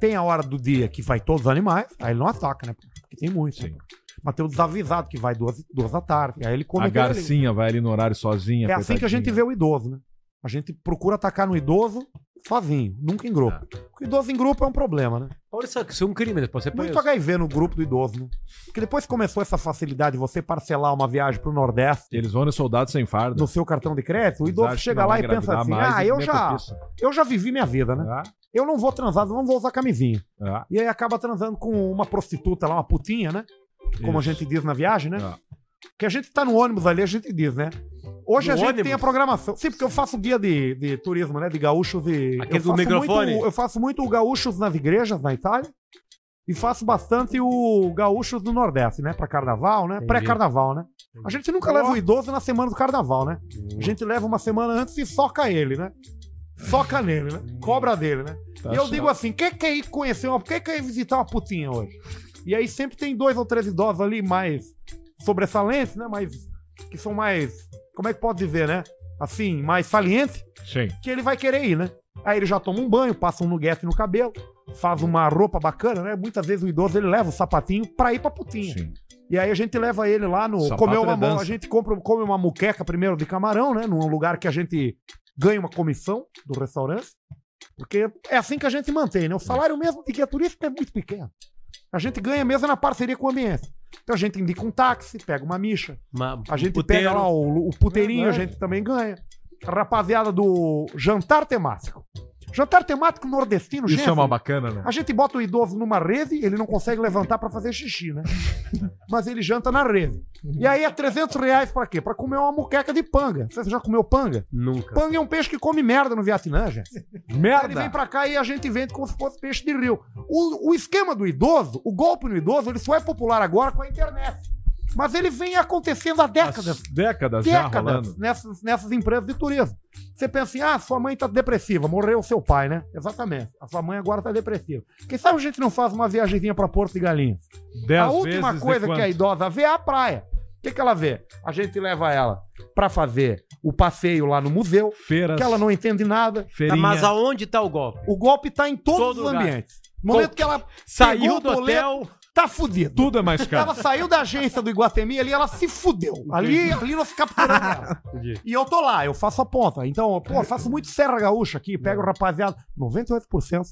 S1: Tem a hora do dia que vai todos os animais, aí ele não ataca, né? Porque tem muito. né? Mas tem o desavisado que vai duas, duas da tarde. Aí é ele come
S2: A
S1: aquele ali.
S2: garcinha vai ali no horário sozinha.
S1: É assim que a
S2: coitadinha.
S1: gente vê o idoso, né? A gente procura atacar no idoso sozinho, nunca em grupo. Porque idoso em grupo é um problema, né?
S3: Paulista, isso é um crime, né? Pode ser
S1: Muito
S3: preso.
S1: HIV no grupo do idoso, né? Porque depois que começou essa facilidade de você parcelar uma viagem pro Nordeste
S2: Eles vão no soldado sem farda.
S1: no seu cartão de crédito, o idoso
S2: acham
S1: chega
S2: que não
S1: lá
S2: vai
S1: e pensa
S2: engravidar
S1: assim:
S2: mais
S1: ah,
S2: e né?
S1: eu
S2: mete
S1: já,
S2: pista."
S1: eu já vivi minha vida,
S3: É.
S1: né? Eu não vou transar, não vou usar camisinha.
S2: Ah.
S1: E aí acaba transando com uma prostituta lá, uma putinha, né? Como
S2: Isso.
S1: a gente diz na viagem, né?
S2: Ah.
S1: Porque a gente tá no ônibus ali, a gente diz, né? Hoje
S3: É. No
S1: a gente
S3: ônibus?
S1: tem a programação. Sim, porque eu faço guia de, de turismo, né? De gaúchos e.
S3: Aquele
S1: eu
S3: do
S1: faço
S3: microfone?
S1: Muito, eu faço muito gaúchos nas igrejas na Itália. E faço bastante o gaúchos do Nordeste, né? Pra carnaval, né? Pré-carnaval, né? A gente nunca leva o idoso na semana do carnaval, né? A gente leva uma semana antes e soca ele, né? Soca nele, né? Cobra dele, né?
S2: Tá
S1: e eu
S2: certo.
S1: digo assim: quem quer é ir conhecer uma. Quem quer ir visitar uma putinha hoje? E aí sempre tem dois ou três idosos ali mais sobressalentes, né? Mais, que são mais, como é que pode dizer, né? Assim, mais salientes,
S2: Sim.
S1: que ele vai querer ir, né? Aí ele já toma um banho, passa um nuguete no cabelo, faz uma roupa bacana, né? Muitas vezes o idoso ele leva o sapatinho pra ir pra putinha. E aí a gente leva ele lá no.
S2: Sapato
S1: Comer
S2: é
S1: uma, mo-
S2: dança.
S1: a gente compra, come uma muqueca primeiro de camarão, né? Num lugar que a gente ganha uma comissão do restaurante. Porque é assim que a gente mantém, né? O salário mesmo de guia turístico é muito pequeno. A gente ganha mesmo na parceria com o ambiente. Então a gente indica um táxi, pega uma micha.
S3: Uma-
S1: A gente
S3: puteiro.
S1: pega lá o, o puteirinho,
S3: Verdade.
S1: a gente também ganha. Rapaziada do jantar temático. Jantar temático nordestino,
S2: Isso
S1: gente.
S2: é uma bacana, né?
S1: A gente bota o idoso numa rede, ele não consegue levantar pra fazer xixi, né? Mas ele janta na rede.
S2: Uhum.
S1: E aí é 300 reais pra quê? Pra comer uma muqueca de panga. Você já comeu panga?
S3: Nunca.
S1: Panga é um peixe que come merda no Vietnã, gente.
S2: Merda.
S1: Ele vem pra cá e a gente vende como se fosse peixe de rio. O, o esquema do idoso, o golpe no idoso, ele só é popular agora com a internet. Mas ele vem acontecendo há décadas.
S2: Décadas,
S3: Tá
S2: já
S1: Décadas
S2: rolando.
S1: nessas, nessas empresas de turismo. Você pensa assim, ah, sua mãe tá depressiva, morreu seu pai, né? Exatamente. A sua mãe agora tá depressiva. Quem sabe a gente não faz uma viagemzinha pra Porto de Galinhas?
S3: É,
S2: Dez
S1: a última
S2: vezes de
S1: coisa que
S2: quanto?
S1: a idosa vê é a praia. O que, que ela vê? A gente leva ela pra fazer o passeio lá no museu,
S2: Feiras.
S1: que ela não entende nada.
S3: Tá, mas aonde tá o golpe?
S1: O golpe tá em todos
S3: Todo
S1: os
S3: lugar.
S1: ambientes. No momento
S3: Todo-
S1: que ela
S3: Saiu
S1: pegou o
S3: do hotel,
S1: tá fudido.
S2: Tudo é mais caro.
S1: Ela saiu da agência do Iguatemi ali, ela se fudeu. Ali, ali nós capturamos ela. E eu tô lá, eu faço a ponta. Então, pô, eu faço muito Serra Gaúcha aqui, pego o rapaziada. 98%.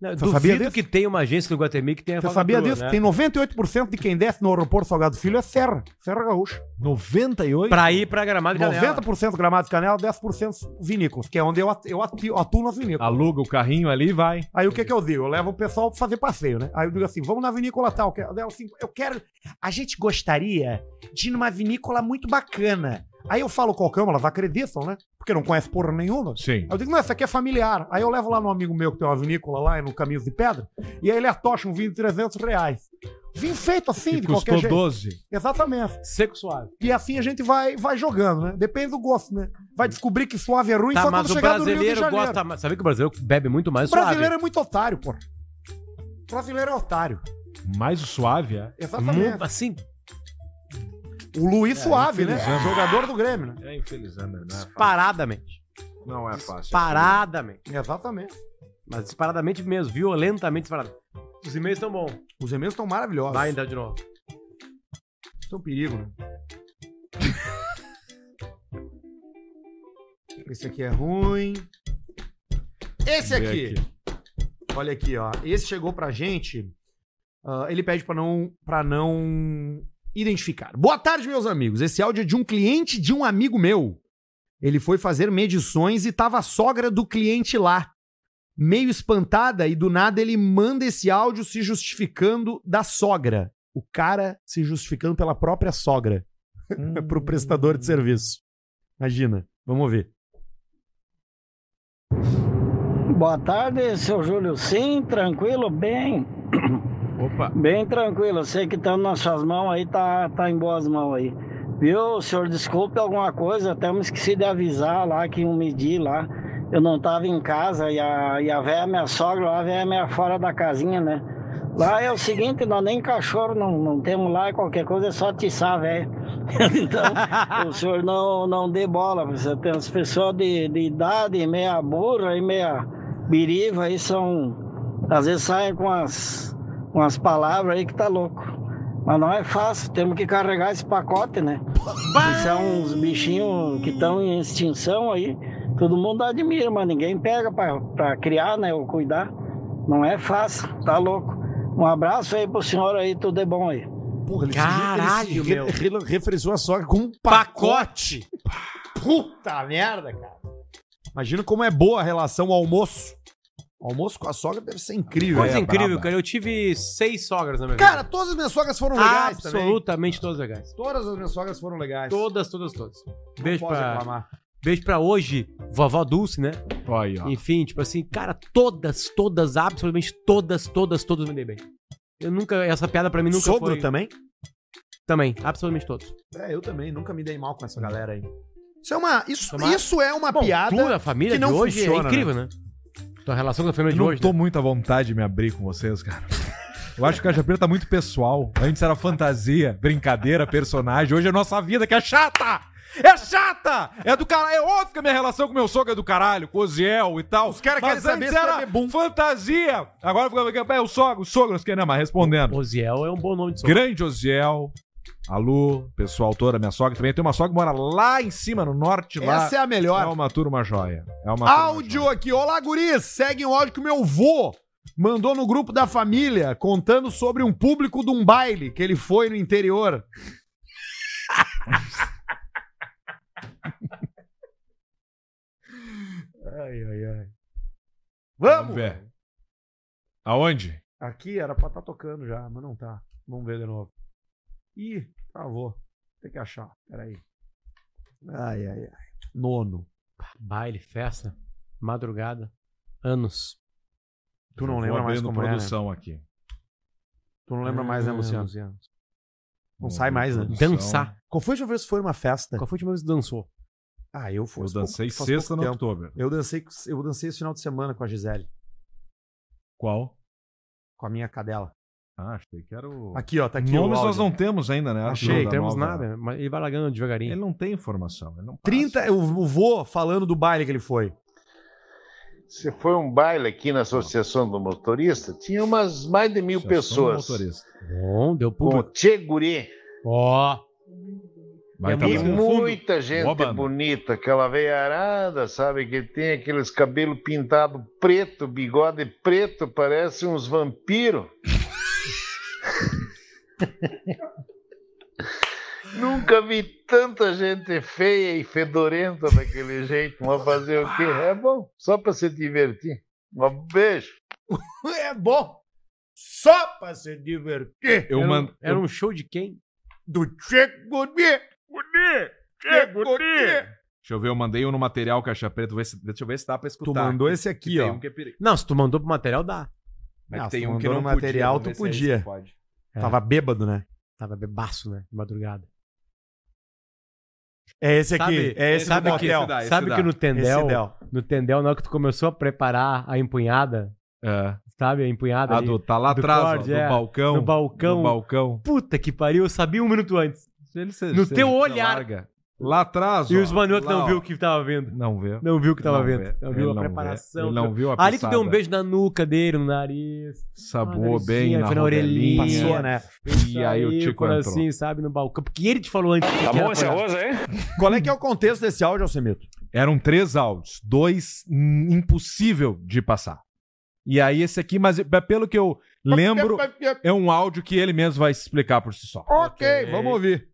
S3: Não,
S1: Você sabia
S3: Duvido
S1: disso?
S3: que tem uma agência do Guatemi que tenha
S1: Você
S3: Coca-Cola,
S1: sabia disso?
S3: né?
S1: Tem 98% de quem desce no aeroporto Salgado Filho é Serra. Serra Gaúcha.
S2: 98?
S3: Pra ir pra Gramado e Canela.
S1: 90% Gramado de Canela, 10% vinícolas, que é onde eu, at- eu ati- atuo nas vinícolas.
S2: Aluga o carrinho ali e vai.
S1: Aí o que que eu digo? Eu levo o pessoal pra fazer passeio, né? Aí eu digo assim, vamos na vinícola tal. que- daí ela assim, eu quero... A gente gostaria de ir numa vinícola muito bacana. Aí eu falo qual cama, elas acreditam, né? Porque não conhece porra nenhuma.
S2: Sim.
S1: Eu digo, não, essa aqui é familiar. Aí eu levo lá num amigo meu que tem uma vinícola lá, no Caminhos de Pedra, e aí ele atocha um vinho de 300 reais. Vinho feito assim,
S2: Que
S1: de
S2: custou
S1: qualquer jeito.
S2: 12.
S1: Exatamente.
S3: Seco suave.
S1: E assim a gente vai, vai jogando, né? Depende do gosto, né? Vai descobrir que suave é ruim
S3: Tá,
S1: só
S3: mas
S1: quando
S3: o
S1: chegar no Rio de
S3: brasileiro
S1: Janeiro.
S3: gosta mais. Sabia que o brasileiro bebe muito mais
S1: O brasileiro
S3: suave?
S1: é muito otário, pô. Brasileiro é otário.
S2: Mais o suave, é?
S1: Exatamente.
S3: Mu- assim.
S1: O Luiz
S3: É,
S1: Suave, né?
S2: infelizmente.
S1: Jogador do Grêmio, né?
S2: É infelizmente, né?
S3: Paradamente.
S2: Não é fácil.
S3: Paradamente.
S1: Exatamente.
S3: Mas disparadamente mesmo, violentamente disparado. Os e-mails estão bons.
S1: Os e-mails estão maravilhosos.
S3: Vai entrar de novo.
S1: Isso é um perigo, né? Esse aqui é ruim. Esse
S2: Vê
S1: aqui. Olha aqui, ó. Esse chegou pra gente. ah, ele pede pra não, pra não identificar. Boa tarde, meus amigos. Esse áudio é de um cliente de um amigo meu. Ele foi fazer medições e tava a sogra do cliente lá. Meio espantada e do nada ele manda esse áudio se justificando da sogra. O cara se justificando pela própria sogra. pro prestador de serviço. Imagina. Vamos ver.
S20: Boa tarde, seu Júlio. Sim, tranquilo, bem.
S2: Opa.
S20: Bem tranquilo. Eu sei que estamos nas suas mãos aí, tá, tá em boas mãos aí. Viu, senhor, desculpe alguma coisa, até me esqueci de avisar lá que eu medi lá. Eu não tava em casa e a, e a véia, minha sogra, lá, a véia minha fora da casinha, né? Lá é o seguinte, nós nem cachorro não, não temos lá, qualquer coisa é só atiçar a véia. Então, o senhor não, não dê bola, você tem as pessoas de, de idade, meia burra e meia biriva aí são. Às vezes saem com as, com as palavras aí que tá louco. Mas não é fácil, temos que carregar esse pacote, né? Que são uns bichinhos que estão em extinção aí. Todo mundo admira, mas ninguém pega pra, pra criar, né? Ou cuidar. Não é fácil, tá louco. Um abraço aí pro senhor aí, tudo é bom aí.
S1: Porra, ele
S20: Caralho,
S1: ele se
S20: meu.
S1: re- refresou a sogra com um pacote. Puta merda, cara. Imagina como é boa a relação ao almoço. O almoço com a sogra deve ser incrível.
S3: Coisa
S1: É,
S3: incrível,
S1: braba.
S3: cara. Eu tive seis sogras na minha
S1: Cara, todas as minhas sogras foram
S3: vida.
S1: legais também.
S3: Absolutamente todas legais.
S1: Todas as minhas sogras foram legais.
S3: Todas, todas, todas. Beijo
S1: posso
S3: pra...
S1: reclamar.
S3: Beijo pra hoje, vovó Dulce, né?
S2: Olha
S1: Tá.
S2: aí, ó.
S3: Enfim, tipo assim, cara, todas, todas, absolutamente todas, todas, todas me dei bem. Eu nunca, essa piada pra mim nunca
S1: Sogro
S3: foi...
S1: também?
S3: Também, absolutamente todos.
S1: É, eu também. Nunca me dei mal com essa galera aí. Isso é uma, isso,
S3: Tomar-
S1: isso é uma
S3: Bom,
S1: piada
S3: tu, a família
S1: que não
S3: de hoje
S1: funciona,
S3: é incrível, né? Tua relação com a família
S2: Eu
S3: de
S2: não
S3: hoje,
S2: tô muito à vontade de me abrir com vocês, cara. Eu acho que o Caixa Preta tá muito pessoal. Antes era fantasia, brincadeira, personagem. Hoje é a nossa vida que é chata! É chata! É do caralho. É óbvio que a minha relação com meu sogro é do caralho, com o Oziel e tal. Os
S1: caras querem saber se tá
S2: fantasia. Agora fica... É o sogro, o sogro, não sei o que, né? Mas respondendo.
S3: Oziel é um bom nome de sogro.
S2: Grande Oziel. Alô, pessoal toda, minha sogra também. Tem uma sogra que mora lá em cima, no norte, lá.
S1: Essa é a melhor.
S2: É uma turma joia. É uma
S1: Áudio aqui. Olá, guris. Segue um áudio que o meu vô mandou no grupo da família, contando sobre um público de um baile que ele foi no interior. ai, ai, ai. Vamos!
S2: Vamos ver. Aonde?
S1: Aqui era pra estar tocando já, mas não tá. Vamos ver de novo. Ih, travou. Tem que achar. Peraí. Ai, ai, ai. Nono.
S3: Baile, festa, madrugada, anos.
S1: Tu não lembra mais como é, né?
S2: produção aqui.
S1: Tu não lembra
S3: Ah,
S1: mais, né, Luciano? Não
S2: Vamos
S1: sai
S2: ver
S1: mais, né?
S2: produção.
S3: Dançar.
S1: Qual foi a última vez que foi uma festa?
S3: Qual foi a última vez que dançou?
S1: Ah, eu fui.
S2: Eu
S1: faz pouco-
S2: dancei
S1: faz
S2: sexta
S1: pouco
S2: no
S1: tempo.
S2: outubro.
S1: Eu dancei, eu dancei esse final de semana com a Gisele,
S2: Qual?
S1: com a minha cadela.
S2: Ah, achei que era o.
S1: Aqui, ó, tá aqui
S2: Nomes
S1: o
S2: nós
S1: áudio.
S2: não temos ainda, né? Acho
S1: Achei,
S2: da
S3: Não temos
S2: nova-
S3: nada, mas ele vai largando devagarinho.
S2: Ele não tem informação. Ele não passa.
S1: 30, o o vô falando do baile que ele foi.
S4: Se foi um baile aqui na Associação do Motorista, tinha umas mais de mil
S2: Associação do
S1: é um
S4: pessoas.
S2: Motorista.
S3: Bom, deu
S4: Com
S3: público.
S4: o Che Guri.
S3: Ó.
S2: Vai tá
S4: e
S2: mais no fundo.
S4: muita gente
S2: Boa banda.
S4: bonita, aquela veia arada, sabe? Que tem aqueles cabelos pintados preto, bigode preto, parece uns vampiros. Nunca vi tanta gente feia e fedorenta daquele jeito, mas fazer o quê? É bom, só para se divertir. Um beijo.
S1: É bom. Só pra se divertir.
S2: Eu
S3: era,
S2: mando.
S3: um, era um show de quem?
S1: Do Che Guri. Guri. Che Guri.
S2: Deixa eu ver, eu mandei um no material Caixa Preta. vou ver se- Deixa eu ver se dá pra escutar.
S1: Tu
S3: Tá.
S1: mandou esse aqui,
S2: Que tem
S1: ó.
S2: um que é perigo.
S3: Não, se tu mandou pro material, dá.
S2: Mas
S1: Ah,
S2: tem
S1: tu
S2: um que
S1: mandou
S2: não podia,
S1: no material,
S2: vamos ver
S1: tu
S2: se é esse
S1: podia.
S2: que pode.
S3: É.
S1: Tava bêbado, né?
S3: Tava bebaço, né? De madrugada.
S1: É esse aqui.
S3: Sabe-
S1: é esse
S3: sabe
S1: do
S3: que-
S1: motel.
S2: dá, esse
S3: sabe
S2: dá.
S3: que no Tendel,
S1: Esse é dá.
S3: no Tendel, na hora que tu começou a preparar a empunhada,
S2: É.
S3: sabe? A empunhada
S2: Ah,
S3: ali,
S2: do, tá lá
S3: do
S2: atrás,
S3: corte,
S2: ó, do
S3: é.
S2: balcão.
S3: no balcão.
S2: Do balcão.
S3: Puta que pariu, eu sabia um minuto antes.
S2: Ele se-
S3: No
S2: se-
S3: teu
S2: se
S3: olhar.
S2: larga. Lá atrás,
S3: E
S2: ó,
S3: os maniotos
S2: lá,
S3: não
S2: ó.
S3: viu o que tava vendo.
S2: Não vê.
S3: Não viu o que tava
S2: Não
S3: vendo.
S1: é,
S2: vê.
S3: Não viu
S1: um
S2: Ele
S3: a
S2: não vê.
S3: preparação.
S2: Ele não viu a
S3: Ali tu deu um
S2: pisada.
S3: beijo na nuca dele, no nariz.
S2: Sabou
S3: Ah,
S1: assim,
S2: bem
S3: narizinho,
S2: na,
S3: foi na
S2: orelhinha.
S3: orelhinha.
S1: Passou, né?
S2: E aí o Tico
S3: falou
S2: entrou.
S3: assim, sabe, no balcão. Porque ele te falou antes.
S7: Tá
S3: que
S7: bom
S3: era
S7: esse
S3: pra-
S7: arroz aí?
S1: Qual é que é o contexto desse áudio, Alcemito?
S2: Eram três áudios, dois hum, impossível de passar. E aí esse aqui, mas mas pelo que eu lembro, é um áudio que ele mesmo vai se explicar por si só.
S1: Ok, vamos ouvir.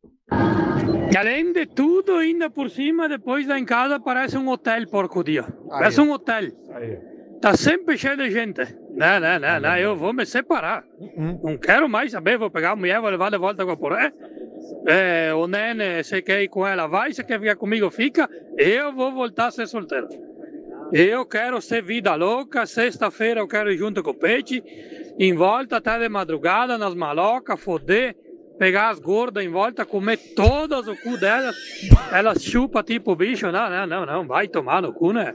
S5: E além de tudo, ainda por cima, depois da encada, parece um hotel, porco dia. Parece um hotel. Tá sempre cheio de gente. Não, não, não, não, né, eu vou me separar. Não quero mais saber, vou pegar a mulher, vou levar de volta com a poré. É, o nene, você quer ir com ela, vai. Você quer ficar comigo, fica. Eu vou voltar a ser solteiro. Eu quero ser vida louca. Sexta-feira eu quero ir junto com o Peixe. Em volta até de madrugada, nas malocas, foder. Pegar as gordas em volta, comer todas o cu delas. Elas chupam tipo bicho. Não, não, não, não. Vai tomar no cu, né?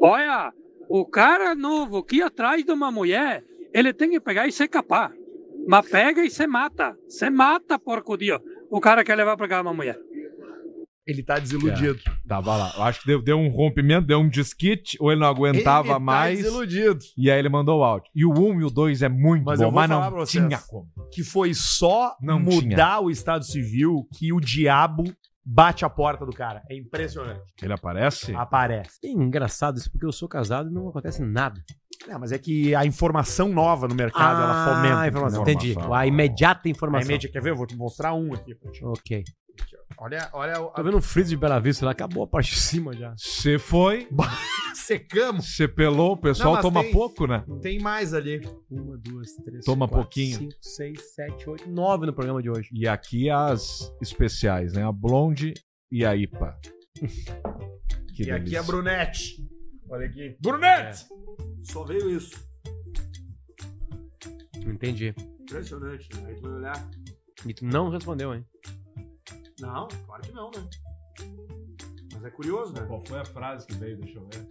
S5: Olha, o cara novo que ia atrás de uma mulher, ele tem que pegar e se capar. Mas pega e se mata. Se mata, porco Dio. O cara quer levar pra casa uma mulher.
S1: Ele tá
S2: desiludido. Tava lá. Eu acho que deu, deu um rompimento, deu um disquite, ou ele não aguentava
S1: Ele tá
S2: mais.
S1: desiludido.
S2: E aí ele mandou o áudio. E o 1 um e o 2 é muito
S1: Mas
S2: bom,
S1: eu vou
S2: mas
S1: falar pra
S2: não
S1: vocês.
S2: tinha como.
S1: Que foi só
S2: Não
S1: mudar o Estado Civil que o diabo bate a porta do cara. É impressionante.
S2: Ele aparece?
S1: Aparece.
S3: É engraçado isso, porque eu sou casado e não acontece nada.
S1: Não, mas é que a informação nova no mercado, ela fomenta.
S3: a Ah, informação.
S1: entendeu?
S3: Entendi. A imediata informação.
S1: A média, quer ver? Eu vou te mostrar um aqui. pra ti.
S3: Ok.
S1: Olha, olha. o-
S3: Tô vendo um freezer de Bela Vista lá, acabou a parte de cima já.
S2: Você foi,
S1: Secamos.
S2: você pelou, o pessoal
S1: Não, mas
S2: toma
S1: tem-
S2: pouco, né?
S1: Tem mais ali.
S3: Uma, duas, três,
S2: Toma
S3: quatro,
S2: pouquinho.
S3: cinco, seis, sete, oito, nove no programa de hoje.
S2: E aqui as especiais, né? A blonde e a IPA. Que
S1: e aqui
S2: delícia.
S1: a Brunete. Olha aqui. Brunete! Só veio isso.
S3: Entendi.
S1: Impressionante. né? Aí tu vai olhar.
S3: E tu não respondeu, hein?
S1: Não, claro que não, né? Mas é curioso, né?
S2: Qual foi a frase que veio? Deixa eu ver.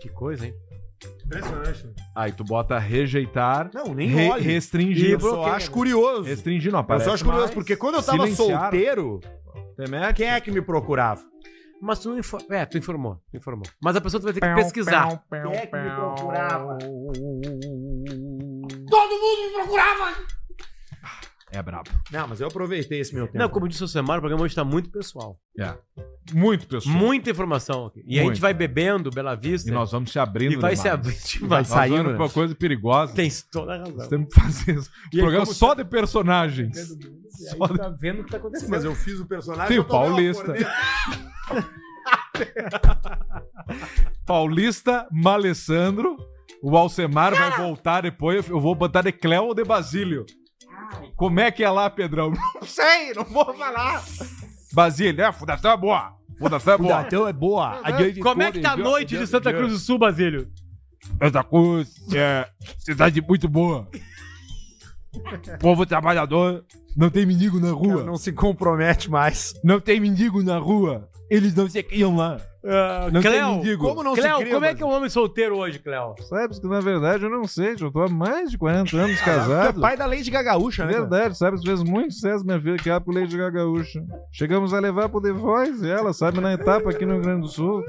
S3: Que coisa, hein?
S12: Impressionante.
S2: Aí tu bota rejeitar,
S1: Não, nem
S2: re-
S1: olhe.
S2: restringir.
S1: E Eu só bloqueia. acho curioso.
S2: Restringir não
S1: Eu
S2: aparece.
S1: só acho curioso,
S2: mais.
S1: porque quando eu tava
S2: Silenciar.
S1: solteiro, quem é que me procurava?
S3: Mas tu não infor... É, tu informou, tu informou. Mas a pessoa tu vai ter que pesquisar.
S1: Quem é que me procurava?
S12: Todo mundo me procurava!
S2: É brabo.
S1: Não, mas eu aproveitei esse meu tempo.
S3: Não, como disse o Samara, o programa hoje tá muito pessoal.
S2: É. Muito pessoal.
S3: Muita informação aqui. E a gente
S2: Muito.
S3: vai bebendo, Bela Vista.
S2: E nós vamos se abrindo.
S3: E vai
S2: né,
S3: se
S2: Marcos?
S3: abrindo, vai
S2: Nós
S3: saindo,
S2: vamos
S3: né?
S2: pra coisa perigosa.
S3: Tem toda a razão.
S2: Nós temos que fazer isso.
S3: E aí,
S2: Um programa
S3: como tá?
S2: só de personagens.
S3: E aí tu tá vendo o que tá acontecendo.
S1: Mas eu fiz o personagem.
S2: Tem
S1: eu
S2: o
S1: tomei uma
S2: Paulista.
S1: corneta.
S2: Paulista, Malessandro. O Alcemar vai voltar depois. Eu vou botar de Cléo ou de Basílio. Como é que é lá, Pedrão? Não sei, não vou falar. Basílio, é, a fundação é boa. Fundação é boa.
S1: Fundação é boa.
S3: Como é que tá a noite de Santa Cruz do Sul, Basílio?
S2: Santa Cruz é cidade muito boa. Povo trabalhador. Não tem mendigo na rua.
S1: Não se compromete mais.
S2: Não tem mendigo na rua. Eles não se criam lá. É, Não tem
S3: Cléo,
S2: mendigo.
S3: como não Cléo, como é que é um homem solteiro hoje, Cléo?
S2: Sabe que na verdade eu não sei, eu tô há mais de 40 anos
S1: Tu
S2: casado.
S1: é pai da Lady Gagaúcha,
S2: É
S1: né? cara?
S2: verdade, sabe? Fez muito sucesso minha filha que com Lady Gaga Gaúcha. Chegamos a levar pro The Voice, ela, sabe, na etapa aqui no Rio Grande do Sul.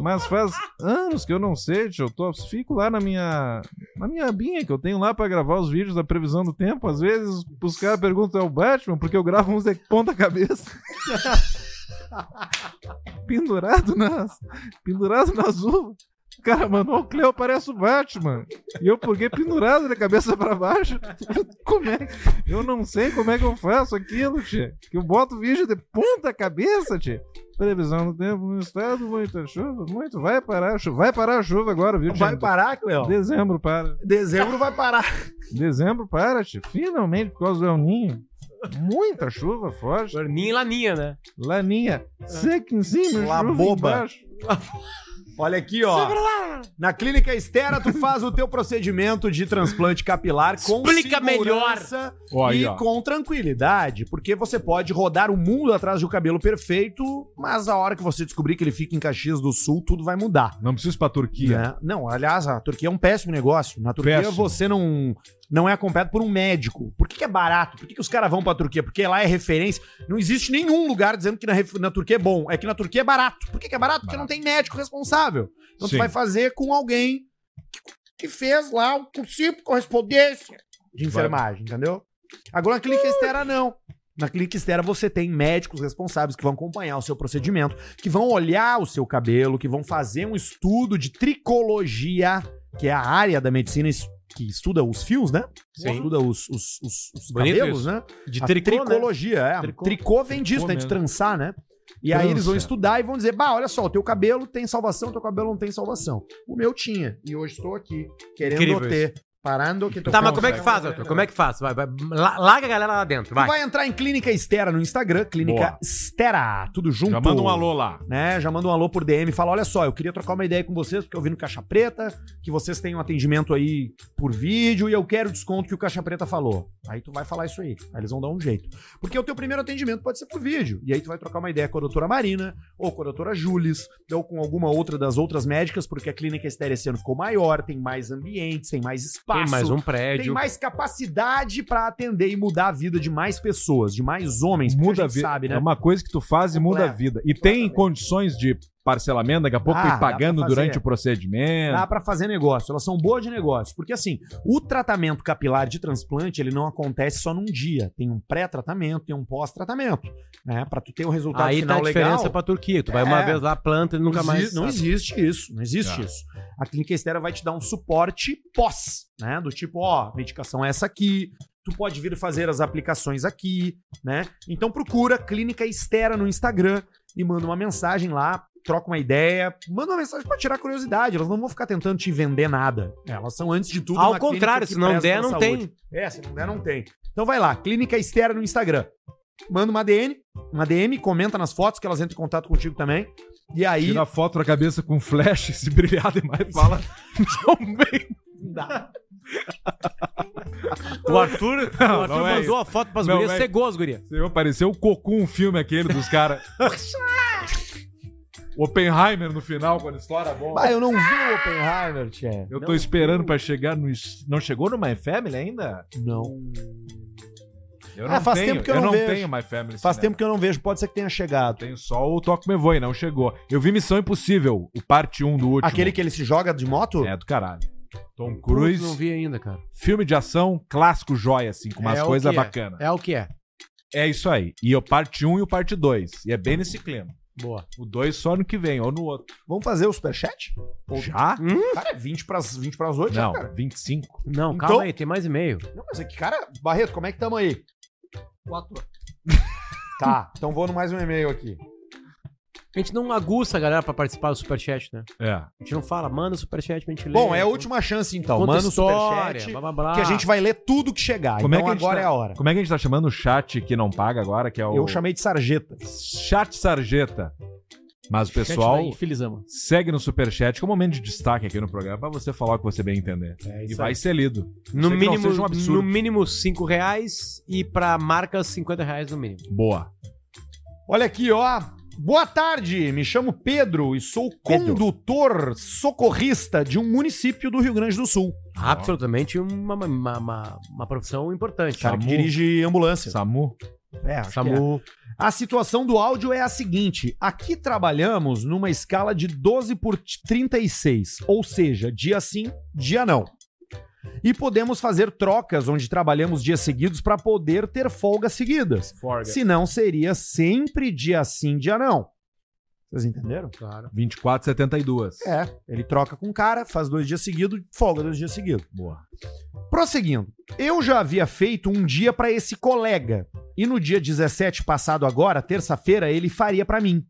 S2: Mas faz anos que eu não sei, tio. Eu tô, fico lá na minha na minha abinha que eu tenho lá pra gravar os vídeos da previsão do tempo. Às vezes os caras perguntam, é o Batman? Porque eu gravo uns de ponta cabeça. pendurado nas pendurado nas uvas. O Cara, mandou o Cleo parece o Batman. E eu porque pendurado da cabeça pra baixo. Como é? Eu não sei como é que eu faço aquilo, tia. Que eu boto vídeo de ponta cabeça, tia. Previsão do tempo no estado, muita chuva, muito. Vai parar a chuva. Vai parar a chuva agora, viu,
S1: Vai
S2: tia?
S1: parar, Cléo?
S2: Dezembro para.
S1: Dezembro vai parar.
S2: Dezembro para, tia. Finalmente, por causa do El Ninho. Muita chuva forte.
S3: Ninha e Laninha, né? É.
S2: Laninha, seca em cima,
S1: Lá
S2: chuva
S1: boba.
S2: embaixo.
S1: Olha aqui, ó. Na Clínica Estera, tu faz o teu procedimento de transplante capilar com
S3: Explica melhor.
S1: segurança
S2: Olha aí,
S1: e
S2: ó.
S1: com tranquilidade, porque você pode rodar o mundo atrás do cabelo perfeito, mas a hora que você descobrir que ele fica em Caxias do Sul, tudo vai mudar.
S2: Não preciso pra Turquia.
S1: né? Não, aliás, a Turquia é um péssimo negócio. Na Turquia
S2: Péssimo.
S1: você não, não é acompanhado por um médico. Por que, que é barato? Por que, que os caras vão pra Turquia? Porque lá é referência. Não existe nenhum lugar dizendo que na, ref- na Turquia é bom. É que na Turquia é barato. Por que, que é barato? Porque não tem médico responsável. Então
S2: Sim.
S1: tu vai fazer com alguém que, que fez lá um cursinho por correspondência de enfermagem, entendeu? Agora na clínica estera não. Na clínica estera você tem médicos responsáveis que vão acompanhar o seu procedimento, que vão olhar o seu cabelo, que vão fazer um estudo de tricologia, que é a área da medicina es- que estuda os fios, né?
S3: Sim.
S1: Estuda os, os, os, os
S3: Bonito
S1: cabelos,
S3: isso.
S1: né?
S3: De
S1: A
S3: tricô, né?
S1: tricologia, é.
S3: Tricô.
S1: Tricô, vem disso,
S3: Tricô
S1: né? De
S3: mesmo.
S1: trançar, né? E aí eles vão
S2: Trança.
S1: estudar e vão dizer, bah, olha só, o teu cabelo tem salvação, o teu cabelo não tem salvação. O meu tinha, e hoje estou aqui, querendo
S3: Incrível
S1: ter, parando que tô
S3: Tá, mas
S1: com-
S3: como é que faz, doutor? Como é que faz? Vai, vai. La- Larga a galera lá dentro,
S1: Tu
S3: vai.
S1: vai entrar em Clínica Estera no Instagram, Clínica
S2: Boa.
S1: Estera, tudo junto.
S2: Já manda um alô lá.
S1: Né? Já manda um alô por DM e fala: olha só, eu queria trocar uma ideia com vocês, porque eu vi no Caixa Preta que vocês têm um atendimento aí por vídeo e eu quero o desconto que o Caixa Preta falou. Aí tu vai falar isso aí. Aí eles vão dar um jeito. Porque o teu primeiro atendimento pode ser por vídeo. E aí tu vai trocar uma ideia com a doutora Marina, ou com a doutora Julis, ou com alguma outra das outras médicas, porque a clínica Estera esse ano ficou maior, tem mais ambientes, tem mais espaço.
S3: Tem mais um prédio.
S1: Tem mais capacidade pra atender e mudar a vida de mais pessoas, de mais homens. porque
S2: muda a
S1: gente
S2: vida.
S1: sabe, né?
S2: É uma coisa que tu faz e muda a
S1: Completa,
S2: vida. E tem condições de parcelamento, daqui a pouco
S1: É, Ah,
S2: tem
S1: dá pra
S2: pagando
S1: fazer. Ah,
S2: durante o procedimento.
S1: Dá pra fazer negócio, elas são boas de negócio. Porque assim, o tratamento capilar de transplante, ele não acontece só num dia. Tem um pré-tratamento, tem um pós-tratamento, né? Pra tu ter um resultado
S3: Aí tá
S1: final
S3: a diferença
S1: legal.
S3: pra Turquia. Tu vai uma
S1: É.
S3: vez lá, planta e nunca
S1: não
S3: mais.
S1: exi- Não existe isso, não existe
S3: Tá.
S1: isso. A clínica estera vai te dar um suporte pós, né? Do tipo, ó, medicação é essa aqui, tu pode vir fazer as aplicações aqui, né? Então procura Clínica Estera no Instagram e manda uma mensagem lá, troca uma ideia, manda uma mensagem pra tirar curiosidade, elas não vão ficar tentando te vender nada. Elas são antes de tudo
S3: Ao
S1: uma clínica
S3: contrário,
S1: que
S3: se não
S1: preza
S3: der,
S1: pela
S3: não
S1: saúde.
S3: tem.
S1: É, se não der, não tem. Então vai lá, Clínica Estera no Instagram. Manda uma DM, uma DM, comenta nas fotos que elas entram em contato contigo também. E aí
S2: Tira a foto da cabeça com flash, se brilhar demais, fala. Não vem.
S3: O Arthur, o
S2: Não,
S3: Arthur
S2: não é
S3: mandou
S2: isso.
S3: a foto pras
S2: Não,
S3: gurias,
S2: é-
S3: cegou as gurias.
S2: Apareceu o Cocum, um filme aquele dos caras. Oppenheimer no final, quando estoura a bomba.
S1: Bah, Ah, eu não vi o Oppenheimer, Tchê.
S2: Eu tô esperando pra chegar no. es- Não chegou no My Family ainda?
S1: Não.
S2: Eu
S1: Ah,
S2: não
S1: faz
S2: tenho,
S1: tempo que eu não
S2: não
S1: vejo.
S2: tenho My Family.
S1: Faz
S2: cinema.
S1: tempo que eu não vejo, pode ser que tenha chegado.
S2: Tem só o Toque Me Voe, não chegou. Eu vi Missão Impossível, o parte 1 do último.
S1: Aquele que ele se joga de moto?
S2: É, do caralho. Tom
S3: Cruz.
S2: Cruise.
S3: Não vi ainda, cara.
S2: Filme de ação, clássico joia, assim, com umas
S3: É o
S2: coisas
S3: que é.
S2: bacanas.
S3: É. o que é.
S2: É. isso aí. E o parte 1 e o parte 2. E é bem nesse clima.
S3: Boa.
S2: O 2 só no que vem, ou no outro.
S1: Vamos fazer o superchat?
S2: Já?
S3: hum,
S1: Cara, é 20 pras, 20 pras 8,
S2: Não,
S1: cara.
S2: 25.
S3: Não,
S1: Então-
S3: calma aí, tem mais e-mail.
S1: Não, mas é que, cara, Barreto, como é que tamo aí?
S8: Quatro.
S1: Tá, então vou no mais um e-mail aqui.
S3: A gente não aguça a galera pra participar do superchat, né?
S2: É.
S3: A gente não fala, manda o superchat pra gente ler.
S1: Bom, é a última chance, então.
S3: Conta
S1: Manda o
S3: história,
S1: superchat,
S3: blá, blá, blá.
S1: que a gente vai ler tudo que chegar. então
S2: a gente
S1: agora
S2: tá-
S1: é a hora.
S2: Como é que a gente tá chamando o chat que não paga agora, que é o...
S1: Eu chamei de sarjeta.
S2: Chat Sarjeta. Mas o
S1: Chat
S2: pessoal
S1: vai,
S8: felizama.
S2: segue no Superchat, que é um momento de destaque aqui no programa, pra você falar o que você bem entender. e
S3: É isso
S2: vai
S3: aí.
S2: ser lido.
S3: No
S2: Sei que não
S3: mínimo,
S2: seja um absurdo.
S3: no mínimo 5 reais e pra marcas 50 reais no mínimo.
S2: Boa.
S1: Olha aqui, ó. Boa tarde, me chamo Pedro e sou condutor socorrista de um município do Rio Grande do Sul.
S3: Absolutamente uma, uma, uma, uma profissão importante.
S1: Cara que dirige ambulância.
S2: SAMU.
S1: É, acho
S3: Samu.
S1: que é. A situação do áudio é a seguinte: aqui trabalhamos numa escala de 12 por 36, ou seja, dia sim, dia não. E podemos fazer trocas onde trabalhamos dias seguidos para poder ter folgas seguidas.
S2: Folga.
S1: Senão seria sempre dia sim, dia não. Vocês entenderam?
S3: Claro.
S2: 24,72.
S1: É, ele troca com o cara, faz dois dias seguidos, folga dois dias seguidos.
S2: Boa.
S1: Prosseguindo, eu já havia feito um dia pra esse colega e no dia 17 passado agora, terça-feira, ele faria pra mim.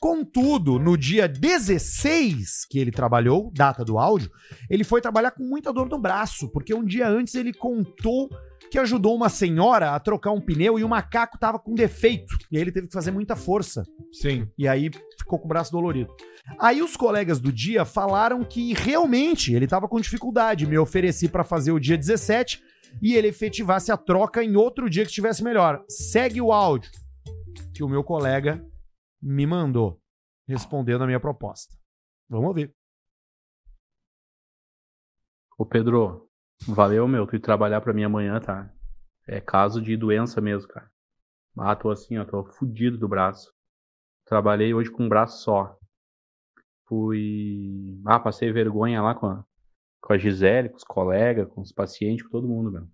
S1: Contudo, no dia 16 que ele trabalhou, data do áudio, ele foi trabalhar com muita dor no braço, porque um dia antes ele contou que ajudou uma senhora a trocar um pneu e o macaco tava com defeito e aí ele teve que fazer muita força.
S2: Sim.
S1: E aí ficou com o braço dolorido. Aí os colegas do dia falaram que realmente ele estava com dificuldade. Me ofereci para fazer o dia 17 e ele efetivasse a troca em outro dia que estivesse melhor. Segue o áudio que o meu colega me mandou respondendo a minha proposta. Vamos ouvir.
S9: Ô Pedro, valeu, meu, tu ir trabalhar pra mim amanhã, tá? É caso de doença mesmo, cara. Ah, tô assim, ó, tô fudido do braço. Trabalhei hoje com um braço só. Fui. Ah, passei vergonha lá com a, com a Gisele, com os colegas, com os pacientes, com todo mundo, meu.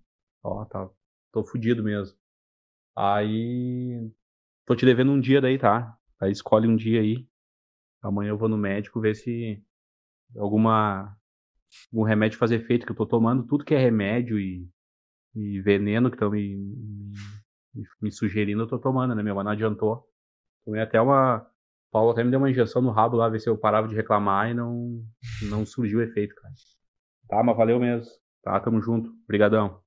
S9: Ó, tá. Tô fudido mesmo. Aí. Tô te devendo um dia daí, tá? Aí escolhe um dia aí. Amanhã eu vou no médico ver se alguma algum remédio faz efeito, que eu tô tomando tudo que é remédio e, e veneno que estão me, me, me sugerindo, eu tô tomando, né, meu? Mas não adiantou. Tomei até uma. O Paulo até me deu uma injeção no rabo lá, ver se eu parava de reclamar e não, não surgiu efeito, cara. Tá, mas valeu mesmo. Tá, tamo junto. Obrigadão.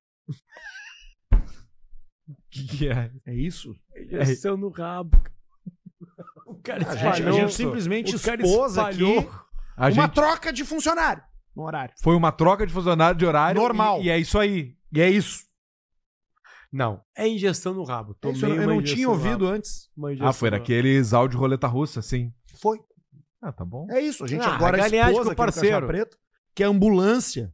S2: Que que é?
S1: É isso?
S3: Injeção no rabo. O cara
S1: A gente, a gente simplesmente expôs aqui
S2: A
S1: uma
S2: gente-
S1: troca de funcionário no horário.
S2: Foi uma troca de funcionário de horário.
S1: Normal.
S2: E, e é isso aí.
S1: E é isso.
S3: Não, é injeção no rabo.
S1: É isso,
S3: Tomei
S1: eu não-
S3: uma
S1: eu não
S3: injeção
S1: tinha
S3: no
S1: ouvido
S3: rabo.
S1: antes.
S3: Uma injeção
S2: Ah, foi
S3: no
S2: daqueles áudio roleta russa, sim.
S1: Foi.
S2: Ah, tá bom.
S1: É isso, a gente
S3: Ah,
S1: agora
S3: galinhagem
S1: expôs
S3: com o
S1: aqui no Caixa
S3: parceiro.
S1: Preta que a ambulância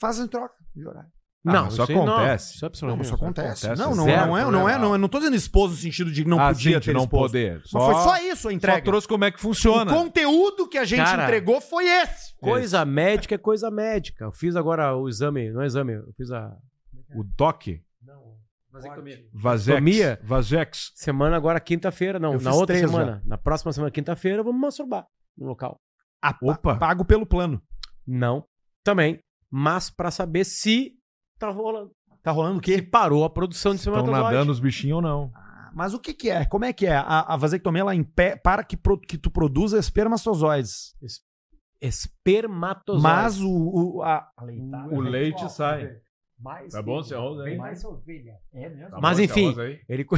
S1: fazem troca de horário.
S3: rabo. Não,
S2: Ah, mas só
S3: isso aí não.
S2: acontece.
S3: Isso é
S1: Não,
S3: absolutamente.
S1: mas isso acontece.
S2: acontece,
S1: Não, não,
S2: zero
S1: não é, não é,
S2: problema.
S1: não é. Não tô dizendo expôs no sentido de que não
S2: Ah,
S1: podia
S2: gente,
S1: ter
S2: não
S1: exposto.
S2: poder.
S1: Mas
S2: Só-
S1: foi só isso a entrega.
S2: Só trouxe como é que funciona.
S1: O conteúdo que a gente
S3: Cara.
S1: entregou foi esse.
S3: Coisa médica é coisa médica. Eu fiz agora o exame, não é exame, eu fiz a
S2: O toque.
S3: Vasectomia?
S2: Vazex. Vazex.
S3: semana agora, quinta-feira, não,
S2: Eu
S3: na
S2: fiz
S3: outra
S2: três
S3: semana. Na próxima semana, quinta-feira, eu vou me masturbar no local.
S2: Opa.
S1: Pago pelo plano.
S3: Não, também. Mas pra saber se tá rolando.
S1: Tá rolando o quê?
S3: Se parou a produção de
S2: Estão
S3: espermatozoide.
S2: nadando os bichinhos ou não.
S1: Mas o que que é? Como é que é? A, a vasectomia, ela impé- para que, pro- que tu produza espermatozoides.
S3: Espermatozoide. tá.
S1: Mas o... o a...
S2: O leite sai.
S1: Mais
S3: É
S2: Tá bom esse arroz aí?
S3: Mas enfim, ele, co-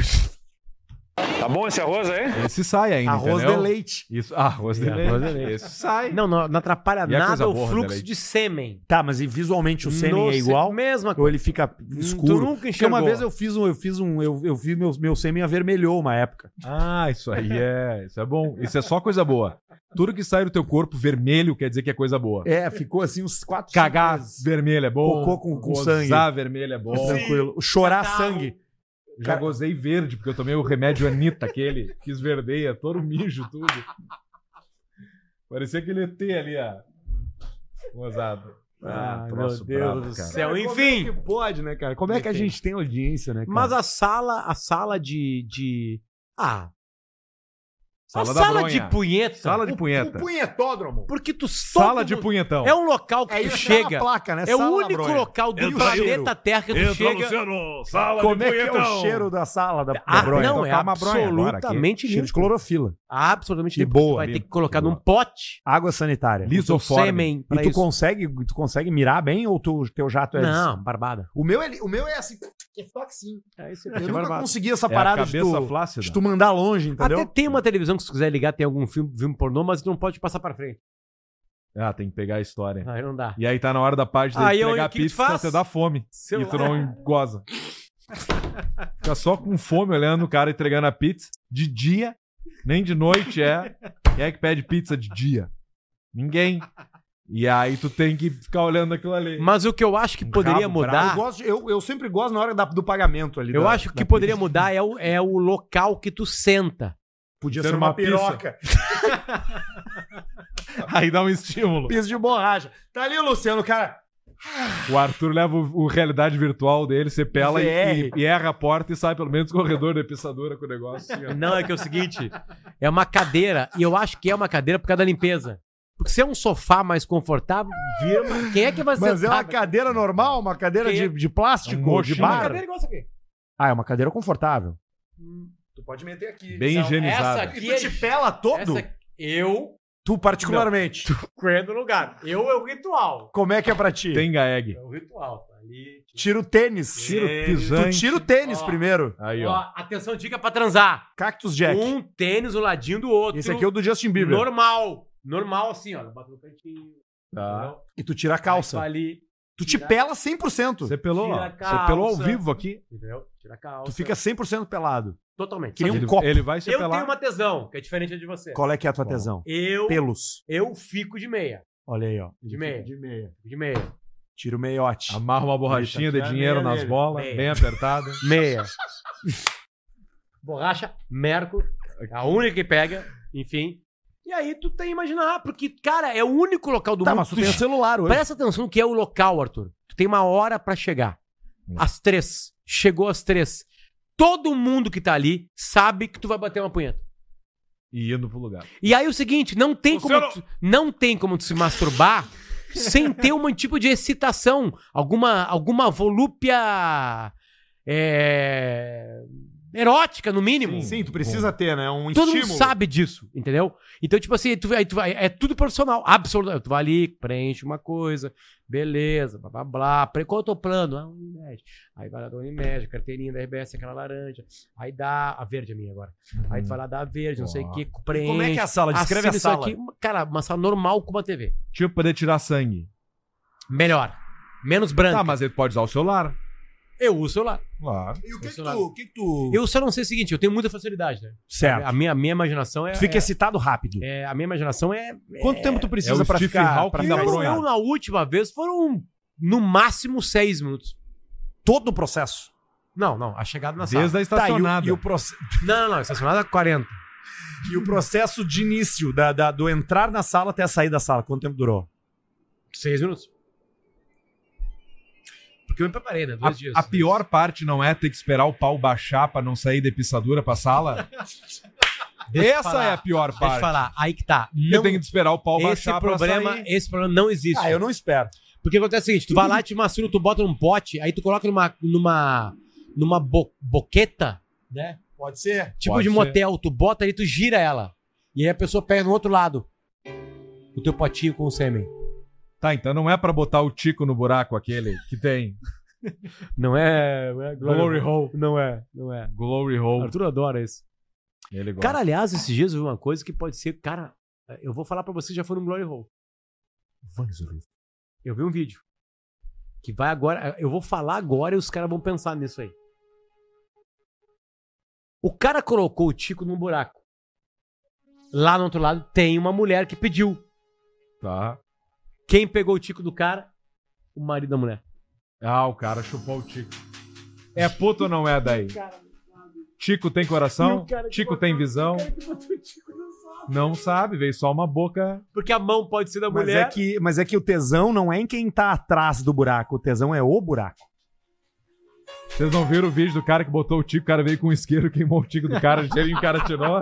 S15: Tá bom esse arroz aí?
S2: Esse sai ainda.
S3: Arroz
S2: entendeu?
S3: de leite.
S2: Isso, ah, arroz de
S3: É,
S2: leite.
S3: arroz de leite.
S2: Esse sai.
S3: Não, não, não atrapalha
S2: E a coisa
S3: nada o
S2: boa,
S3: fluxo
S2: Adelaide?
S3: de sêmen.
S1: Tá, mas e visualmente o
S3: No
S1: sêmen é
S3: se-
S1: igual?
S3: mesma Hum,
S1: Ou ele fica escuro?
S3: nunca
S1: Porque uma
S3: enxergou.
S1: vez eu fiz um, eu fiz um, eu, eu vi meu, meu sêmen avermelhou uma época.
S2: Ah, isso aí é. Isso é bom. Isso é só coisa boa. Tudo que sai do teu corpo vermelho quer dizer que é coisa boa.
S1: É, ficou assim uns quatro cinco
S2: Cagar
S1: meses.
S2: vermelho é bom.
S1: Cocô com- com
S2: gozar
S1: sangue.
S2: vermelho é bom.
S1: Sim. Tranquilo. Chorar
S2: Catarro.
S1: sangue.
S2: Já gozei verde, porque eu tomei o remédio Anitta, aquele que esverdeia, todo mijo, tudo. Parecia aquele ET ali, ó. Gozado.
S1: Ah, meu
S2: troço
S1: Deus
S2: brabo,
S1: do
S2: cara.
S3: céu.
S1: Cara,
S3: Enfim.
S1: Como é que pode, né, cara? Como é que a
S3: Enfim.
S1: gente tem audiência, né, cara?
S3: Mas a sala, a sala de. de... Ah.
S2: Sala
S3: a
S2: da
S3: sala
S2: bronha.
S3: de punheta.
S2: Sala de punheta.
S1: punhetódromo.
S3: Porque tu
S2: Sala
S3: todo
S2: de
S3: mundo-
S2: punhetão.
S3: É um local que
S2: É
S3: tu
S2: isso, tá na
S3: chega.
S2: placa, né?
S3: É o
S2: Sala da
S3: único
S2: bronha.
S3: logo do
S2: Entra,
S3: planeta
S2: Luciano.
S3: Terra que tu
S2: Entra,
S3: chega.
S2: Luciano. Sala de
S1: Como é que é o
S2: punhetão.
S1: cheiro da sala da, da
S3: Ah,
S1: bronha?
S3: não,
S1: Então
S3: é
S1: tá uma bronha agora aqui.
S3: absolutamente
S1: Cheiro
S3: limpo.
S1: de clorofila.
S3: Absolutamente
S1: Que
S3: limpo, porque tu
S1: boa,
S3: Vai ter
S1: limpo,
S3: que colocar num pote.
S1: Água sanitária.
S3: Lisoforme. Sêmen
S1: E
S3: pra
S1: tu
S3: isso.
S1: consegue, tu consegue mirar bem ou tu, teu jato é...
S3: Não, barbada.
S1: O meu, ele- o meu é assim, é facinho. Eu nunca
S3: barbado.
S1: consegui essa
S3: É a
S1: parada de,
S3: cabeça
S1: tu,
S3: flácida.
S1: de tu mandar longe, entendeu?
S3: Até tem uma televisão que se tu quiser ligar, tem algum filme, filme pornô, mas tu não pode passar pra frente.
S2: Ah, tem que pegar a história.
S3: Aí não dá.
S2: E aí tá na hora da parte de
S3: Aí eu-
S2: entregar
S3: o que que tu
S2: pizza,
S3: faz?
S2: você dá fome.
S3: Celular.
S2: E tu não goza. Fica só com fome olhando o cara entregando a pizza de dia, nem de noite é. Quem é que pede pizza de dia? Ninguém. E aí tu tem que ficar tá olhando aquilo ali.
S3: Mas o que eu acho que poderia
S2: rabo
S3: mudar.
S1: Eu, gosto de- eu- eu sempre gosto na hora da- do pagamento ali.
S3: Eu
S1: da-
S3: acho que o que
S1: da
S3: poderia
S1: pizza.
S3: mudar é o, é o local que tu senta.
S1: Podia
S2: ser
S1: ser
S2: uma
S1: uma piroca.
S2: Aí dá um estímulo.
S1: Piso de borracha. Tá ali, Luciano, cara.
S2: O Arthur leva o, o realidade virtual dele, você pela e, e- e erra a porta e sai pelo menos do corredor da pisadora com o negócio. assim, ó.
S3: Não, é que é o seguinte: é uma cadeira, e eu acho que é uma cadeira por causa da limpeza. Porque se é um sofá mais confortável, vira. uma- Quem é que vai
S1: Mas é
S3: sentar?
S1: uma cadeira normal? Uma cadeira
S3: Quem é?
S1: de, de plástico?
S2: É um
S1: de
S2: mochinho.
S1: bar?
S2: Uma cadeira
S3: igual essa aqui.
S1: Ah, é uma cadeira confortável.
S12: Tu pode meter aqui.
S2: Bem
S3: Essa
S2: higienizada.
S3: aqui
S12: E tu
S3: é-
S12: te pela
S1: todo?
S3: essa- Eu.
S1: Tu particularmente.
S3: Credo no lugar. Eu é o ritual.
S1: Como é que é pra ti?
S2: Tem gaeg.
S3: É o ritual. tá ali.
S1: Tira o tênis.
S3: Tira o
S1: Tu
S3: pisante.
S1: tira o tênis
S3: Ó.
S1: primeiro.
S2: Aí,
S3: Ó, atenção, dica pra transar.
S1: Cactus Jack.
S3: Um tênis, o ladinho do outro.
S1: Esse aqui é o do Justin Bieber.
S3: um Normal. Normal, assim, ó. Bota no cantinho.
S2: Tá.
S1: E tu tira a calça.
S3: Ali.
S1: Tu te pela 100%.
S2: Você pelou,
S3: Tira
S2: ó.
S3: a
S2: Você pelou ao
S3: calça.
S2: vivo aqui.
S3: Entendeu? Tira a calça.
S1: Tu fica 100% pelado.
S3: Totalmente.
S1: Que nem um
S2: ele,
S1: copo.
S2: ele vai se
S3: Eu
S2: pelar.
S3: tenho uma tesão, que é diferente de você.
S1: Qual é que é a tua tesão?
S3: Eu,
S1: Pelos.
S3: eu fico de meia.
S1: Olha aí, ó.
S3: De meia. Ah,
S1: De meia.
S3: De meia.
S1: Tira o meiote.
S2: Amarra uma borrachinha de
S1: Eita,
S2: dinheiro
S1: meia
S2: nas
S1: dele.
S2: bolas,
S3: Meia.
S2: bem apertada.
S3: Meia. Borracha, merco. é A única que pega, enfim. E aí tu tem que imaginar, porque, cara, é o único local do
S1: Tá,
S3: mundo.
S1: mas tu
S3: que
S1: tem o celular hoje.
S3: Presta atenção no que é o local, Arthur. Tu tem uma hora pra chegar.
S1: Hum.
S3: Às três. Chegou às três. Todo mundo que tá ali sabe que tu vai bater uma punheta.
S2: E indo pro lugar.
S3: E aí é o seguinte, não tem como tu, não tem como tu se masturbar sem ter um tipo de excitação, alguma alguma volúpia é, erótica no mínimo.
S1: Sim, tu precisa ter, né? Um
S3: Todo
S1: estímulo.
S3: mundo sabe disso, entendeu? Então, tipo assim, tu, aí tu vai, é tudo profissional, absolutamente. Tu vai ali, preenche uma coisa, beleza, blá blá blá. Pre, qual é o teu plano? Ah, Unimed. Aí vai lá da Unimed, carteirinha da RBS, aquela laranja. Aí dá a verde a minha agora. Aí tu vai lá dar a verde, não sei o que, preenche.
S1: como é que é a sala? Descreve a
S3: assina isso
S1: sala.
S3: Cara, uma sala normal com uma TV.
S2: Tipo, poder tirar sangue.
S3: Melhor. Menos branca.
S2: Tá, mas ele pode usar o celular.
S1: Tá.
S3: Eu uso o celular.
S2: Claro.
S1: E o que, que
S3: Funcionava.
S1: tu. o que que tu...
S3: Eu só não sei o seguinte, eu tenho muita facilidade, né?
S1: Certo.
S3: A minha, a minha imaginação é.
S1: Tu fica
S3: é-
S1: excitado rápido.
S3: é- a minha imaginação é.
S1: Quanto tempo tu precisa pra
S2: É Stephen
S1: ficar,
S2: Hawking
S1: pra
S2: da
S1: ficar
S3: Eu,
S1: excitado?
S3: eu, na última vez, foram no máximo seis minutos.
S1: Todo o processo.
S3: Não, não, a chegada na
S2: Desde a
S3: sala.
S1: Tá, e o-
S2: estacionada.
S1: e, o, proce-
S3: Não, não, não, estacionada 40.
S1: e o processo de início, da, da- do entrar na sala até a sair da sala, quanto tempo durou?
S3: Seis minutos. Porque eu me preparei, né? Dois dias.
S2: A pior parte não é ter que esperar o pau baixar pra não sair da pissadura pra sala?
S3: Deixa eu
S2: Essa
S3: falar,
S2: é a pior parte.
S3: Deixa eu falar, aí que tá.
S2: Você
S3: Não,
S2: tem que esperar o pau
S3: esse,
S2: baixar pra
S3: problema,
S2: sair.
S3: esse problema não existe.
S1: Ah, eu não espero.
S3: Porque acontece o seguinte, tu vai lá, te masturba, tu bota num pote, aí tu coloca numa numa numa bo- boqueta, né?
S1: Pode ser?
S3: Tipo
S2: Pode
S3: de
S2: ser.
S3: motel, tu bota ali, tu gira ela. E aí a pessoa pega no outro lado o teu potinho com o sêmen.
S2: Tá, então não é pra botar o tico no buraco aquele que tem.
S3: Não é, não é
S2: Glory Hole.
S3: Não é, não é.
S2: Glory Hole.
S3: Arthur adora isso.
S2: Ele gosta.
S3: Cara, aliás, esses dias eu vi uma coisa que pode ser. Cara, eu vou falar pra vocês já foi no Glory Hole. Eu vi um vídeo. Que vai agora. Eu vou falar agora e os caras vão pensar nisso aí. O cara colocou o Tico num buraco. Lá no outro lado tem uma mulher que pediu.
S2: Tá.
S3: Quem pegou o Tico do cara? O marido da mulher.
S2: Ah, o cara chupou o Tico. É puto ou não é daí? Tico tem coração, Tico tem visão. Não sabe, veio só uma boca.
S3: Porque a mão pode ser da
S1: Mas
S3: mulher.
S1: é, que, mas é que o tesão não é em quem tá atrás do buraco. O tesão é o buraco.
S2: Vocês não viram o vídeo do cara que botou o tico, o cara veio com um isqueiro, queimou o tico do cara, o cheirinho que o cara tirou.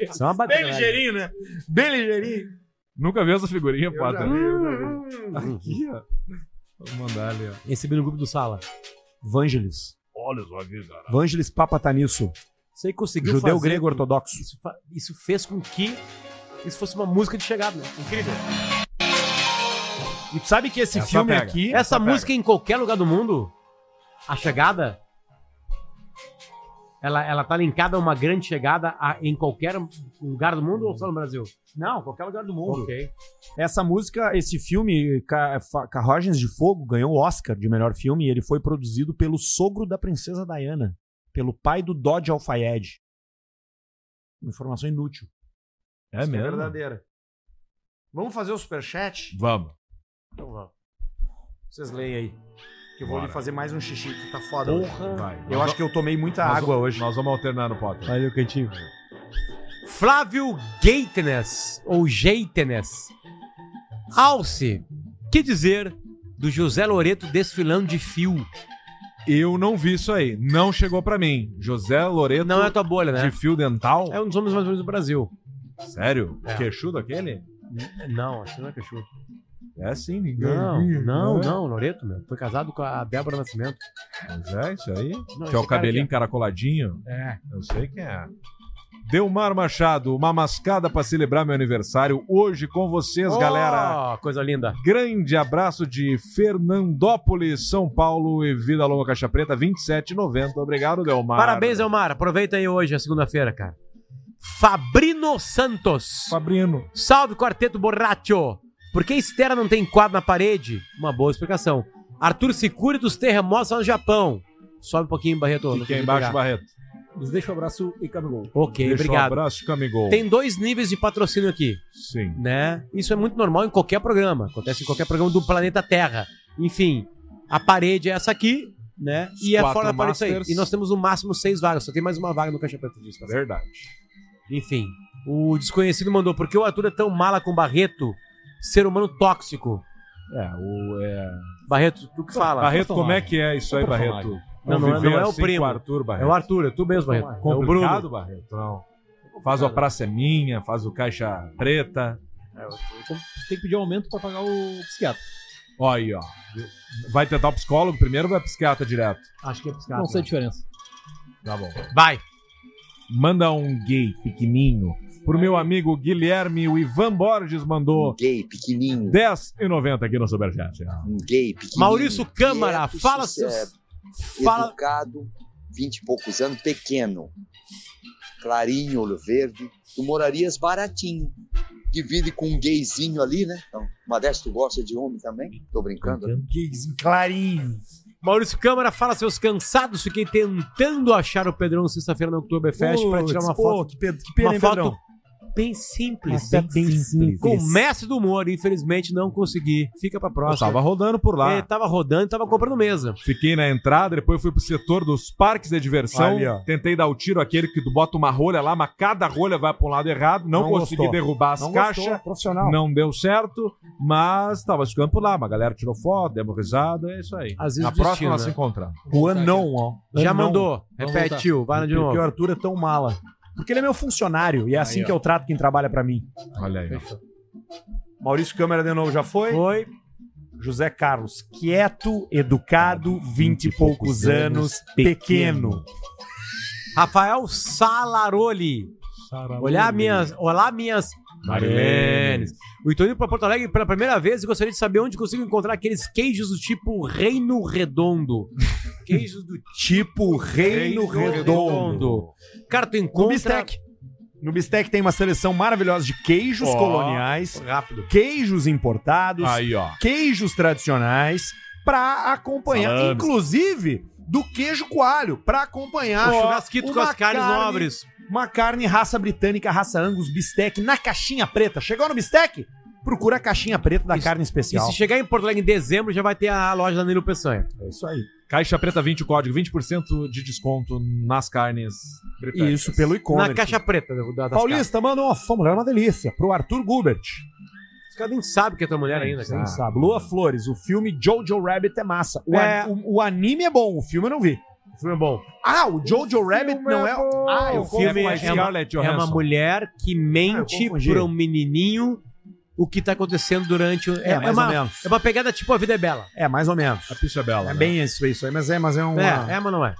S1: Isso é uma
S2: Bem
S1: batalha.
S2: ligeirinho,
S1: né? Bem ligeirinho.
S2: Nunca viu essa figurinha, Pato?
S1: já vi,
S2: Aqui, ó. Vou mandar ali, ó.
S3: Recebi no grupo do Sala.
S1: Vangelis.
S2: Olha só aqui, cara.
S1: Vangelis Papatanisso.
S3: Sei conseguiu
S1: Judeu
S3: fazer
S1: grego
S3: com-
S1: ortodoxo.
S3: Isso, fa- isso fez com que isso fosse uma música de chegada, né? Incrível.
S1: E tu sabe que esse filme aqui.
S3: Essa,
S1: É, pega.
S3: música em qualquer lugar do mundo, a chegada, ela, ela tá linkada a uma grande chegada a- em qualquer lugar do mundo ou só no Brasil?
S1: Não, qualquer lugar do mundo.
S3: Ok.
S1: Essa música, esse filme, Ca- Fa- Carruagens de Fogo, ganhou o Oscar de melhor filme e ele foi produzido pelo sogro da princesa Diana, pelo pai do Dodge Alfayed. Informação inútil.
S2: É
S1: Isso
S2: mesmo?
S1: É verdadeira. Vamos fazer o superchat?
S2: Vamos.
S1: Então vamos. Vocês leem aí. Que eu vou
S2: Bora.
S1: lhe fazer mais um xixi que tá foda.
S3: Porra.
S1: hoje.
S2: Vai.
S1: Eu
S2: Nós
S1: acho que eu tomei muita
S2: Nós
S1: água
S2: vamos-
S1: hoje.
S2: Nós vamos alternar no Potter.
S3: Olha o cantinho. Flávio Geitenes, ou Geitenes. Alce, que dizer do José Loreto desfilando de fio?
S2: Eu não vi isso aí. Não chegou pra mim. José Loreto.
S3: Não é tua bolha, né?
S2: De fio dental?
S3: É um dos homens mais bonitos do Brasil.
S2: Sério?
S3: É.
S2: Queixudo aquele?
S3: N- Não, acho que não é cachorro.
S2: É sim, ninguém.
S3: Não, não,
S2: é?
S3: não, Loreto, meu. Foi casado com a Débora Nascimento.
S2: Mas é isso aí. que
S3: esse
S2: é
S3: cara
S2: o
S3: aqui,
S2: cabelinho
S3: ó.
S2: caracoladinho.
S3: É.
S2: Eu sei quem é. Delmar Machado, uma mascada pra celebrar meu aniversário hoje com vocês,
S3: Oh,
S2: galera.
S3: Coisa linda.
S2: Grande abraço de Fernandópolis, São Paulo e Vida Longa Caixa Preta, 27,90. Obrigado, Delmar.
S3: Parabéns, Elmar. Aproveita aí hoje, a segunda-feira, cara. Fabrino Santos.
S2: Fabrino.
S3: Salve, Quarteto Borracho. Por que Estera não tem quadro na parede? Uma boa explicação. Arthur se cure dos terremotos lá no Japão. Sobe um pouquinho, Barreto. não
S2: Fique aí
S3: consegui
S2: embaixo,
S3: pegar.
S2: Barreto.
S8: Eles deixam o abraço e cabelo.
S3: Ok,
S2: Deixa um
S3: obrigado.
S2: abraço, Camigol.
S3: Tem dois níveis de patrocínio aqui.
S2: Sim.
S3: né? Isso é muito normal em qualquer programa. Acontece em qualquer programa do planeta Terra. Enfim, a parede é essa aqui, né? E é
S2: Quatro
S3: fora da parede isso aí.
S2: Masters.
S3: E nós temos no máximo seis vagas. Só tem mais uma vaga no Caixa Preta disso. tá certo?
S2: Verdade.
S3: Enfim, o desconhecido mandou: Por que o Arthur é tão mala com Barreto? Ser humano tóxico.
S2: É, o. É...
S3: Barreto, tu que fala.
S2: Barreto, como é que é isso aí,
S3: Personagem.
S2: Barreto?
S3: Não, não, é-
S2: Conviver
S3: não é o
S2: assim
S3: primo.
S2: com o Arthur Barreto.
S3: É o Arthur, é tu mesmo, Barreto. É o Bruno.
S2: Complicado, Barreto. Não. Faz a praça é minha, faz o caixa preta.
S8: Tem que pedir um aumento pra pagar o psiquiatra.
S2: Ó aí, ó. Vai tentar o psicólogo primeiro ou vai psiquiatra direto?
S3: Acho que é piscado.
S8: Não sei a diferença.
S2: Tá bom.
S3: Vai.
S2: Manda um gay pequenininho pro meu amigo Guilherme. O Ivan Borges mandou.
S10: Gay pequenininho.
S2: 10,90 aqui no Superchat.
S10: Um Gay pequenininho.
S2: Maurício Câmara,
S10: quieto,
S2: fala
S10: sossego,
S2: seus- fala-
S10: Educado, 20 e poucos anos, pequeno. Clarinho, olho verde. Tu morarias baratinho. Divide com um gayzinho ali, né? Então, Modesto gosta de homem também. Tô brincando. né?
S1: Clarinho.
S3: Maurício Câmara, fala seus cansados. Fiquei tentando achar o Pedrão sexta-feira na Oktoberfest pra tirar uma
S1: Putz, pô,
S3: foto.
S1: que pe- que pena,
S3: uma
S1: hein,
S3: foto
S1: Pedrão?
S3: bem simples,
S1: Até
S3: bem,
S1: bem
S3: simples.
S1: simples.
S3: Com o mestre do humor, infelizmente não consegui. Fica pra
S2: Eu
S3: próxima.
S2: tava rodando por lá.
S3: Ele tava rodando e tava comprando mesa.
S2: Fiquei na entrada, depois fui pro setor dos parques de diversão.
S1: Ali, ó.
S2: Tentei dar o tiro aquele que tu bota uma rolha lá, mas cada rolha vai pra um lado errado. Não,
S1: Não
S2: consegui
S1: gostou.
S2: derrubar as
S1: Não
S2: caixas.
S1: gostou, profissional.
S2: Não deu certo, mas tava ficando por lá. Mas a galera tirou foto, demos risada, é isso aí.
S3: Às vezes
S2: na
S3: o
S2: próxima
S3: destino,
S2: nós
S3: né?
S2: se encontramos.
S1: O Anon, ó.
S3: Já
S1: Anon.
S3: mandou. Repetiu, vai de novo.
S1: Porque o Arthur é tão mala. Porque ele é meu funcionário e é assim
S3: Aí, ó.
S1: que eu trato quem trabalha pra mim.
S2: Olha aí.
S1: Maurício Câmara de novo já foi?
S3: Foi.
S1: José Carlos, quieto, educado, vinte e poucos anos, pequeno.
S3: Rafael Salaroli. Olhar minhas. Olá, minhas.
S2: Marilenes.
S3: Marilenes. É, O Itonino para Porto Alegre pela primeira vez e gostaria de saber onde consigo encontrar aqueles queijos do tipo Reino Redondo. queijos do
S1: Tipo
S3: Reino
S1: Reino, Redondo.
S3: Redondo. Cara, tu encontra...
S1: No Bistec. No Bistec tem uma seleção maravilhosa de queijos
S2: Ó,
S1: coloniais, queijos importados,
S2: Aí, ó.
S1: queijos tradicionais, pra acompanhar,
S2: Salames.
S1: inclusive, do queijo coalho, pra acompanhar
S3: O
S1: Ah, ó,
S3: churrasquito com
S1: uma
S3: as carnes
S1: carne-
S3: nobres.
S1: Uma carne raça britânica, raça Angus, Bistec, na caixinha preta. Chegou no Bistec? Procura a caixinha preta da carne
S3: E
S1: especial.
S3: se chegar em Porto Alegre em dezembro, já vai ter a loja da Nilo Peçanha.
S1: É isso aí.
S2: Caixa Preta 20, o código 20% de desconto nas carnes britânicas.
S1: Isso, pelo e-commerce.
S3: Na caixa preta da, da das carnes.
S1: Paulista, manda uma sua mulher é uma delícia. Pro Arthur Gubert.
S3: Os caras nem sabem que é tua mulher ainda,
S1: Quem
S3: cara.
S1: sabe? Lua Flores, o filme Jojo Rabbit é massa. O,
S3: É.
S1: an- o- o anime é bom, o filme eu não vi.
S3: O filme é bom.
S1: Ah, o Jojo Rabbit não é. Ah, eu
S3: O filme é, uma, é uma mulher que mente
S1: confundi.
S3: para um menininho o que tá acontecendo durante... o-
S1: É, mais
S3: uma,
S1: ou menos.
S3: É uma pegada tipo A Vida é Bela.
S1: É, mais ou menos.
S2: A pista é bela.
S1: É bem isso, isso aí, mas é, mas é um.
S3: né? É, é, mas não é.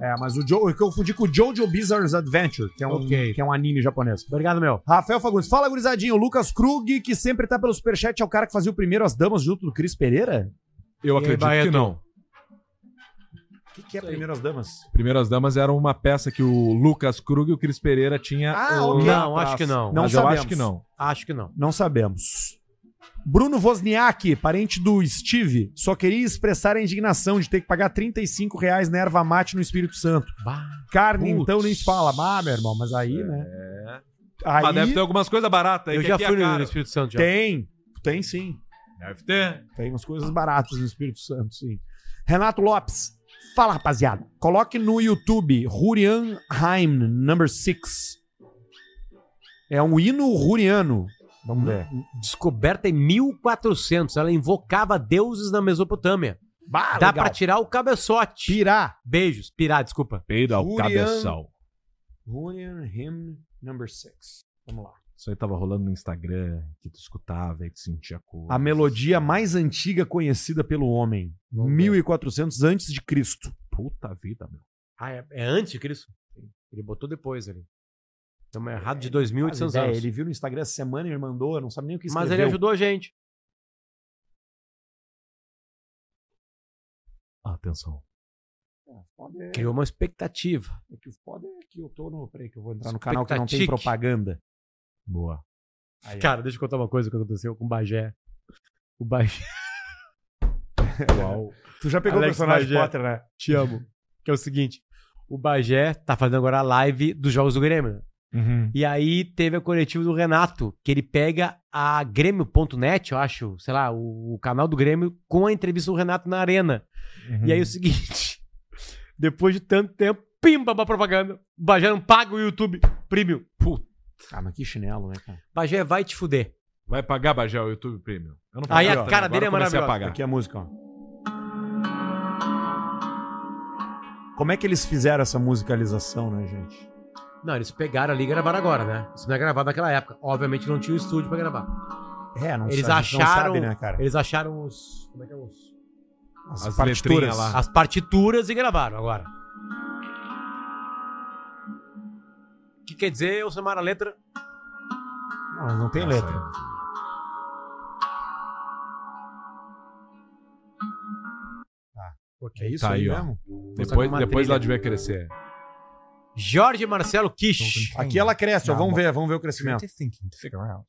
S1: É, mas o Joe, eu confundi com o Jojo Bizarre's Adventure, que é, um,
S3: Ok.
S1: que é um anime japonês.
S3: Obrigado, meu.
S1: Rafael Fagundes. Fala, gurizadinho. Lucas Krug, que sempre tá pelo superchat, é o cara que fazia o primeiro As Damas junto do Cris Pereira?
S2: Eu acredito que não.
S1: O que, que é primeiro As Damas?
S2: Primeiras Damas era uma peça que o Lucas Krug e o Cris Pereira tinha.
S1: Ah,
S2: lá
S1: ok.
S3: É, Não,
S2: atrás.
S3: acho que não.
S2: Mas eu
S1: sabemos.
S2: acho que não.
S3: Acho que não.
S1: Não sabemos. Bruno Wozniak, parente do Steve, só queria expressar a indignação de ter que pagar R$ 35 reais na erva mate no Espírito Santo. Carne,
S2: Putz.
S1: então, nem se fala. Ah, meu irmão, mas aí, né?
S2: É.
S1: Aí
S2: Mas deve ter algumas coisas baratas aí.
S3: Eu
S2: que
S3: já
S2: aqui é
S3: fui no
S2: caro.
S3: Espírito Santo já.
S1: tem, tem sim.
S2: Deve ter.
S1: Tem umas coisas baratas no Espírito Santo, sim. Renato Lopes, fala, rapaziada. Coloque no YouTube Rurian Heim, number 6. É um hino ruriano. Vamos ver.
S3: Descoberta em 1400. Ela invocava deuses na Mesopotâmia.
S1: Bah,
S3: Dá
S1: Ah, legal.
S3: pra tirar o cabeçote.
S1: Pirar.
S3: Beijos. Pirar, desculpa.
S2: Peida o
S1: Julian-
S2: cabeção.
S1: Rurian Hymn number 6. Vamos lá.
S2: Isso aí tava rolando no Instagram, que tu escutava e tu sentia cor.
S1: A melodia mais antiga conhecida pelo homem. 1400 antes de Cristo.
S2: Puta vida, meu.
S3: Ah, é, é antes de Cristo? Ele botou depois ali. Estamos errado de 2.800
S1: Faz ideia,
S3: anos.
S1: Ele viu no Instagram essa semana e me mandou, eu não sabe nem o que
S3: Mas
S1: escreveu.
S3: ele ajudou a gente.
S2: Atenção.
S3: Criou uma expectativa.
S1: É que o foda é que eu tô no. Peraí, que eu vou entrar no canal que não tem propaganda.
S2: Boa.
S1: Aí, ó.
S3: Cara, deixa eu contar uma coisa que aconteceu com o Bagé. O Bagé.
S2: Uau.
S1: Tu já pegou
S3: Alex
S1: o personagem
S3: Bagé.
S1: Potter, né?
S3: Te amo. Que é o seguinte: o Bagé tá fazendo agora a live dos Jogos do Grêmio. né?
S1: Uhum,
S3: E aí teve a coletiva do Renato, que ele pega a Grêmio.net, eu acho, sei lá, o, o canal do Grêmio, com a entrevista do Renato na Arena.
S1: uhum.
S3: E aí é
S1: Hum.
S3: o seguinte: depois de tanto tempo, pimba pra propaganda. O Bagé não paga o YouTube Premium. Puta.
S1: Ah, mas que chinelo, né, cara?
S3: Bagé vai te fuder.
S2: Vai pagar, Bagé, o YouTube Premium. Eu não
S3: Aí
S2: paguei,
S3: a
S2: ó.
S3: cara
S2: Agora
S3: dele é
S2: eu comecei a
S3: maravilhosa.
S2: pagar.
S1: Aqui a música, ó. Como é que eles fizeram essa musicalização, né, gente?
S3: Não, eles pegaram ali e gravaram agora, né? Isso não é gravado naquela época. Obviamente não tinha o estúdio pra gravar.
S1: É, não
S3: eles
S1: sabe- não
S3: acharam.
S1: sabe, né, cara?
S3: Eles acharam os. Como é que é os.
S1: As,
S2: As
S1: partituras
S2: letrinhas lá.
S3: As partituras e gravaram agora. O que quer dizer, Samara, a letra?
S1: Não, mas não tem
S2: Essa
S1: é letra.
S3: Ok.
S1: É isso
S2: Tá
S1: aí,
S2: aí, ó.
S1: mesmo?
S2: Depois,
S3: uma
S2: depois
S3: trilha.
S2: ela devia crescer.
S3: Jorge Marcelo Kish. é
S1: Aqui ela cresce, ó. Vamos ver, vamos ver o crescimento.
S13: creative thinking to figure out.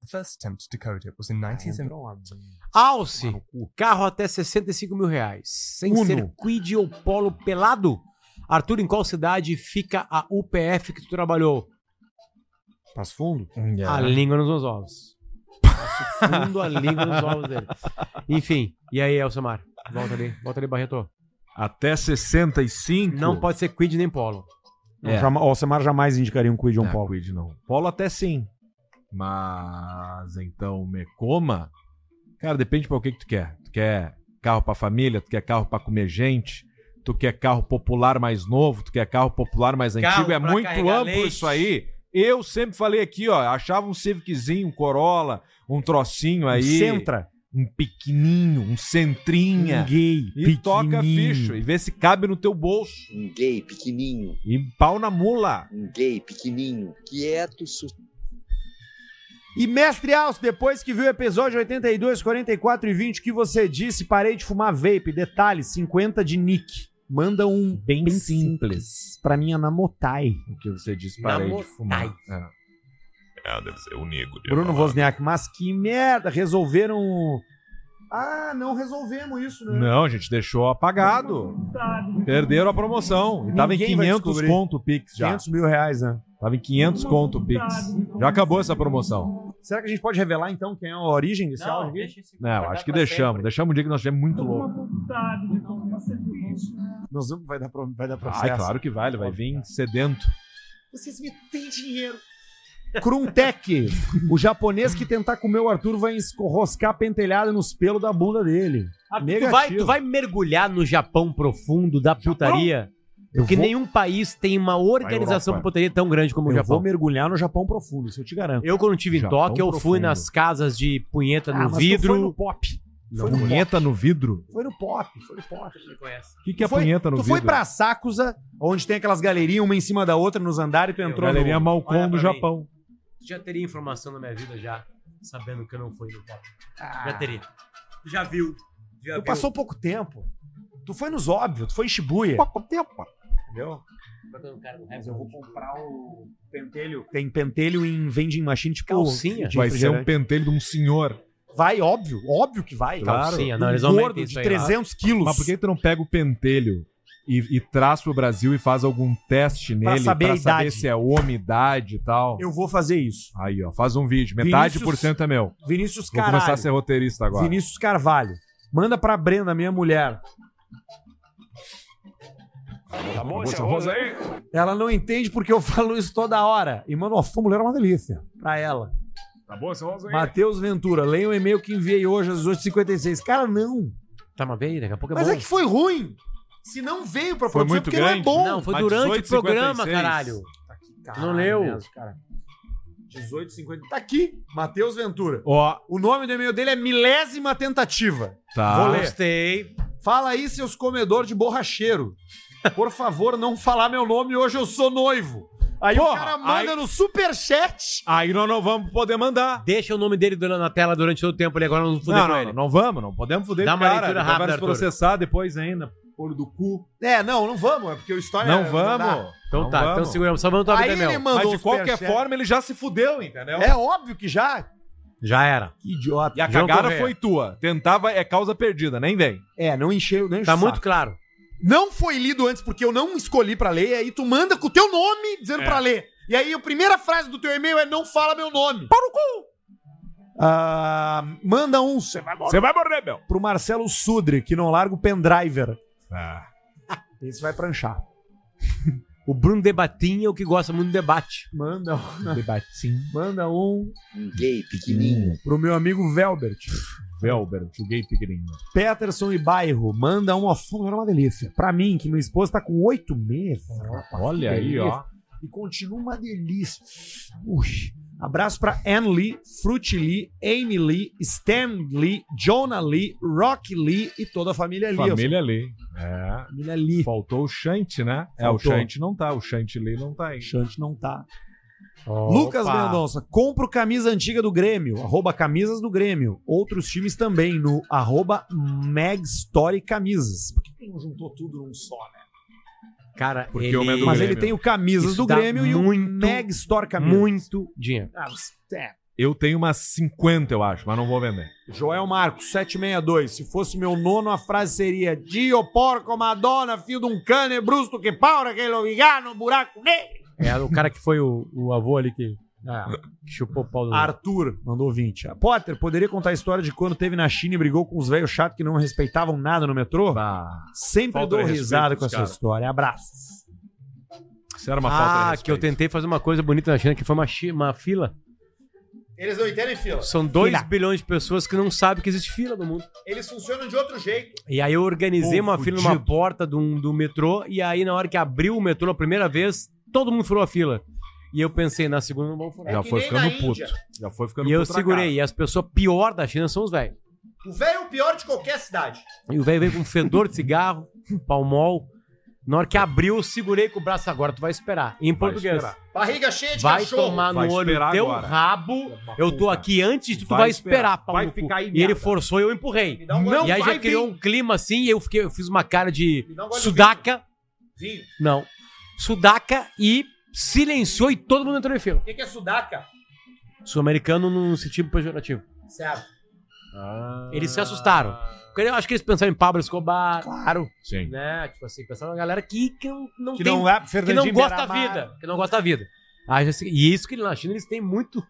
S13: The first attempt to code it was
S1: Ah,
S13: in 1970.
S3: Alce. Carro até 65 mil reais. Sem
S1: Uno.
S3: ser quid ou polo pelado. Arthur, em qual cidade fica a UPF que tu trabalhou?
S1: Passo fundo?
S3: A
S1: né?
S3: língua nos meus ovos. Passo É. fundo a língua nos ovos dele. Enfim, e aí, Elcemar? Volta ali, volta ali, Barreto.
S2: Até 65.
S3: Não pode ser quid nem polo.
S1: Não, jama- ó, o Samara jamais indicaria um Quid e um Paulo.
S2: Quid não. Polo até sim. Mas então, Mecoma. Cara, depende pra o que, que tu quer. Tu quer carro pra família, tu quer carro pra comer gente, tu quer carro popular mais novo, tu quer carro popular mais
S3: Carro
S2: antigo. É
S3: pra
S2: muito
S3: carregar
S2: amplo
S3: leite.
S2: isso aí. Eu sempre falei aqui, ó. Achava um Civiczinho, um Corolla, um trocinho aí.
S1: Centra.
S2: Um pequenininho, um centrinha.
S1: Um gay.
S2: E toca
S1: pequenininho.
S2: ficho e vê se cabe no teu bolso.
S10: Um gay pequenininho,
S2: E pau na mula.
S10: um gay pequenininho, quieto, su-
S1: E mestre Alce, depois que viu o episódio 82, 44 e 20, que você disse, parei de fumar vape. Detalhe, 50 de nick. Manda um bem, simples. pra é minha namotai.
S2: O que você disse, parei de fumar. É.
S14: É, deve ser o Nico. de
S1: Bruno
S14: falar.
S1: Wozniak, mas que merda, resolveram... Ah, não resolvemos isso, né?
S2: Não, gente, deixou apagado. Perderam a promoção. E tava em
S1: Ninguém vai
S2: 500
S1: descobrir.
S2: conto o Pix já.
S1: 500 mil reais, né?
S2: Tava em 500 conto o Pix. Já acabou essa promoção.
S1: Será que a gente pode revelar, então, quem é a origem desse áudio aqui?
S2: Não, acho que deixamos. Deixamos um dia que nós tivemos muito louco.
S1: Nós vamos, vai dar, pro- vai dar processo.
S2: Ah, claro que vai. Ele vai vir sedento.
S1: Vocês me têm dinheiro. Kruntek, o japonês que tentar comer o Arthur vai enroscar pentelhado nos pelos da bunda dele.
S3: Tu vai, tu vai mergulhar no Japão profundo da putaria? Porque
S1: vou-
S3: nenhum país tem uma organização
S1: Europa.
S3: de putaria tão grande como
S1: Eu
S3: o Japão.
S1: vou mergulhar no Japão profundo, isso eu te garanto.
S3: Eu, quando estive em
S1: Japão
S3: Tóquio, eu fui
S1: profundo.
S3: nas casas de punheta
S1: Ah,
S3: no
S1: mas tu
S3: vidro.
S1: Foi no pop. Foi no pop.
S2: Punheta no vidro?
S1: Foi no pop, foi no pop.
S2: O que, que é
S1: Foi-
S2: punheta no
S1: tu
S2: vidro?
S1: foi pra Sakusa, onde tem aquelas galerias uma em cima da outra nos andares, e tu entrou
S2: Galeria
S1: no...
S2: Malcom
S1: Olha
S2: do
S1: pra mim.
S2: Japão.
S3: Já teria informação na minha vida já, sabendo que eu não fui no pop.
S1: Ah.
S3: Já teria. Já viu. Já
S1: Tu
S3: viu.
S1: passou pouco tempo. Tu foi nos óbvios, tu foi em Shibuya.
S2: Pouco tempo.
S1: Entendeu?
S3: Mas eu vou comprar o pentelho.
S1: Tem pentelho em vending machine, tipo...
S3: Calcinha.
S1: de
S2: Vai ser um
S1: refrigerante.
S2: pentelho de um senhor.
S1: Vai, óbvio. Óbvio que vai.
S2: Calcinha,
S1: Um
S2: não, eles aumentam
S1: gordo
S2: isso
S1: de
S2: aí.
S1: 300 quilos.
S2: Mas por que tu não pega o pentelho e, e traz pro Brasil e faz algum teste nele
S1: saber a idade.
S2: se é homem, idade e tal?
S1: Eu vou fazer isso.
S2: Aí, ó, faz um vídeo. Metade
S1: Vinícius-
S2: por cento é meu.
S1: Vinícius
S2: Vou começar a
S1: Carvalho.
S2: ser roteirista agora.
S1: Vinícius Carvalho. Manda pra Brenda, minha mulher.
S2: Tá bom
S3: é
S1: esse arroz Ela não entende porque eu falo isso toda hora. E, mano, a sua mulher é uma delícia. Pra ela.
S2: Tá bom
S1: é um
S2: esse arroz
S1: Matheus Ventura, leia o e-mail que enviei hoje às 8h56. Cara, não.
S3: Tá, mas bem, daqui a pouco é
S1: Mas
S3: bom.
S1: é que foi ruim. Se não veio pra
S3: Foi
S1: produção,
S3: muito
S1: porque não é
S3: grande.
S1: bom.
S3: Não, foi durante o programa, caralho.
S1: Tá Caralho
S3: não leu.
S1: mesmo, cara. 18,50. Tá aqui, Matheus Ventura.
S2: Ó.
S1: O nome do e-mail dele é Milésima Tentativa.
S2: Tá.
S1: Vou ler.
S3: Gostei.
S1: Fala aí, seus comedor de borracheiro. Por favor, não falar meu nome, hoje eu sou noivo. Aí o
S2: Porra,
S1: cara manda
S2: aí-
S1: no superchat.
S2: Aí nós não vamos poder mandar.
S3: Deixa o nome dele na tela durante todo o tempo ali, agora não vamos foder
S2: Não,
S3: com
S2: não,
S3: ele.
S2: não, não vamos, não podemos foder
S3: Dá
S2: o
S3: uma
S2: cara.
S3: leitura
S2: ele vai
S3: rápida,
S2: nos
S3: Arthur.
S2: processar depois ainda, olho do cu.
S1: É, não, não vamos, é porque o história
S2: Não
S1: dá.
S2: vamos.
S3: Então
S2: Não
S3: tá, então
S2: vamos.
S3: seguramos. Só vamos tua
S1: Aí
S3: vida,
S1: ele é
S3: meu.
S1: mandou
S2: Mas de
S1: os
S2: qualquer
S1: superchat.
S2: forma ele já se fudeu, entendeu?
S1: É óbvio que já.
S3: Já era.
S1: Que idiota.
S2: E a
S3: João
S2: cagada
S3: Correia.
S2: foi tua. Tentava é causa perdida, nem vem.
S1: É, não encheu, nem
S3: Tá muito claro.
S1: Não foi lido antes porque eu não escolhi pra ler, aí tu manda com o teu nome dizendo
S2: É.
S1: pra ler. E aí a primeira frase do teu e-mail é não fala meu nome. Para o cu. manda um Você vai
S2: Você vai morrer, meu.
S1: pro Marcelo Sudre, que não larga o pendriver.
S2: É.
S1: Esse vai pranchar.
S3: O Bruno Debatinha é o que gosta muito de debate.
S1: Manda um.
S2: Debatinho.
S1: Manda um.
S10: Um gay pequenininho.
S1: Pro meu amigo Velbert.
S2: Velber, joguei pequenininho.
S1: Peterson e Bairro, manda uma fuga, era uma delícia. Pra mim, que minha esposa tá com oito meses. rapaz,
S2: Olha
S1: que
S2: aí,
S1: delícia.
S2: ó.
S1: E continua uma delícia. Ui. Abraço pra Ann Lee, Fruit Lee, Amy Lee, Stan Lee, Jonah Lee, Rock Lee e toda a família Lee.
S2: Família Lee. É.
S1: Família Lee.
S2: Faltou o Shant, né? É,
S1: Faltou.
S2: o Shant não tá. O Shant Lee não tá aí.
S1: Chante não tá. Lucas Mendonça, compro camisa antiga do Grêmio, arroba camisas do Grêmio. Outros times também no arroba Magstory Camisas. Por que que não juntou tudo num só, né?
S3: Cara,
S2: Porque o meu é do
S1: Mas
S2: Grêmio.
S1: ele tem o camisas
S3: Isso
S1: do
S3: dá
S1: Grêmio e o
S3: muito,
S1: Mag Store Camisas.
S3: muito dinheiro.
S1: Ah, mas- é.
S2: Eu tenho umas 50, eu acho, mas não vou vender.
S1: Joel Marcos, 762. Se fosse meu nono, a frase seria Dio porco madonna, filho de um cane, brusto que paura, que lo no buraco negro.
S3: É o cara que foi o, o avô ali que,
S2: É.
S3: que chupou o pau do.
S1: Arthur mandou 20. Potter, poderia contar a história de quando teve na China e brigou com os velhos chatos que não respeitavam nada no metrô? Sempre
S2: Falta
S1: dou
S2: de respeito
S1: risada
S2: dos
S1: com essa
S2: caras.
S1: história. Abraços.
S2: Isso era uma falta de
S3: Ah, que eu tentei fazer uma coisa bonita na China que foi uma, chi- uma fila.
S1: Eles não entendem fila.
S3: São 2
S1: Fila.
S3: bilhões de pessoas que não sabem que existe fila no mundo.
S1: Eles funcionam de outro jeito.
S3: E aí eu organizei
S2: Pô,
S3: uma fila numa
S2: fudido.
S3: porta de um- do, metrô, e aí na hora que abriu o metrô a primeira vez, todo mundo furou a fila. E eu pensei, na segunda não vão furar.
S2: Já
S1: É que
S2: foi
S1: nem na
S2: ficando puto.
S1: Índia.
S2: Já foi ficando
S3: E eu
S2: puto na
S3: segurei.
S2: cara.
S3: E as pessoas pior da China são os velhos.
S1: O velho é o pior de qualquer cidade.
S3: um E o velho veio com fedor de cigarro, palmol. Na hora que abriu, eu segurei com o braço agora, tu vai esperar. Em português.
S1: esperar. Barriga cheia de
S3: vai
S1: cachorro. É
S3: tomar no
S1: Vai
S3: olho
S1: esperar
S3: teu
S1: agora.
S3: rabo. Eu tô aqui antes, tu vai,
S1: Vai
S3: esperar,
S1: esperar.
S3: pau
S1: Vai
S3: no cu.
S1: ficar aí,
S3: E ele
S1: merda.
S3: forçou e eu empurrei.
S1: um gole-
S3: e aí
S1: Não
S3: já
S1: vai
S3: criou
S1: vir.
S3: um clima assim, e eu, fiquei, eu fiz uma cara de
S1: dá um gole de
S3: sudaca.
S1: Vinho.
S3: Não. Sudaca e silenciou e todo mundo entrou em fila.
S1: O que, que é sudaca?
S3: Sul-americano num sentido pejorativo. Ah.
S1: Certo.
S3: Eles se assustaram. Porque Eu acho que eles pensaram em Pablo Escobar.
S1: Claro.
S2: Sim.
S3: Né? Tipo assim, pensaram na galera que, que não, não
S1: Que
S3: tem-
S1: não é
S3: que não
S1: Fernandinho
S3: gosta da
S1: Beiramar.
S3: vida. Que não gosta da vida. Aí já se- e isso que na China eles têm muito.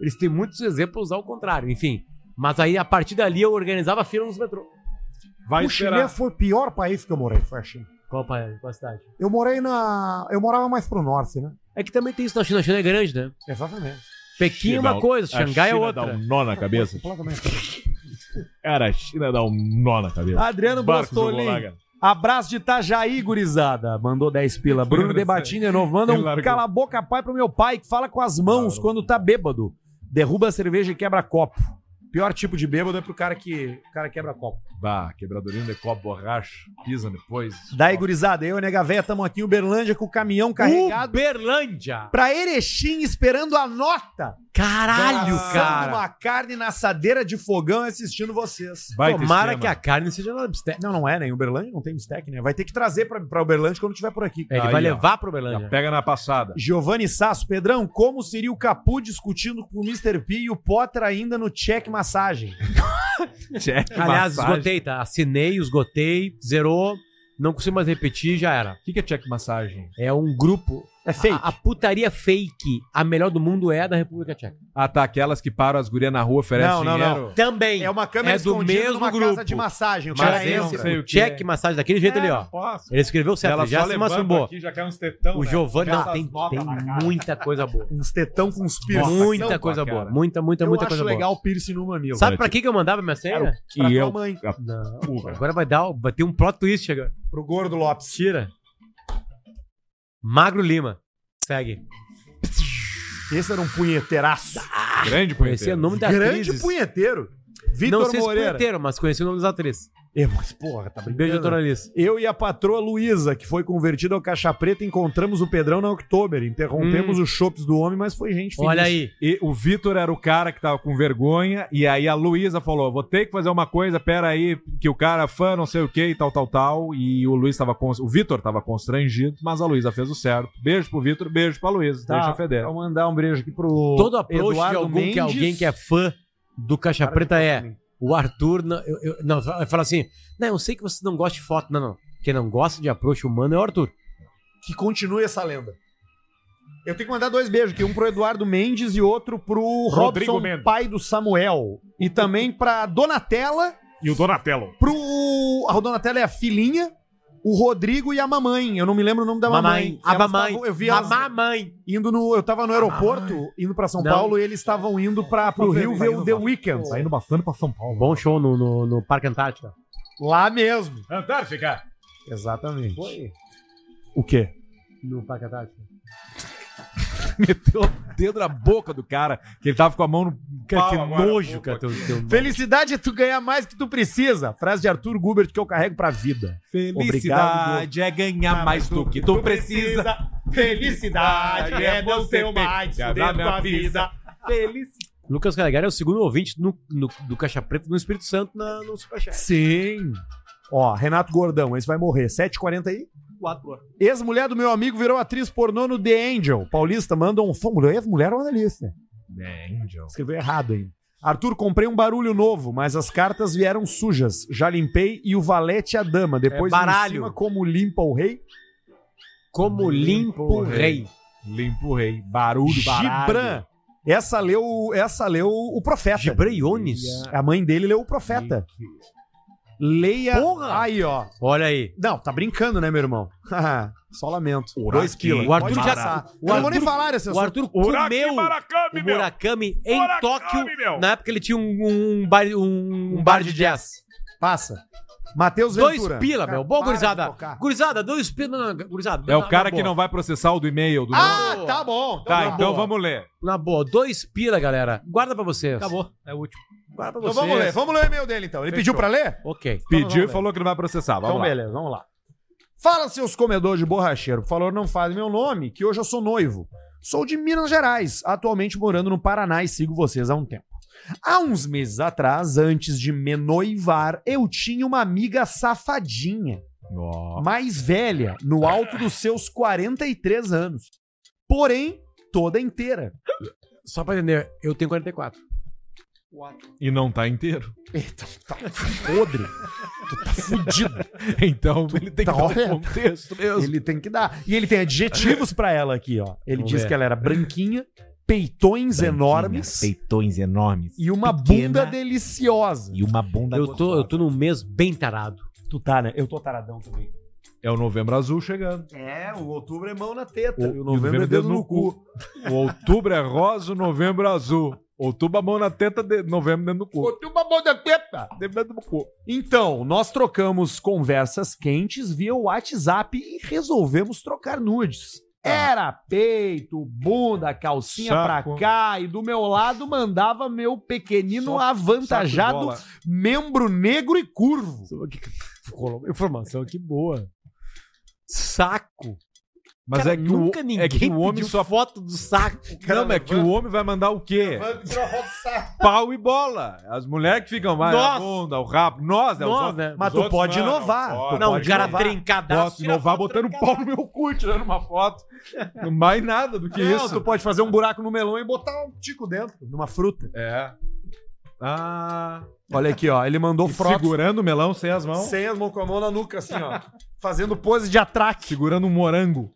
S3: Eles têm muitos exemplos ao contrário, enfim. Mas aí, a partir dali, eu organizava a fila nos metrô.
S2: Vai
S16: o Chile foi o pior país que eu morei, foi a China.
S3: Qual, país? Qual cidade?
S16: Eu morei na. Eu morava mais pro norte, né?
S3: É que também tem isso na China. A China é grande, né?
S16: Exatamente.
S3: Pequim é
S2: China
S3: uma
S2: dá um-
S3: coisa,
S2: a
S3: Xangai é
S2: China
S3: outra.
S2: dá um nó na cabeça.
S16: Completamente.
S2: Cara, a China dá um nó na cabeça.
S1: Adriano
S2: Barco jogou
S1: Brostolin.
S2: lá, cara.
S1: Abraço de Itajaí, gurizada. Mandou 10 pila. Bruno Debatini de novo. Manda
S2: Ele
S1: um
S2: largou.
S1: cala a boca, pai, pro meu pai que fala com as mãos quando tá bêbado. Derruba a cerveja e quebra copo. Pior tipo de bêbado é pro cara que o cara quebra copo.
S2: Bah, quebradorinho de copo, borracha, pisa depois.
S1: Daí, gurizada, eu e a Nega Véia estamos aqui em Uberlândia com o caminhão carregado
S3: Uberlândia!
S1: pra Erechim esperando a nota.
S3: Caralho,
S1: Assando
S3: cara!
S1: uma carne na assadeira de fogão e assistindo vocês.
S3: Tomara que a carne seja na bistec.
S1: Não, não é, né? Em Uberlândia não tem bistec, né? Vai ter que trazer pra, pra Uberlândia quando tiver por aqui.
S3: É, ele
S1: Aí,
S3: vai
S1: ó.
S3: levar pro Uberlândia.
S2: Pega na passada.
S1: Giovanni Sasso, Pedrão, como seria o Capu discutindo com o Mr. P e o Potter ainda no check massagem?
S3: Aliás,
S1: massagem.
S3: esgotei, tá? Assinei, esgotei, zerou. Não consigo mais repetir, já era. O
S2: que, é check massagem?
S3: É um grupo.
S1: É fake.
S3: A, a putaria fake, a melhor do mundo é a da República Tcheca.
S2: Ah, tá. Aquelas que param as gurias na rua, oferecem
S3: Não, não, não.
S2: dinheiro.
S3: Também.
S1: É uma câmera
S3: é do
S1: escondida
S3: mesmo
S1: numa
S3: grupo.
S1: casa de massagem. O cara
S3: Mas esse,
S1: entra.
S3: o check massagem daquele jeito
S1: É,
S3: ali,
S1: não
S3: ó.
S1: posso.
S3: Ele escreveu certo,
S2: Ela
S3: é já
S2: só
S3: se
S2: levanta
S3: mastumbou.
S2: aqui, já cai uns tetão,
S3: o
S2: né?
S3: Giovanni,
S2: Já
S3: não,
S2: essas
S3: tem,
S2: notas
S3: tem
S2: marcadas.
S3: muita coisa boa.
S1: Uns tetão Um com uns piercing.
S3: Muita coisa boa, muita, muita, muita coisa boa.
S1: legal o piercing no mamilo.
S3: Sabe pra que que eu mandava minha senha?
S1: Cara, pra tua mãe.
S3: Não, agora vai dar, vai ter um plot twist agora.
S1: Pro Gordo Lopes.
S3: Tira. Magro Lima. Segue.
S1: Esse era um punheteiraço.
S2: Grande
S3: Conheci o é nome da
S1: Grande
S3: atriz.
S1: punheteiro.
S3: Não
S1: Vitor
S3: sei se
S1: Moreira.
S3: punheteiro, mas conheci o nome da atriz.
S1: Eu, mas, porra, tá brincando.
S3: Beijo, doutora Alice.
S1: Eu e a patroa Luísa, que foi convertida ao Caixa Preta, encontramos o Pedrão na Oktober. Interrompemos
S2: Hum.
S1: os chopes do homem, mas foi gente
S3: Olha
S1: finíssima.
S3: aí.
S2: E o Vitor era o cara que tava com vergonha, e aí a Luísa falou: vou ter que fazer uma coisa, pera aí, que o cara é fã, não sei o que, e tal, tal, tal. E o Luiz tava cons- O Vitor tava constrangido, mas a Luísa fez o certo. Beijo pro Vitor, beijo pra Luísa.
S1: Tá,
S2: Deixa feder.
S1: Vou mandar um beijo aqui pro
S3: Todo approach
S1: Eduardo
S3: de algum que,
S1: Mendes.
S3: alguém que é fã do Caixa Preta é o Arthur. Não, eu, eu- não, vai falar assim: não, eu sei que você não gosta de foto. Não, não. Quem não gosta de approach humano é o Arthur.
S1: que continue essa lenda. Eu tenho que mandar dois beijos, que um pro Eduardo Mendes e outro pro
S2: Rodrigo
S1: Robson,
S2: Mendes.
S1: pai do Samuel. E também pra Donatella,
S2: E o Donatello.
S1: pro... A Donatella é a filhinha, o Rodrigo e a mamãe. Eu não me lembro o nome da mamãe.
S3: Mamãe, a
S1: Elas
S3: mamãe,
S1: tavam- eu vi
S3: a
S1: elas
S3: mamãe.
S1: Indo no, eu tava no aeroporto, indo pra São
S3: Não.
S1: Paulo, e eles estavam indo pra, pro Rio ver o The Weeknd.
S2: Saindo bastante pra São Paulo.
S3: Bom show no, no, no Parque Antártica.
S1: Lá mesmo.
S2: Antártica.
S1: Exatamente. O quê?
S3: No Parque Antártica.
S2: Meteu o dedo na boca do cara, que ele tava com a mão no.
S3: Cara, que nojo,
S2: cara.
S1: Felicidade é tu ganhar mais que tu precisa. Frase de Arthur Gubert que eu carrego pra vida.
S2: Felicidade é ganhar mais do que tu precisa.
S1: Felicidade
S2: é você mais, fudendo tua vida.
S3: Lucas Calegari é o segundo ouvinte no- no- do Caixa Preta no Espírito Santo na, no Superchat.
S1: Sim. Ó, Renato Gordão, esse vai morrer. 7h40 aí?
S2: né?
S3: Quatro horas.
S1: Ex-mulher do meu amigo virou atriz pornô no The Angel. Paulista manda um fã. mulher- Ex-mulher é uma delícia.
S2: The Angel.
S1: Escreveu errado ainda. Arthur, comprei um barulho novo, mas as cartas vieram sujas. Já limpei e o valete e a dama. Depois
S3: É
S1: me
S3: baralho.
S1: ensina como limpa o rei.
S3: Como limpo o rei.
S2: Limpo o rei. Barulho,
S1: Gibran. Essa leu, essa leu o profeta.
S3: Gibraiones.
S1: A mãe dele leu o profeta. Leia.
S3: Porra!
S1: Aí, ó.
S3: Olha aí.
S1: Não, tá brincando, né, meu irmão? Haha, Só lamento. Dois pila.
S3: O Arthur
S1: Pode
S3: já.
S1: passar. Eu não vou nem falar desse
S3: O Arthur comeu o Murakami em Tóquio. Na época ele tinha um, um bar, um, um bar de jazz.
S1: Passa. Matheus
S3: Dois
S1: Ventura.
S3: pila,
S1: Cara,
S3: meu. Bom,
S1: para de
S3: gurizada.
S1: tocar.
S3: Gurizada, dois pila. não, não, Gurizada.
S2: É o
S3: na-
S2: cara
S3: na
S2: que
S3: boa.
S2: não vai processar o do e-mail do
S1: Ah, tá bom. Então
S2: Tá,
S1: tá
S2: então
S1: bom.
S2: vamos ler.
S3: Na boa, dois pila, galera. Guarda pra vocês.
S2: Acabou.
S3: É o último. Guarda pra
S1: Então
S3: vocês.
S1: vamos ler. Vamos ler o e-mail dele, então. Ele
S3: Fechou.
S1: pediu pra ler?
S3: Ok.
S2: Pediu
S1: vamos
S2: e
S1: ler.
S2: falou que não vai processar. Vamos
S1: então,
S2: lá.
S1: beleza, vamos lá. Fala, seus comedores de borracheiro, por favor, não fale meu nome, que hoje eu sou noivo. Sou de Minas Gerais, atualmente morando no Paraná e sigo vocês há um tempo. Há uns meses atrás, antes de me noivar, eu tinha uma amiga safadinha, mais velha, no alto dos seus 43 anos. Porém, toda inteira.
S3: Só pra entender, eu tenho 44.
S2: E não tá inteiro.
S1: Então tá podre. tu tá fudido.
S2: Então ele tem
S1: Tá,
S2: que dar
S1: olha,
S2: um contexto mesmo.
S1: Ele tem que dar. E ele tem adjetivos pra ela aqui, ó. Ele
S2: Vamos
S1: diz
S2: ver.
S1: que ela era branquinha, peitões enormes
S2: Peitões enormes.
S1: e uma bunda deliciosa.
S2: E uma bunda
S3: Eu tô, eu tô num mês bem tarado.
S1: Tu tá, né? Eu tô taradão também.
S2: É o novembro azul chegando.
S1: É, o outubro é mão na teta.
S2: O-
S1: e o novembro, é dedo no cu.
S2: O outubro é rosa, o novembro é azul. Outubro a mão na teta, de... novembro dentro do cu.
S1: Outubro a mão na teta. Então, nós trocamos conversas quentes via WhatsApp e resolvemos trocar nudes. Era peito, bunda, calcinha
S2: Tá. Saco.
S1: pra cá e do meu lado mandava meu pequenino
S2: Só
S1: tá avantajado
S2: saco de bola.
S1: membro negro e curvo.
S3: Colou- Informação que boa. Saco.
S2: Mas
S3: Cara,
S2: é que
S3: nunca
S2: o,
S3: ninguém
S2: é que o homem
S3: pediu
S2: só
S3: foto do saco.
S2: Não, mas é que o homem vai mandar o quê? Pau e bola. As mulheres que ficam mais
S3: Nós.
S2: a bunda, o rabo, nós, né? Os
S3: Nós,
S2: outros-
S3: né?
S2: os
S1: Mas tu
S2: outros
S1: pode
S2: não,
S1: inovar. um
S2: pode.
S1: Tu
S3: Não,
S1: pode
S3: o cara
S1: inovar.
S3: trincadaço.
S2: Posso
S3: tira
S2: inovar
S3: foto
S2: botando
S3: trincadaço.
S2: pau no meu cu, tirando uma foto. Não mais nada do que
S1: Não,
S2: isso.
S1: tu pode fazer um buraco no melão e botar um tico dentro, numa fruta.
S2: É. Ah.
S1: Olha aqui, ó. Ele mandou
S2: E
S1: frota
S2: Segurando o melão sem as mãos.
S1: sem as mãos com a mão na nuca, assim, ó. fazendo pose de atraque.
S2: Segurando um morango.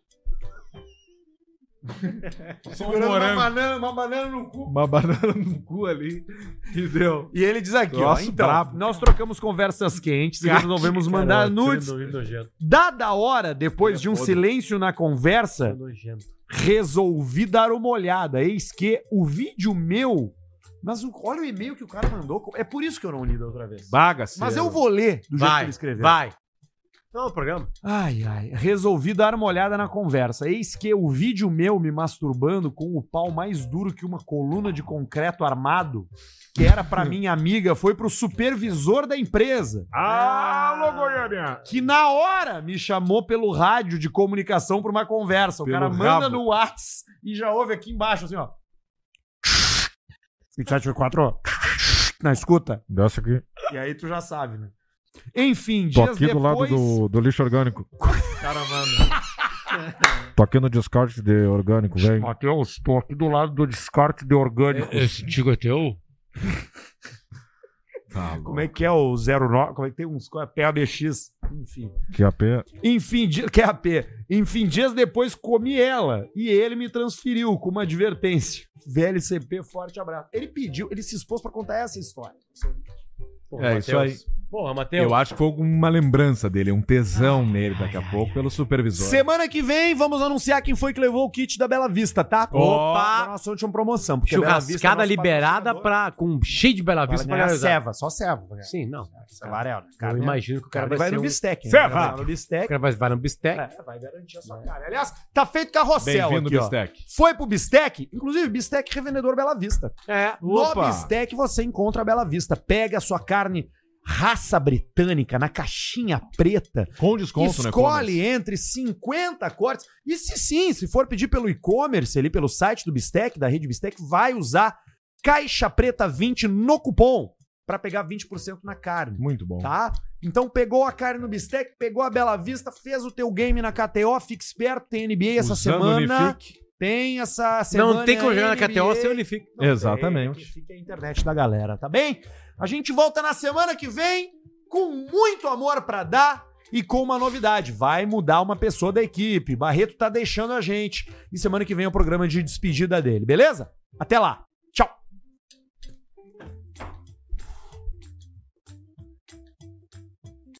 S1: Segurando uma
S2: morango.
S1: banana, uma banana no cu.
S2: Uma banana no cu ali. E deu.
S1: E ele diz aqui,
S2: Nossa,
S1: ó. Então,
S2: brabo.
S1: nós trocamos conversas quentes e resolvemos mandar nudes. Dada a hora, depois de um
S3: podre.
S1: silêncio na conversa,
S3: Nojento.
S1: resolvi dar uma olhada. Eis que o vídeo meu. Mas o- olha o e-mail que o cara mandou. É por isso que eu não li da outra vez.
S2: Baga-se.
S1: Mas eu vou ler do jeito que ele escreveu.
S3: Vai. Não, o programa.
S1: Ai, ai. Resolvi dar uma olhada na conversa. Eis que o vídeo meu me masturbando com o pau mais duro que uma coluna de concreto armado, que era pra minha amiga, foi pro supervisor da empresa.
S3: Ah,
S1: Ah!
S2: Alô, Goiânia!
S1: Que na hora me chamou pelo rádio de comunicação pra uma conversa. O
S2: Pelo
S1: cara manda
S2: rabo.
S1: no Whats e já ouve aqui embaixo, assim, ó. 2784, na escuta.
S2: Desce aqui.
S1: E aí tu já sabe, né? Enfim,
S2: Tô
S1: dias
S2: aqui do
S1: depois...
S2: lado do, do lixo orgânico.
S1: Cara, mano.
S2: Tô aqui no descarte de orgânico, velho.
S1: Matheus, tô aqui do lado do descarte de orgânico.
S2: Esse
S1: tigo é teu? Como é que é o 09? Como é que tem uns. qual é? PABX? Enfim.
S2: Que AP.
S1: Enfim, di- que é AP. Enfim, dias depois comi ela e ele me transferiu com uma advertência. VLCP, forte abraço. Ele pediu, ele se expôs pra contar essa história.
S2: É isso aí.
S3: Porra, Matheus.
S2: Eu acho que foi uma lembrança dele, um tesão nele daqui a pouco pelo supervisor.
S1: Semana que vem vamos anunciar quem foi que levou o kit da Bela Vista, tá?
S2: Opa!
S1: Da Nossa última promoção. porque a Bela Vista é
S3: Churrascada
S1: nosso
S3: liberada pra, com um cheio de bela
S1: Vai
S3: vista
S1: ganhar
S3: galera usar.
S1: ceva, só ceva. vai ganhar. é
S3: Sim, não.
S1: Amarelo.
S3: Eu imagino que o cara vai,
S1: vai
S3: ser
S1: no
S3: um-
S1: bistec. né?
S3: Ceva!
S1: Vai no bistec.
S3: O cara vai, vai no bistec.
S1: É, vai garantir a sua cara. Aliás, tá feito carrossel
S2: Bem-vindo,
S1: aqui, ó.
S2: Bistec.
S1: Foi pro Bistec, inclusive Bistec revendedor Bela Vista.
S3: É,
S1: No
S2: opa.
S1: Bistec você encontra a Bela Vista. Pega a sua carne raça britânica na caixinha preta.
S2: Com desconto, né?
S1: Escolhe entre 50 cortes. E se sim, se for pedir pelo e-commerce ali, pelo site do Bistec, da rede Bistec, vai usar Caixa Preta 20 no cupom pra pegar 20% na carne.
S2: Muito bom.
S1: Tá? Então pegou a carne no Bistec, pegou a Bela Vista, fez o teu game na KTO, fica esperto, tem NBA essa
S2: Usando o
S1: semana.
S2: Unifique.
S1: Tem essa semana.
S3: Não tem como jogar na
S1: NBA.
S3: KTO sem unifique.
S1: Não tem,
S2: Exatamente.
S1: que Fica a internet da galera, tá bem? A gente volta na semana que vem com muito amor pra dar e com uma novidade. Vai mudar uma pessoa da equipe. Barreto tá deixando a gente. E semana que vem é o programa de despedida dele, beleza? Até lá!